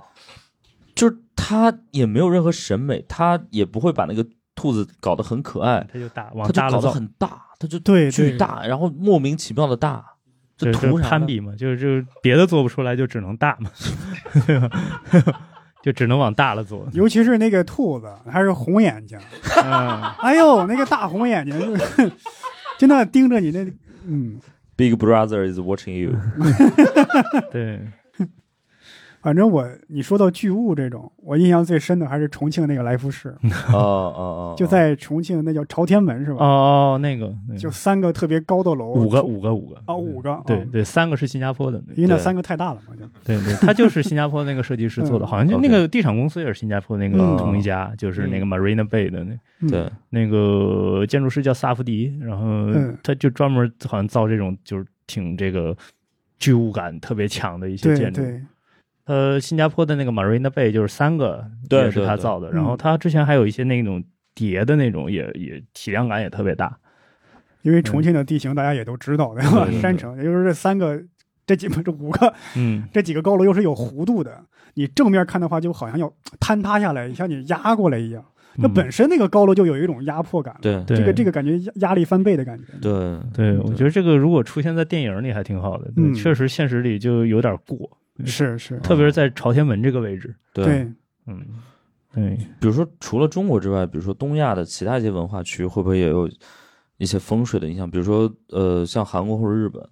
Speaker 1: 就是它也没有任何审美，它也不会把那个兔子搞得很可爱，
Speaker 2: 他就打
Speaker 1: 它
Speaker 2: 往
Speaker 1: 就
Speaker 2: 大了
Speaker 1: 搞得
Speaker 2: 造，
Speaker 1: 很大，它就
Speaker 3: 对
Speaker 1: 巨
Speaker 3: 对
Speaker 1: 大，然后莫名其妙的大，这
Speaker 2: 就
Speaker 1: 图
Speaker 2: 就
Speaker 1: 啥呢
Speaker 2: 攀比嘛，就是就是别的做不出来，就只能大嘛， 对吧就只能往大了做。
Speaker 3: 尤其是那个兔子，还是红眼睛。
Speaker 2: 嗯，
Speaker 3: 哎呦，那个大红眼睛， 就是就那盯着你那，嗯，
Speaker 1: ？Big Brother is watching you。
Speaker 2: 对，
Speaker 3: 反正我你说到巨物这种，我印象最深的还是重庆那个来福士，
Speaker 2: 嗯
Speaker 1: 哦哦哦，
Speaker 3: 就在重庆那叫朝天门是吧？
Speaker 2: 哦，那个那个
Speaker 3: 就三个特别高的楼，
Speaker 2: 五个五个五个
Speaker 3: 啊五个，
Speaker 2: 对
Speaker 3: 哦
Speaker 2: 对，三个是新加坡的，
Speaker 3: 因为那三个太大了嘛，就
Speaker 2: 对对，他就是新加坡那个设计师做的，好像就那个地产公司也是新加坡那个
Speaker 3: 嗯
Speaker 2: 同一家，就是
Speaker 1: 嗯
Speaker 2: 那个 Marina Bay 的那
Speaker 3: 嗯
Speaker 1: 对，
Speaker 2: 那个建筑师叫萨夫迪，然后
Speaker 3: 嗯
Speaker 2: 他就专门好像造这种就是挺这个巨物感特别强的一些
Speaker 3: 对
Speaker 2: 建筑。
Speaker 3: 对，
Speaker 2: 呃，新加坡的那个 Marina Bay 就是三个
Speaker 1: 对
Speaker 2: 也是
Speaker 1: 对
Speaker 2: 他
Speaker 1: 对
Speaker 2: 造的，
Speaker 3: 嗯
Speaker 2: 然后他之前还有一些那种叠的那种也也体量感也特别大。
Speaker 3: 因
Speaker 2: 嗯
Speaker 3: 为重庆的地形大家也都知道的，对吧
Speaker 1: 对对对
Speaker 3: 山城，也就是这三个。这几这五个
Speaker 2: 嗯，
Speaker 3: 这几个高楼又是有弧度的，你正面看的话，就好像要坍塌下来，像你压过来一样。那
Speaker 2: 嗯
Speaker 3: 本身那个高楼就有一种压迫感了，
Speaker 1: 对
Speaker 2: 对
Speaker 3: 这个这个感觉压压力翻倍的感觉。
Speaker 1: 对
Speaker 2: 对，我觉得这个如果出现在电影里还挺好的，对
Speaker 3: 嗯
Speaker 2: 确实现实里就有点
Speaker 1: 哦
Speaker 2: 过，
Speaker 3: 是是，
Speaker 2: 特别是在朝天门这个位置。
Speaker 1: 对，
Speaker 3: 对，
Speaker 2: 嗯，对，
Speaker 1: 比如说除了中国之外，比如说东亚的其他一些文化区，会不会也有一些风水的影响？比如说呃，像韩国或者日本，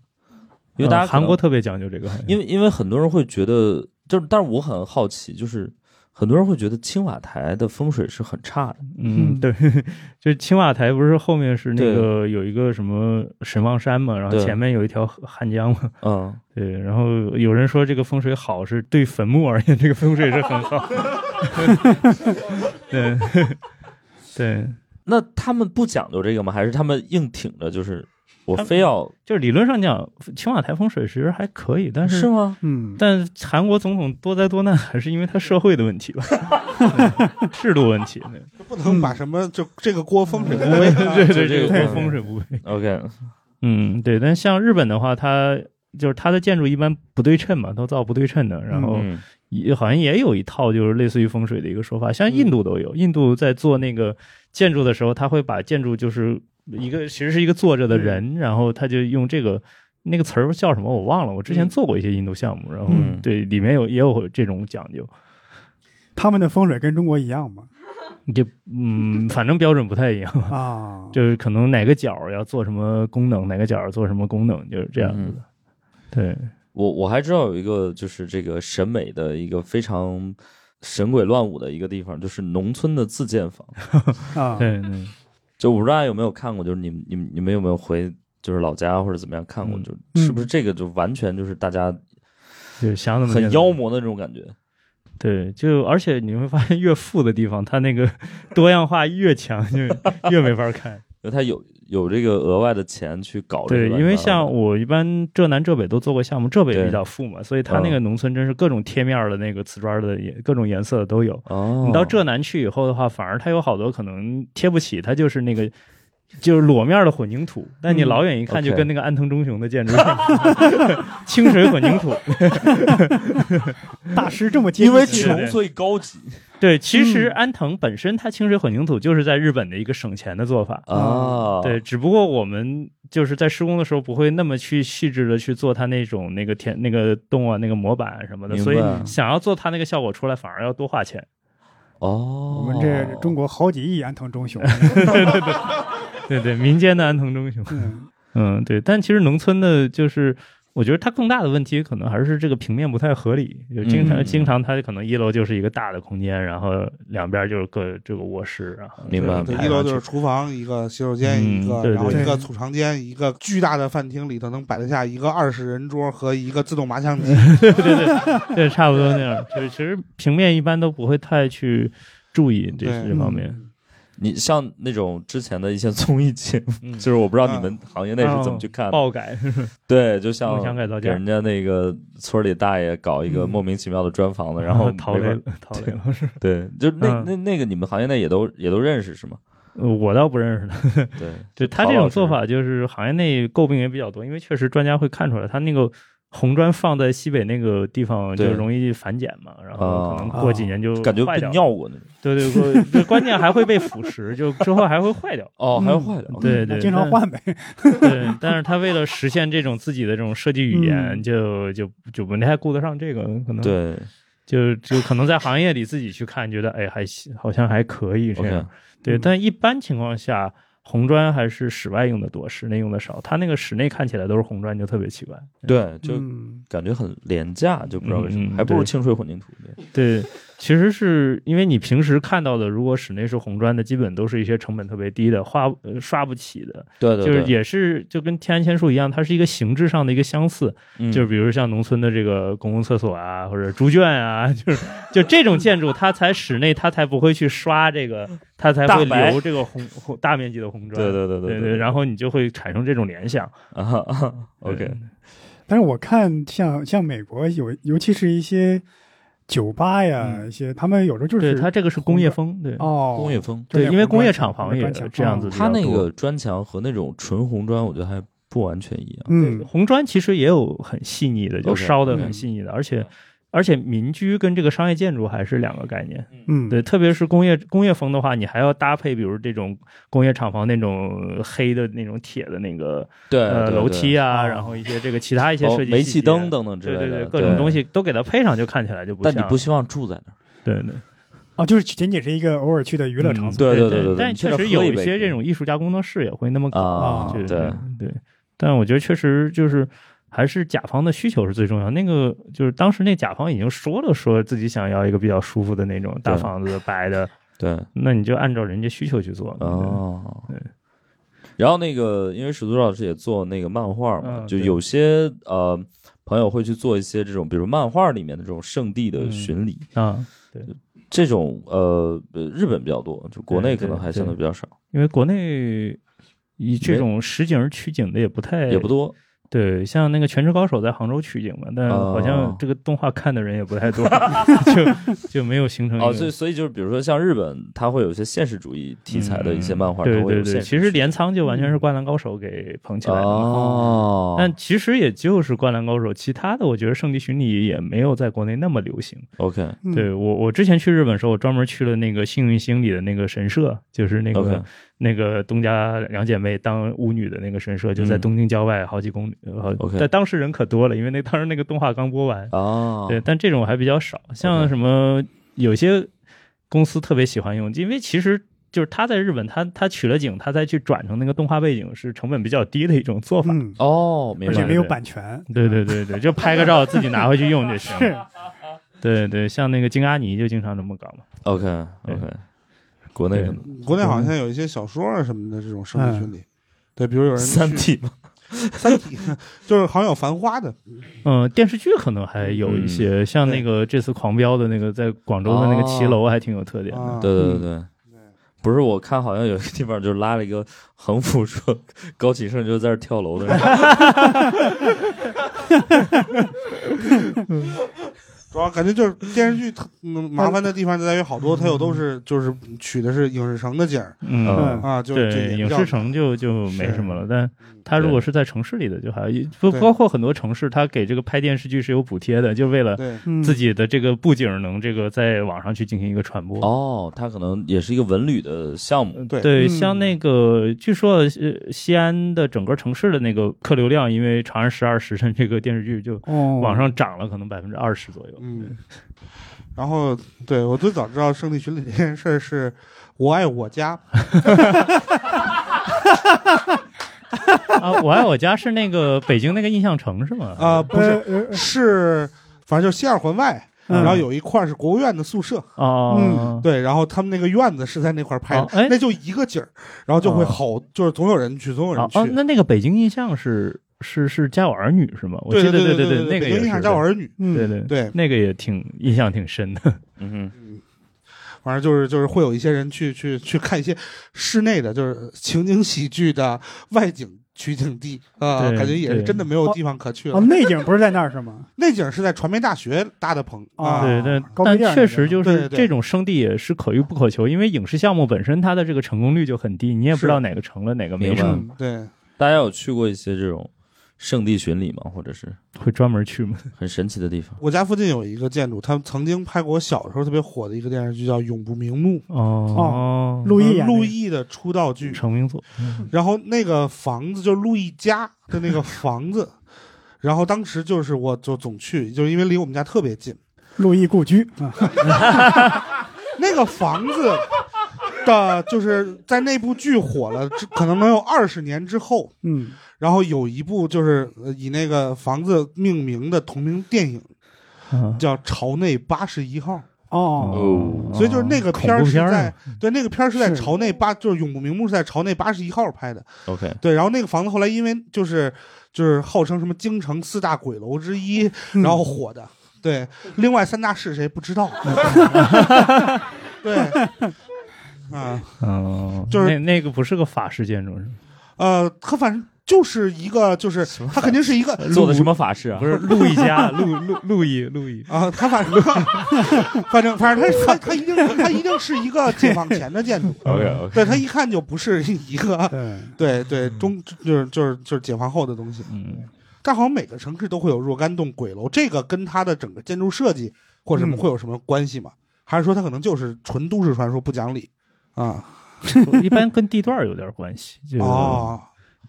Speaker 1: 因为大家
Speaker 2: 呃
Speaker 1: 可能
Speaker 2: 韩国特别讲究这个，
Speaker 1: 因为因为很多人会觉得，就是，但是我很好奇，就是很多人会觉得青瓦台的风水是很差的，
Speaker 2: 嗯，
Speaker 3: 嗯
Speaker 2: 对，就是青瓦台不是后面是那
Speaker 1: 对
Speaker 2: 个有一个什么神王山嘛，然后
Speaker 1: 对
Speaker 2: 前面有一条河汉江嘛，
Speaker 1: 嗯，
Speaker 2: 对，然后有人说这个风水好是对坟墓而言，这个风水是很好，对 对，
Speaker 1: 那他们不讲究这个吗？还是他们硬挺着，就是我非要
Speaker 2: 就是理论上讲，青瓦台风水其实还可以，但是
Speaker 1: 吗？
Speaker 3: 嗯，
Speaker 2: 但韩国总统多灾多难，还是因为他社会的问题吧，对制度问题。对
Speaker 4: 不能把什么就这个锅风水锅
Speaker 2: 对对对，
Speaker 1: 这个
Speaker 2: 这
Speaker 1: 部分
Speaker 2: 风水不备。
Speaker 1: OK，
Speaker 2: 嗯，对。但像日本的话，它就是它的建筑一般不对称嘛，都造不对称的。然后
Speaker 1: 嗯，
Speaker 2: 也好像也有一套就是类似于风水的一个说法，像
Speaker 1: 嗯
Speaker 2: 印度都有。印度在做那个建筑的时候，他会把建筑就是一个其实是一个坐着的人，然后他就用这个。那个词儿叫什么？我忘了。我之前做过一些印度项目，然后
Speaker 1: 嗯
Speaker 2: 对里面有也有这种讲究。
Speaker 3: 他们的风水跟中国一样嘛？
Speaker 2: 这嗯，反正标准不太一样，
Speaker 3: 啊，
Speaker 2: 就是可能哪个角儿要做什么功能，哪个角儿做什么功能，就是这样子的。对，
Speaker 1: 嗯我我还知道有一个就是这个审美的一个非常神鬼乱舞的一个地方，就是农村的自建房。
Speaker 3: 啊，
Speaker 2: 对对，
Speaker 1: 就我不知道大家有没有看过，就是你们你们你们有没有回就是老家或者怎么样看过，
Speaker 2: 嗯
Speaker 1: 就是不是这个就完全就是大家
Speaker 2: 就是想怎么
Speaker 1: 很
Speaker 2: 建
Speaker 1: 妖
Speaker 2: 怎么
Speaker 1: 魔的那种感觉。
Speaker 2: 对，就而且你会发现，越富的地方，它那个 多样化越强， 就越没法看。
Speaker 1: 因为他有有这个额外的钱去搞这个
Speaker 2: 对，
Speaker 1: 乱七八糟的。
Speaker 2: 因为像我一般浙南浙北都做过项目，浙北
Speaker 1: 嗯对嗯
Speaker 2: 比较富嘛，所以它那个农村真是各种贴面儿的那个瓷砖儿的也各种颜色的都有。
Speaker 1: 哦，
Speaker 2: 你到浙南去以后的话，反而它有好多可能贴不起，它就是那个就是裸面的混凝土，但你老远一
Speaker 1: 嗯
Speaker 2: 看
Speaker 1: OK
Speaker 2: 就跟那个安藤忠雄的建筑一样， 清水混凝土。
Speaker 3: 大师这么接
Speaker 1: 因为
Speaker 3: 地气，
Speaker 1: 穷所以高级
Speaker 2: 对，其实安藤本身它清水混凝土就是在日本的一个省钱的做法。
Speaker 1: 啊，
Speaker 2: 对，，只不过我们就是在施工的时候不会那么去细致的去做它那种那个填那个洞啊、那个模板什么的，
Speaker 1: 明
Speaker 2: 所以
Speaker 1: 白
Speaker 2: 想要做它那个效果出来，反而要多花钱。
Speaker 1: 哦，
Speaker 3: 我们这中国好几亿安藤忠雄，
Speaker 2: 对对，民间的安藤忠雄。
Speaker 3: 嗯，
Speaker 2: 嗯，对，但其实农村的，就是我觉得它更大的问题可能还是这个平面不太合理，就经常、
Speaker 1: 嗯
Speaker 2: 经常它可能一楼就是一个大的空间，然后两边就是个这个卧室，然后
Speaker 1: 明白
Speaker 2: 就是
Speaker 1: 明
Speaker 2: 排
Speaker 1: 白
Speaker 4: 一
Speaker 2: 上
Speaker 4: 楼就是
Speaker 2: 去
Speaker 4: 厨房，一个洗手间，
Speaker 2: 嗯
Speaker 4: 一个
Speaker 2: 对
Speaker 4: 然后
Speaker 2: 对
Speaker 4: 一个
Speaker 3: 对
Speaker 4: 储藏间，一个巨大的饭厅里头能摆得下一个二十人桌和一个自动麻将机。
Speaker 2: 对，差不多那样。就是其实平面一般都不会太去注意这
Speaker 4: 对
Speaker 2: 这方面。
Speaker 1: 你像那种之前的一些 综艺节目，
Speaker 2: 嗯
Speaker 1: 就是我不知道你们行业内是怎么去看的，
Speaker 2: 爆改，
Speaker 1: 对，就像
Speaker 2: 嗯哦梦想改造
Speaker 1: 给
Speaker 2: 家，
Speaker 1: 人家那个村里大爷搞一个
Speaker 2: 嗯
Speaker 1: 莫名其妙的砖房 子，然后
Speaker 2: 陶
Speaker 1: 没法
Speaker 2: 磊， 陶磊老师，
Speaker 1: 对，就那
Speaker 2: 嗯
Speaker 1: 那那个你们行业内也都也都认识是吗？
Speaker 2: 呃 我倒不认识他。
Speaker 1: 对，
Speaker 2: 对他
Speaker 1: 陶
Speaker 2: 这
Speaker 1: 老
Speaker 2: 种
Speaker 1: 师
Speaker 2: 做法，就是行业内诟病也比较多，因为确实专家会看出来，他那个红砖放在西北那个地方就
Speaker 1: 对
Speaker 2: 容易反碱嘛，然后可能过几年就
Speaker 1: 啊感觉
Speaker 2: 嗯坏
Speaker 1: 被
Speaker 2: 掉了。
Speaker 1: 尿过那种。
Speaker 2: 对对，过这关键还会被腐蚀，就之后还会坏掉。
Speaker 1: 哦，还有
Speaker 3: 嗯
Speaker 1: 坏的，
Speaker 2: 对
Speaker 3: 那
Speaker 2: 对，
Speaker 3: 经常
Speaker 2: 但
Speaker 3: 换呗，
Speaker 2: 对，但是他为了实现这种自己的这种设计语言，
Speaker 3: 嗯
Speaker 2: 就就就不太顾得上这个，可能
Speaker 1: 嗯对
Speaker 2: 就就可能在行业里自己去看，觉得哎还行好像还可以这样。
Speaker 1: ，OK，
Speaker 2: 对，
Speaker 3: 嗯
Speaker 2: 但一般情况下，红砖还是室外用的多，室内用的少。它那个室内看起来都是红砖，就特别奇怪。
Speaker 1: 对，就
Speaker 3: 嗯
Speaker 1: 感觉很廉价，就不知道为什么，
Speaker 2: 嗯嗯
Speaker 1: 还不如
Speaker 2: 对
Speaker 1: 清水混凝土呢。
Speaker 2: 对，其实是因为你平时看到的，如果室内是红砖的，基本都是一些成本特别低的，花呃刷不起的，
Speaker 1: 对对，
Speaker 2: 就是
Speaker 1: 对
Speaker 2: 也是就跟天然千树一样，它是一个形制上的一个相似。
Speaker 1: 嗯
Speaker 2: 就是比如像农村的这个公共厕所啊，或者猪圈啊， 就是就这种建筑，它才室内，它才不会去刷这
Speaker 3: 嗯
Speaker 2: 个，它才会
Speaker 1: 大白
Speaker 2: 留这个红红大面积的红砖。
Speaker 1: 对对对
Speaker 2: 对
Speaker 1: 对，
Speaker 2: 然后你就会产生这种联想。
Speaker 1: 啊哈啊哈，OK，
Speaker 2: 对
Speaker 3: 但是我看像像美国有，尤其是一些酒吧呀，一些他们有时候就
Speaker 2: 嗯
Speaker 3: 是
Speaker 2: 对，它这个是工业风，对
Speaker 3: 哦，
Speaker 1: 工业风，
Speaker 3: 就是
Speaker 2: 对，因为工业厂
Speaker 3: 红
Speaker 2: 房
Speaker 3: 砖
Speaker 2: 也
Speaker 3: 墙
Speaker 2: 这样子比
Speaker 1: 哦它
Speaker 2: 较多。
Speaker 1: 那个砖墙和那种纯红砖，我觉得还不完全一样。
Speaker 3: 嗯
Speaker 2: 红砖其实也有很细腻的，就
Speaker 1: OK，
Speaker 2: 烧的很
Speaker 3: 嗯
Speaker 2: 细腻的，而且而且民居跟这个商业建筑还是两个概念。
Speaker 3: 嗯，
Speaker 2: 对，特别是工业工业风的话，你还要搭配，比如这种工业厂房那种呃黑的那种铁的那个
Speaker 1: 对，
Speaker 2: 呃
Speaker 1: 对
Speaker 2: 楼梯，啊，
Speaker 3: 哦
Speaker 2: 然后一些这个其他一些
Speaker 1: 对哦
Speaker 2: 设计
Speaker 1: 煤
Speaker 2: 细
Speaker 1: 气
Speaker 2: 节
Speaker 1: 灯，等等之
Speaker 2: 对
Speaker 1: 类的，
Speaker 2: 对对，各种东。西都给它配上，就看起来就不
Speaker 1: 但
Speaker 2: 像。
Speaker 1: 你不希望住在那儿，
Speaker 2: 对对
Speaker 3: 哦，就是仅仅是一个偶尔去的娱乐场所，
Speaker 1: 对
Speaker 2: 对
Speaker 1: 对对
Speaker 2: 但
Speaker 1: 你去那
Speaker 2: 确
Speaker 1: 儿
Speaker 2: 实
Speaker 1: 喝
Speaker 2: 有
Speaker 1: 一
Speaker 2: 一
Speaker 1: 杯
Speaker 2: 些
Speaker 1: 可以
Speaker 2: 这种艺术加工的室也会那么搞
Speaker 1: 啊
Speaker 2: 对
Speaker 1: 对
Speaker 2: 对，但我觉得确实就是还是甲方的需求是最重要。那个就是当时那甲方已经说了，说自己想要一个比较舒服的那种大
Speaker 1: 对
Speaker 2: 房子白的，
Speaker 1: 对，
Speaker 2: 那你就按照人家需求去做。
Speaker 1: 哦
Speaker 2: 对。
Speaker 1: 然后那个，因为史都老师也做那个漫画嘛，
Speaker 2: 嗯
Speaker 1: 就
Speaker 2: 对
Speaker 1: 有些呃朋友会去做一些这种，比如漫画里面的这种圣地的
Speaker 2: 嗯
Speaker 1: 巡礼，
Speaker 2: 对啊，
Speaker 1: 这种呃呃日本比较多，就国内
Speaker 2: 对
Speaker 1: 可能
Speaker 2: 对
Speaker 1: 还相对
Speaker 2: 对
Speaker 1: 比较少，
Speaker 2: 因为国内以这
Speaker 1: 没
Speaker 2: 种实景儿取景的也不太
Speaker 1: 也不多。
Speaker 2: 对，像那个《全职高手》在杭州取景嘛，但
Speaker 1: 哦
Speaker 2: 好像这个动画看的人也不 太多，就就没有形成一
Speaker 1: 哦，
Speaker 2: 个
Speaker 1: 所以所以就是比如说像日本，它会有一些现实主义题材的一些漫画，
Speaker 2: 嗯对
Speaker 1: 它会有
Speaker 2: 对
Speaker 1: 现
Speaker 2: 对，
Speaker 1: 实
Speaker 2: 其实
Speaker 1: 主义
Speaker 2: 镰仓就完全是《灌篮高手》给捧起来的嘛。
Speaker 1: 哦，
Speaker 2: 但其实也就是《灌篮高手》，其他的我觉得圣地巡礼也没有在国内那么流行。
Speaker 1: OK
Speaker 3: 嗯
Speaker 2: 对我，我之前去日本的时候，我专门去了那个幸运星里的那个神社，就是那个
Speaker 1: OK
Speaker 2: 那个东家两姐妹当巫女的那个神社，就在
Speaker 1: 嗯
Speaker 2: 东京郊外好几公里。呃
Speaker 1: OK
Speaker 2: 但当时人可多了，因为那当时那个动画刚播完。
Speaker 1: 哦，
Speaker 2: 对，但这种还比较少，像
Speaker 1: OK
Speaker 2: 什么有些公司特别喜欢用，因为其实。就是他在日本，他他取了景，他再去转成那个动画背景，是成本比较低的一种做法。
Speaker 3: 嗯，
Speaker 1: 哦，明
Speaker 3: 而且
Speaker 1: 白
Speaker 3: 没有版权，
Speaker 2: 对对对对，就拍个照自己拿回去用就行。
Speaker 3: 是
Speaker 2: 对对，像那个京阿尼就经常这么搞嘛。
Speaker 1: OK OK，国内可能
Speaker 4: 国内好像有一些小说啊什么的这种生理巡礼，对，比如有人
Speaker 1: 三
Speaker 4: 去
Speaker 1: D 嘛，
Speaker 4: 三体， 就是好像有繁花的，
Speaker 2: 嗯，电视剧可能还有一
Speaker 4: 嗯
Speaker 2: 些，像那个这次《狂飙》的那个在广州的那个骑楼还挺有特点的。
Speaker 4: 啊，
Speaker 1: 对对对对。不是，我看好像有一个地方就拉了一个横幅，说高启盛就在这儿跳楼的人。
Speaker 4: 主要感觉就是电视剧特嗯麻烦的地方就在于好多它有都是就是取的是影视城的景儿
Speaker 2: 嗯，
Speaker 3: 嗯
Speaker 4: 啊，就就
Speaker 2: 对，
Speaker 4: 也
Speaker 2: 影
Speaker 4: 比较
Speaker 2: 视城就就没什么了。但它如果是在城市里的，就还不
Speaker 4: 对
Speaker 2: 包括很多城市，它给这个拍电视剧是有补贴的，就为了
Speaker 4: 对
Speaker 3: 嗯
Speaker 2: 自己的这个布景能这个在网上去进行一个传播。
Speaker 1: 哦，他可能也是一个文旅的项目。
Speaker 4: 对
Speaker 2: 对，
Speaker 3: 嗯
Speaker 2: 像那个据说呃，西安的整个城市的那个客流量，因为《长安十二时辰》这个电视剧就
Speaker 3: 哦，
Speaker 2: 往上涨了，可能百分之二十左右。
Speaker 4: 嗯， 然后对我最早知道圣地巡礼这件事儿是我爱我家，
Speaker 2: 啊，我爱我家是那个北京那个印象城是吗？
Speaker 4: 啊，不
Speaker 3: 呃
Speaker 4: 是
Speaker 3: 呃呃
Speaker 4: 是，反正就是西二环外，
Speaker 3: 嗯
Speaker 4: 然后有一块儿是国务院的宿舍，
Speaker 2: 哦，
Speaker 4: 对，然后他们那个院子是在那块儿拍的
Speaker 2: 哦，哎
Speaker 4: 那就一个景儿，然后就会
Speaker 2: 哦
Speaker 4: 好，就是总有人去，总有人
Speaker 2: 哦
Speaker 4: 去。
Speaker 2: 哦，那那个北京印象是是是家有儿女是吗？我
Speaker 4: 对
Speaker 2: 记得
Speaker 4: 对
Speaker 2: 对
Speaker 4: 对
Speaker 2: 那个
Speaker 4: 北
Speaker 2: 也
Speaker 4: 京印象
Speaker 2: 是
Speaker 4: 叫儿女，
Speaker 3: 嗯
Speaker 2: 对对
Speaker 4: 对
Speaker 2: 那个也挺印象挺深的。
Speaker 1: 嗯
Speaker 4: 反正就是就是会有一些人去去去看一些室内的，就是情景喜剧的外景取景地啊、
Speaker 2: 对
Speaker 4: 感觉也是
Speaker 2: 对
Speaker 4: 真的没有地方可去了。
Speaker 3: 哦，内景不是在那儿是吗？
Speaker 4: 那景儿是在传媒大学搭的棚
Speaker 3: 哦
Speaker 4: 啊，
Speaker 2: 对对，
Speaker 3: 高
Speaker 2: 但
Speaker 3: 碑店
Speaker 2: 确
Speaker 3: 那
Speaker 2: 实
Speaker 3: 个
Speaker 2: 就
Speaker 4: 对
Speaker 2: 是
Speaker 4: 对对
Speaker 2: 这种生地也是可遇不可求，因为影视项目本身它的这个成功率就很低，你也不知道哪个成了哪个没
Speaker 1: 明白
Speaker 2: 成，
Speaker 1: 嗯
Speaker 3: 嗯，
Speaker 4: 对，
Speaker 1: 哼，大家有去过一些这种圣地巡礼吗？或者是
Speaker 2: 会专门去吗？
Speaker 1: 很神奇的地方？
Speaker 4: 我家附近有一个建筑，他们曾经拍过我小时候特别火的一个电视剧，叫《永不瞑目》，
Speaker 2: 哦，
Speaker 3: 陆毅演啊的
Speaker 4: 陆毅的出道剧。
Speaker 2: 成名作，
Speaker 4: 然后那个房子就是陆毅家的那个房子，然后当时就是我就总去，就是因为离我们家特别近。
Speaker 3: 陆毅故居啊，
Speaker 4: 那个房子，的，就是在那部剧火了，之可能能有二十年之后，
Speaker 3: 嗯，
Speaker 4: 然后有一部就是呃以那个房子命名的同名电影，叫《朝内八十一号》。
Speaker 3: 哦，
Speaker 1: 哦，
Speaker 4: 所以就是那个片儿
Speaker 5: 恐怖
Speaker 4: 是
Speaker 5: 片儿
Speaker 4: 在对那个片儿是在
Speaker 3: 是
Speaker 4: 朝内八，就是永不瞑目是在朝内八十一号拍的。
Speaker 1: OK，
Speaker 4: 对，然后那个房子后来因为就是就是号称什么京城四大鬼楼之一，
Speaker 3: 嗯
Speaker 4: 然后火的。对，另外三大是谁不知道。对，啊，
Speaker 2: 嗯，
Speaker 4: 就是
Speaker 2: 那那个不是个法式建筑，是吧
Speaker 4: 呃，他反正就是一个，就是他肯定是一个
Speaker 1: 做的什么法事啊
Speaker 2: 不？是路易家， 路路路易路易，
Speaker 4: 啊，他反正反正反正他他他一定他一定是一个解放前的 建筑，
Speaker 1: OK OK，
Speaker 4: 对他一看就不是一个
Speaker 3: 对，
Speaker 4: 对对中就是就是就是解放后的东西，
Speaker 2: 嗯，
Speaker 4: 但好像每个城市都会有若干栋鬼楼，这个跟它的整个建筑设计或者什么
Speaker 3: 嗯
Speaker 4: 会有什么关系吗？还是说它可能就是纯都市传说不讲理啊？
Speaker 2: 一般跟地段儿有点关系，就是
Speaker 4: 哦，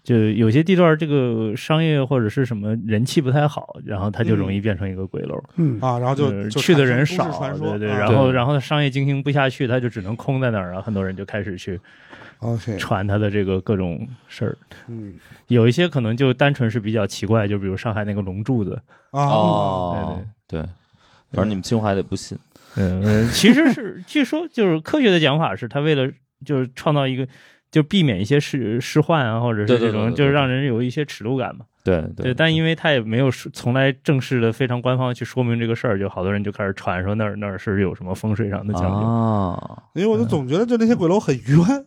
Speaker 2: 就有些地段儿这个商业或者是什么人气不太好，然后它就容易变成一个鬼楼，
Speaker 3: 嗯，
Speaker 4: 啊，然后就
Speaker 2: 呃
Speaker 4: 就
Speaker 2: 去的人
Speaker 4: 产生都市
Speaker 2: 少，
Speaker 4: 传说
Speaker 2: 对对，
Speaker 4: 啊
Speaker 2: 然后
Speaker 1: 对
Speaker 2: 然后商业经营不下去，它就只能空在那儿，然后很多人就开始去
Speaker 4: OK，
Speaker 2: 传它的这个各种事儿，
Speaker 4: 嗯
Speaker 2: 有一些可能就单纯是比较奇怪，就比如上海那个龙 柱子，
Speaker 4: 啊，
Speaker 1: 哦，对，反正你们清华得不信。
Speaker 2: 嗯，其实是据说就是科学的讲法是，他为了就是创造一个，就避免一些失失患啊，或者
Speaker 1: 对对
Speaker 2: 是
Speaker 1: 对
Speaker 2: 这种
Speaker 1: 对
Speaker 2: 就
Speaker 1: 对
Speaker 2: 是让人有一些耻辱感嘛。
Speaker 1: 对
Speaker 2: 对，但因为他也没有说从来正式的非常官方地去说明这个事儿，就好多人就开始传说那儿那儿是有什么风水上的讲究。
Speaker 1: 啊，
Speaker 4: 因为
Speaker 2: 嗯
Speaker 4: 我就总觉得就那些鬼楼很 冤。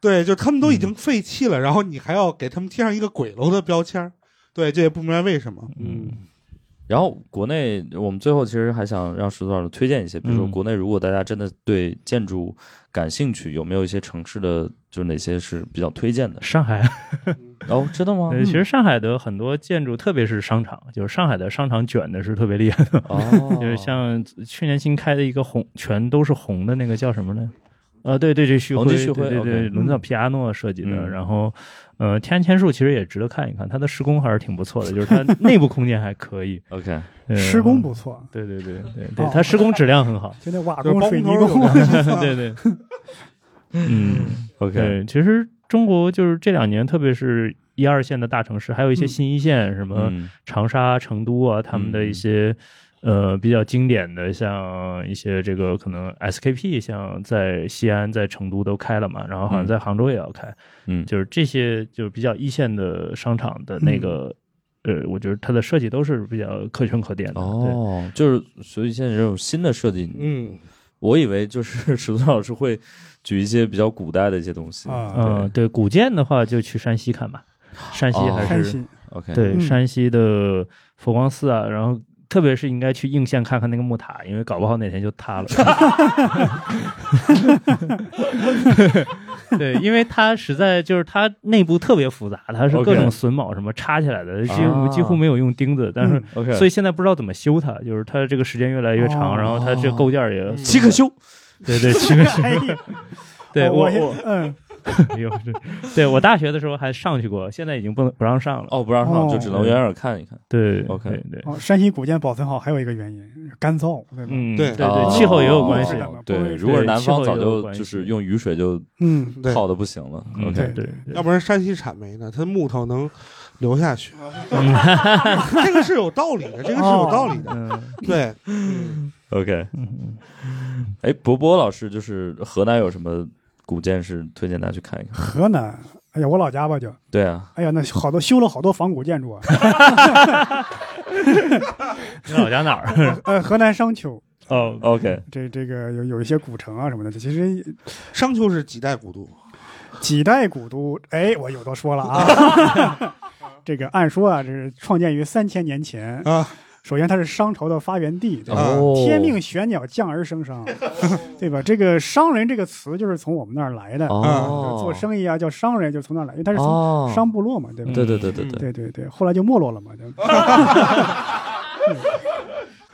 Speaker 4: 对，就他们都已经废弃了，然后你还要给他们贴上一个鬼楼的标签儿，对，这也不明白为什么。
Speaker 2: 嗯，
Speaker 1: 然后国内，我们最后其实还想让石头老师推荐一些，比如说
Speaker 2: 嗯
Speaker 1: 国内，如果大家真的对建筑感兴趣，有没有一些城市的，就是哪些是比较推荐的？
Speaker 2: 上海，啊
Speaker 1: 哦，真的吗？
Speaker 2: 呃其实上海的很多建筑，特别是商场，就是上海的商场卷的是特别厉害的，
Speaker 1: 哦，
Speaker 2: 就是像去年新开的一个红，全都是红的那个叫什么呢？呃，对对对，旭
Speaker 1: 红
Speaker 2: 辉，
Speaker 1: 地旭辉
Speaker 2: 对对
Speaker 1: OK
Speaker 2: 对，轮角皮亚诺设计的。
Speaker 1: 嗯
Speaker 2: 然后，呃，天然千树其实也值得看一看，它的施工还是挺不错的，就是它内部空间还可 以，
Speaker 1: OK，
Speaker 2: 呃
Speaker 3: 施工。不错，。
Speaker 2: 对对对对对，它施工质量很好
Speaker 3: 就那瓦
Speaker 4: 就
Speaker 3: 工、
Speaker 4: 是包
Speaker 3: 水泥
Speaker 4: 工头
Speaker 3: 工
Speaker 4: 有，良心
Speaker 2: 对对，嗯，
Speaker 1: OK，
Speaker 2: 对，其实中国就是这两年，特别是一二线的大城市，还有一些
Speaker 3: 嗯
Speaker 2: 新一线，什么
Speaker 1: 嗯
Speaker 2: 长沙、成都啊，他们的一些、呃比较经典的，像一些这个可能 SKP，像在西安、在成都都开了嘛，然后好像
Speaker 1: 嗯
Speaker 2: 在杭州也要开，
Speaker 1: 嗯，
Speaker 2: 就是这些就是比较一线的商场的那个、呃，我觉得它的设计都是比较可圈可点的。对，
Speaker 1: 哦，就是所以现在这种新的设计，
Speaker 4: 嗯，
Speaker 1: 我以为就是石头老师会举一些比较古代的一些东西
Speaker 3: 啊
Speaker 2: 嗯、
Speaker 1: 对
Speaker 2: 对，古建的话就去山西看吧，山西
Speaker 1: 哦
Speaker 2: 还是、
Speaker 3: 山西，
Speaker 1: ，OK，
Speaker 2: 对
Speaker 3: 嗯
Speaker 2: 山西的佛光寺啊，然后。特别是应该去应县看看那个木塔，因为搞不好哪天就 塌了。 对，因为它实在就是它内部特别复杂，它是各
Speaker 1: OK
Speaker 2: 种榫卯什么插起来的，几
Speaker 1: 啊
Speaker 2: 乎几乎没有用钉子， 但是
Speaker 3: 嗯
Speaker 1: ，OK，
Speaker 2: 所
Speaker 1: 以
Speaker 2: 以现在不知道怎么修它，就是它这个时间越来越
Speaker 3: 哦
Speaker 2: 长，然后它这构件儿也
Speaker 1: 嗯七个修，
Speaker 2: 对对七个修，
Speaker 3: 哎呀，
Speaker 2: 对我
Speaker 3: 我
Speaker 2: 我
Speaker 3: 嗯，
Speaker 2: 哎呦这对我大学的时候还上去过，现在已经不能不让上了。
Speaker 1: 哦，不让上，
Speaker 3: 哦
Speaker 1: 就只能远远看一看。
Speaker 2: 对
Speaker 1: OK
Speaker 2: 对对，
Speaker 3: 哦，山西古建保存好还有一个原因，干燥，对吧？
Speaker 2: 嗯
Speaker 4: 对
Speaker 2: 对对，
Speaker 1: 哦
Speaker 2: 气候也有关系。
Speaker 3: 是的嘛不
Speaker 1: 对，
Speaker 3: 会
Speaker 1: 如果是南方，
Speaker 2: 气候
Speaker 1: 早
Speaker 2: 也有
Speaker 1: 就
Speaker 2: 关系
Speaker 1: 就是用雨水就
Speaker 3: 嗯，
Speaker 4: 对，
Speaker 1: 泡的不行了。
Speaker 2: 嗯
Speaker 1: OK，
Speaker 2: 对对，
Speaker 4: 要不然山西产煤呢，它木头能留下 去，这个是有道理的，这个是有道理的。
Speaker 2: 嗯
Speaker 4: 对，
Speaker 1: OK，
Speaker 2: 嗯，
Speaker 1: 哎，博博老师，就是河南有什么古建是推荐大家去看一看？
Speaker 3: 河南，哎呀，我老家吧就，
Speaker 1: 对啊，
Speaker 3: 哎呀，那好多修了好多仿古建筑啊，
Speaker 2: 你老家哪儿？
Speaker 3: 呃，河南商丘，
Speaker 2: 哦，
Speaker 1: ，OK，
Speaker 3: 这这个有有一些古城啊什么的，其实
Speaker 4: 商丘是几代古都，
Speaker 3: 几代古都，哎，我有的说了啊。 这个按说啊，这是创建于三千年前
Speaker 4: 啊。
Speaker 3: 首先，它是商朝的发源地，对吧
Speaker 4: 啊
Speaker 1: 哦
Speaker 3: 天命玄鸟，降而生商， 对吧？这个“商人”这个词就是从我们那儿来的，
Speaker 1: 哦，
Speaker 3: 做生意啊叫商人，就从那儿来，因为它是从
Speaker 1: 哦，
Speaker 3: 商部落嘛，对吧？
Speaker 1: 对对对对对，
Speaker 3: 对对对，后来就没落了嘛。就嗯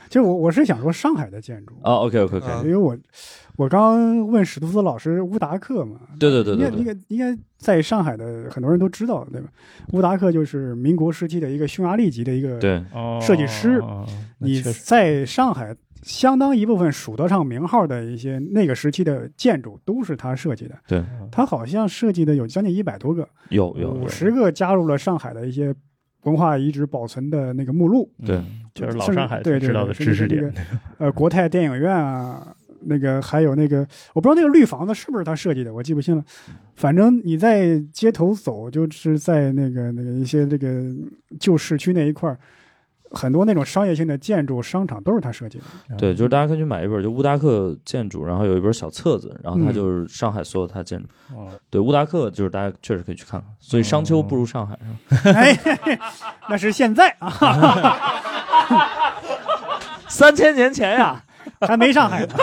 Speaker 3: 其实我我是想说上海的建筑，
Speaker 1: 啊，OK OK OK，
Speaker 4: 啊
Speaker 3: 因为我我刚问史图斯老师乌达克嘛，
Speaker 1: 对对对对对，
Speaker 3: 应该应该应该在上海的很多人都知道，对吧？乌达克就是民国时期的一个匈牙利籍的一个
Speaker 1: 对
Speaker 2: 哦
Speaker 3: 设计师，你
Speaker 2: 那确实
Speaker 3: 在上海相当一部分数得上名号的一些那个时期的建筑都是他设计的。
Speaker 1: 对，
Speaker 3: 他好像设计的有将近一百多个，
Speaker 1: 有有
Speaker 3: 五
Speaker 1: 有
Speaker 3: 十个加入了上海的一些文化遗址保存的那个目录。
Speaker 1: 对
Speaker 2: 嗯就是老
Speaker 3: 甚至
Speaker 2: 上海
Speaker 3: 对
Speaker 2: 才
Speaker 3: 对
Speaker 2: 知道
Speaker 3: 对
Speaker 2: 的
Speaker 3: 甚
Speaker 2: 知
Speaker 3: 至
Speaker 2: 识
Speaker 3: 那
Speaker 2: 点，
Speaker 3: 个呃，国泰电影院啊，那个还有那个，我不知道那个绿房子是不是他设计的，我记不清了。反正你在街头走，就是在那个那个一些这个旧市区那一块儿，很多那种商业性的建筑、商场都是他设计的。
Speaker 1: 对，就是大家可以去买一本，就乌达克建筑，然后有一本小册子，然后它
Speaker 3: 嗯
Speaker 1: 就是上海所有它建筑。
Speaker 2: 哦
Speaker 1: 对，乌达克就是大家确实可以去看看。所以商丘
Speaker 3: 哦
Speaker 1: 不如上海，是吧
Speaker 3: 哎，那是现在啊，
Speaker 1: 三千年前呀、
Speaker 3: 还没上海呢。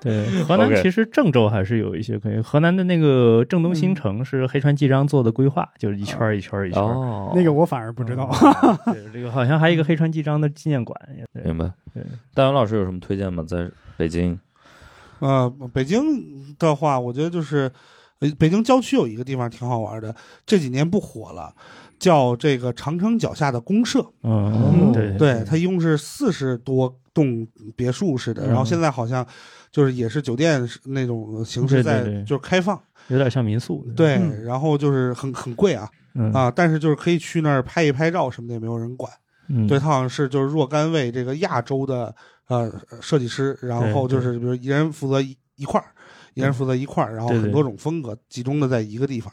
Speaker 2: 对，河南
Speaker 1: OK
Speaker 2: 其实郑州还是有一些可以。河南的那个郑东
Speaker 3: 嗯
Speaker 2: 新城是黑川纪章做的规划，就是一圈儿一圈儿一圈儿。嗯
Speaker 1: 哦，
Speaker 3: 那个我反而不知道。
Speaker 2: 对，这个好像还有一个黑川纪章的纪念馆。对
Speaker 1: 明白
Speaker 2: 对。
Speaker 1: 大勇老师有什么推荐吗？在北京，
Speaker 4: 呃，北京的话，我觉得就是，呃北京郊区有一个地方挺好玩的，这几年不火了，叫这个长城脚下的公社。
Speaker 2: 嗯，对
Speaker 4: 对，它一共是四十多栋别墅似的，然后
Speaker 2: 嗯
Speaker 4: 现在好像就是也是酒店是那种形
Speaker 2: 对对
Speaker 4: 式在
Speaker 2: 对
Speaker 4: 就是开放，
Speaker 2: 有点像民宿。
Speaker 4: 对，
Speaker 3: 嗯
Speaker 4: 然后就是很很贵啊
Speaker 2: 嗯
Speaker 4: 啊，但是就是可以去那儿拍一拍照什么的也没有人管。
Speaker 2: 嗯
Speaker 4: 对，它好像是就是若干位这个亚洲的呃设计师，然后就是比如一人负责一一块儿。一人负责一块儿，然后
Speaker 2: 嗯对对嗯
Speaker 4: 很多种风格集中的在一个地方，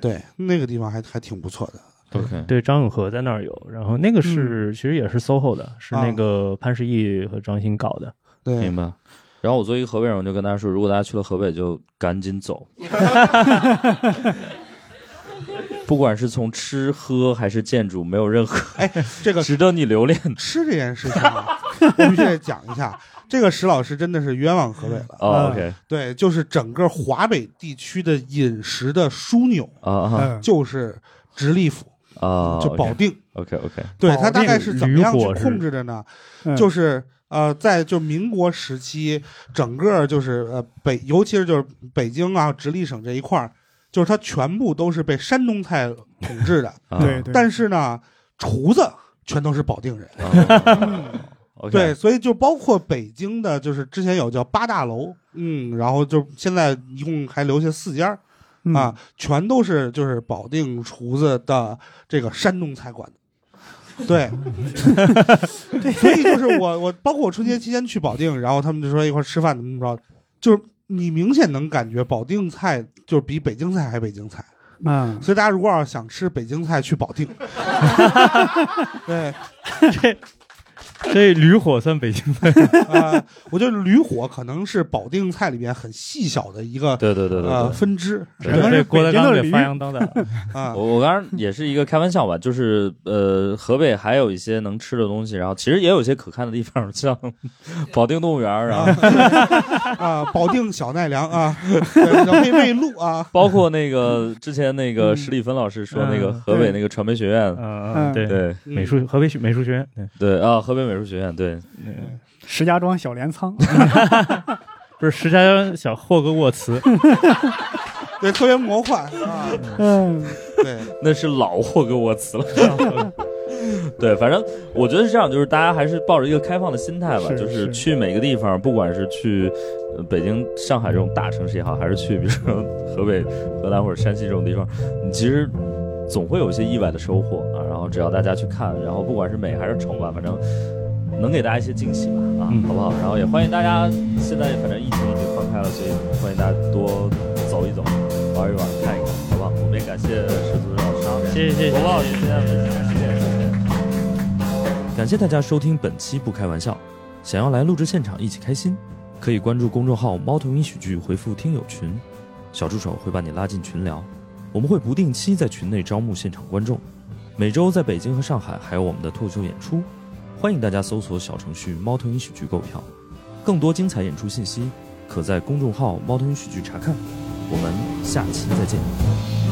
Speaker 4: 对，那个地方还还挺不错的。
Speaker 1: OK，
Speaker 2: 对，张永和在那儿有，然后那个是其实也是 SOHO 的，是那个潘石屹和张欣搞的。
Speaker 4: 对
Speaker 1: 明，白。然后我作为一个河北人，我就跟大家说，如果大家去了河北，就赶紧 走。不管是从吃喝还是建筑，没有任何
Speaker 4: 哎，这个
Speaker 1: 值得你留恋的
Speaker 4: 吃这件事情啊，我必须得讲一下。这个石老师真的是冤枉河北了，
Speaker 1: 哦
Speaker 3: 嗯
Speaker 1: OK，
Speaker 4: 对，就是整个华北地区的饮食的枢纽
Speaker 1: 啊啊
Speaker 3: 嗯，
Speaker 4: 就是直隶府，
Speaker 1: 啊！
Speaker 4: 哎就保定。
Speaker 1: OK OK，
Speaker 4: 对，
Speaker 3: 哦保
Speaker 4: 它大
Speaker 3: 定
Speaker 4: 概是怎么样
Speaker 2: 驴
Speaker 4: 去
Speaker 2: 火是
Speaker 4: 控制的呢？
Speaker 3: 嗯
Speaker 4: 就是呃，在就民国时期，整个就是呃北，尤其是就是北京啊、直隶省这一块儿，就是它全部都是被山东菜统治的，
Speaker 1: 啊
Speaker 3: 对对，
Speaker 4: 但是呢，厨子全都是保定人。
Speaker 1: 啊 OK，
Speaker 4: 对，所以就包括北京的，就是之前有叫八大楼，嗯，然后就现在一共还留下四家儿、
Speaker 3: 嗯
Speaker 4: 啊，全都是就是保定厨子的这个山东菜馆子。对，所以就是我我包括我春节期间去保定，然后他们就说一块儿吃饭怎么怎么着，就是你明显能感觉保定菜就是比北京菜还北京菜。
Speaker 3: 嗯，
Speaker 4: 所以大家如果要想吃北京菜，去保定。 对，
Speaker 2: 这驴火算北京的，
Speaker 4: 呃，我觉得驴火可能是保定菜里边很细小的一个
Speaker 1: 对对对对
Speaker 4: 呃
Speaker 1: 对。
Speaker 4: 分支
Speaker 1: 对
Speaker 3: 可能
Speaker 2: 被
Speaker 3: 是
Speaker 2: 郭德
Speaker 3: 北京
Speaker 2: 纲
Speaker 3: 的
Speaker 2: 给
Speaker 3: 驴
Speaker 2: 发扬光 大嗯了。
Speaker 4: 啊。
Speaker 1: 我我刚刚也是一个开玩笑吧，就是呃，河北还有一些能吃的东西，然后其实也有一些可看的地方， 像保定动物园，然后
Speaker 4: 啊，保定小奈良啊，对叫黑妹路啊，
Speaker 1: 包括那个之前那
Speaker 4: 嗯
Speaker 1: 个史蒂芬老师说那个
Speaker 2: 嗯
Speaker 1: 河北那个传媒学院，
Speaker 2: 嗯，对，
Speaker 1: 对
Speaker 2: 美术河北学美术学院，对，
Speaker 1: 对啊，河北美术学院，对
Speaker 3: 石家庄小镰仓，
Speaker 2: 不是石家庄小霍格沃茨，
Speaker 4: 对，特别魔幻啊，
Speaker 3: 嗯，
Speaker 4: 对，
Speaker 1: 那是老霍格沃茨了。 对，反正我觉得是这样，就是大家还是抱着一个开放的心态吧，
Speaker 3: 是
Speaker 1: 就是
Speaker 3: 是
Speaker 1: 去每个地方，不管是去呃北京、上海这种大城市也好，还是去比如说河北、河南或者山西这种地方，你其实总会有一些意外的收获啊。然后只要大家去看，然后不管是美还是丑吧，反正能给大家一些惊喜吧，啊，
Speaker 2: 嗯
Speaker 1: 好不好？然后也欢迎大家，现在反正疫情已经放开了，所以欢迎大家多走一走、玩一玩、看一看，好不好？我们也感谢石组长、商人、
Speaker 2: 谢谢谢谢
Speaker 1: 国。报今天的分享，谢谢。感谢大家收听本期《不开玩笑》，想要来录制现场一起开心，可以关注公众号“猫头鹰喜剧”，回复“听友群”，小助手会把你拉进群聊。我们会不定期在群内招募现场观众，每周在北京和上海还有我们的脱口秀演出，欢迎大家搜索小程序“猫头鹰喜剧”购票。更多精彩演出信息，可在公众号“猫头鹰喜剧”查看。我们下期再见。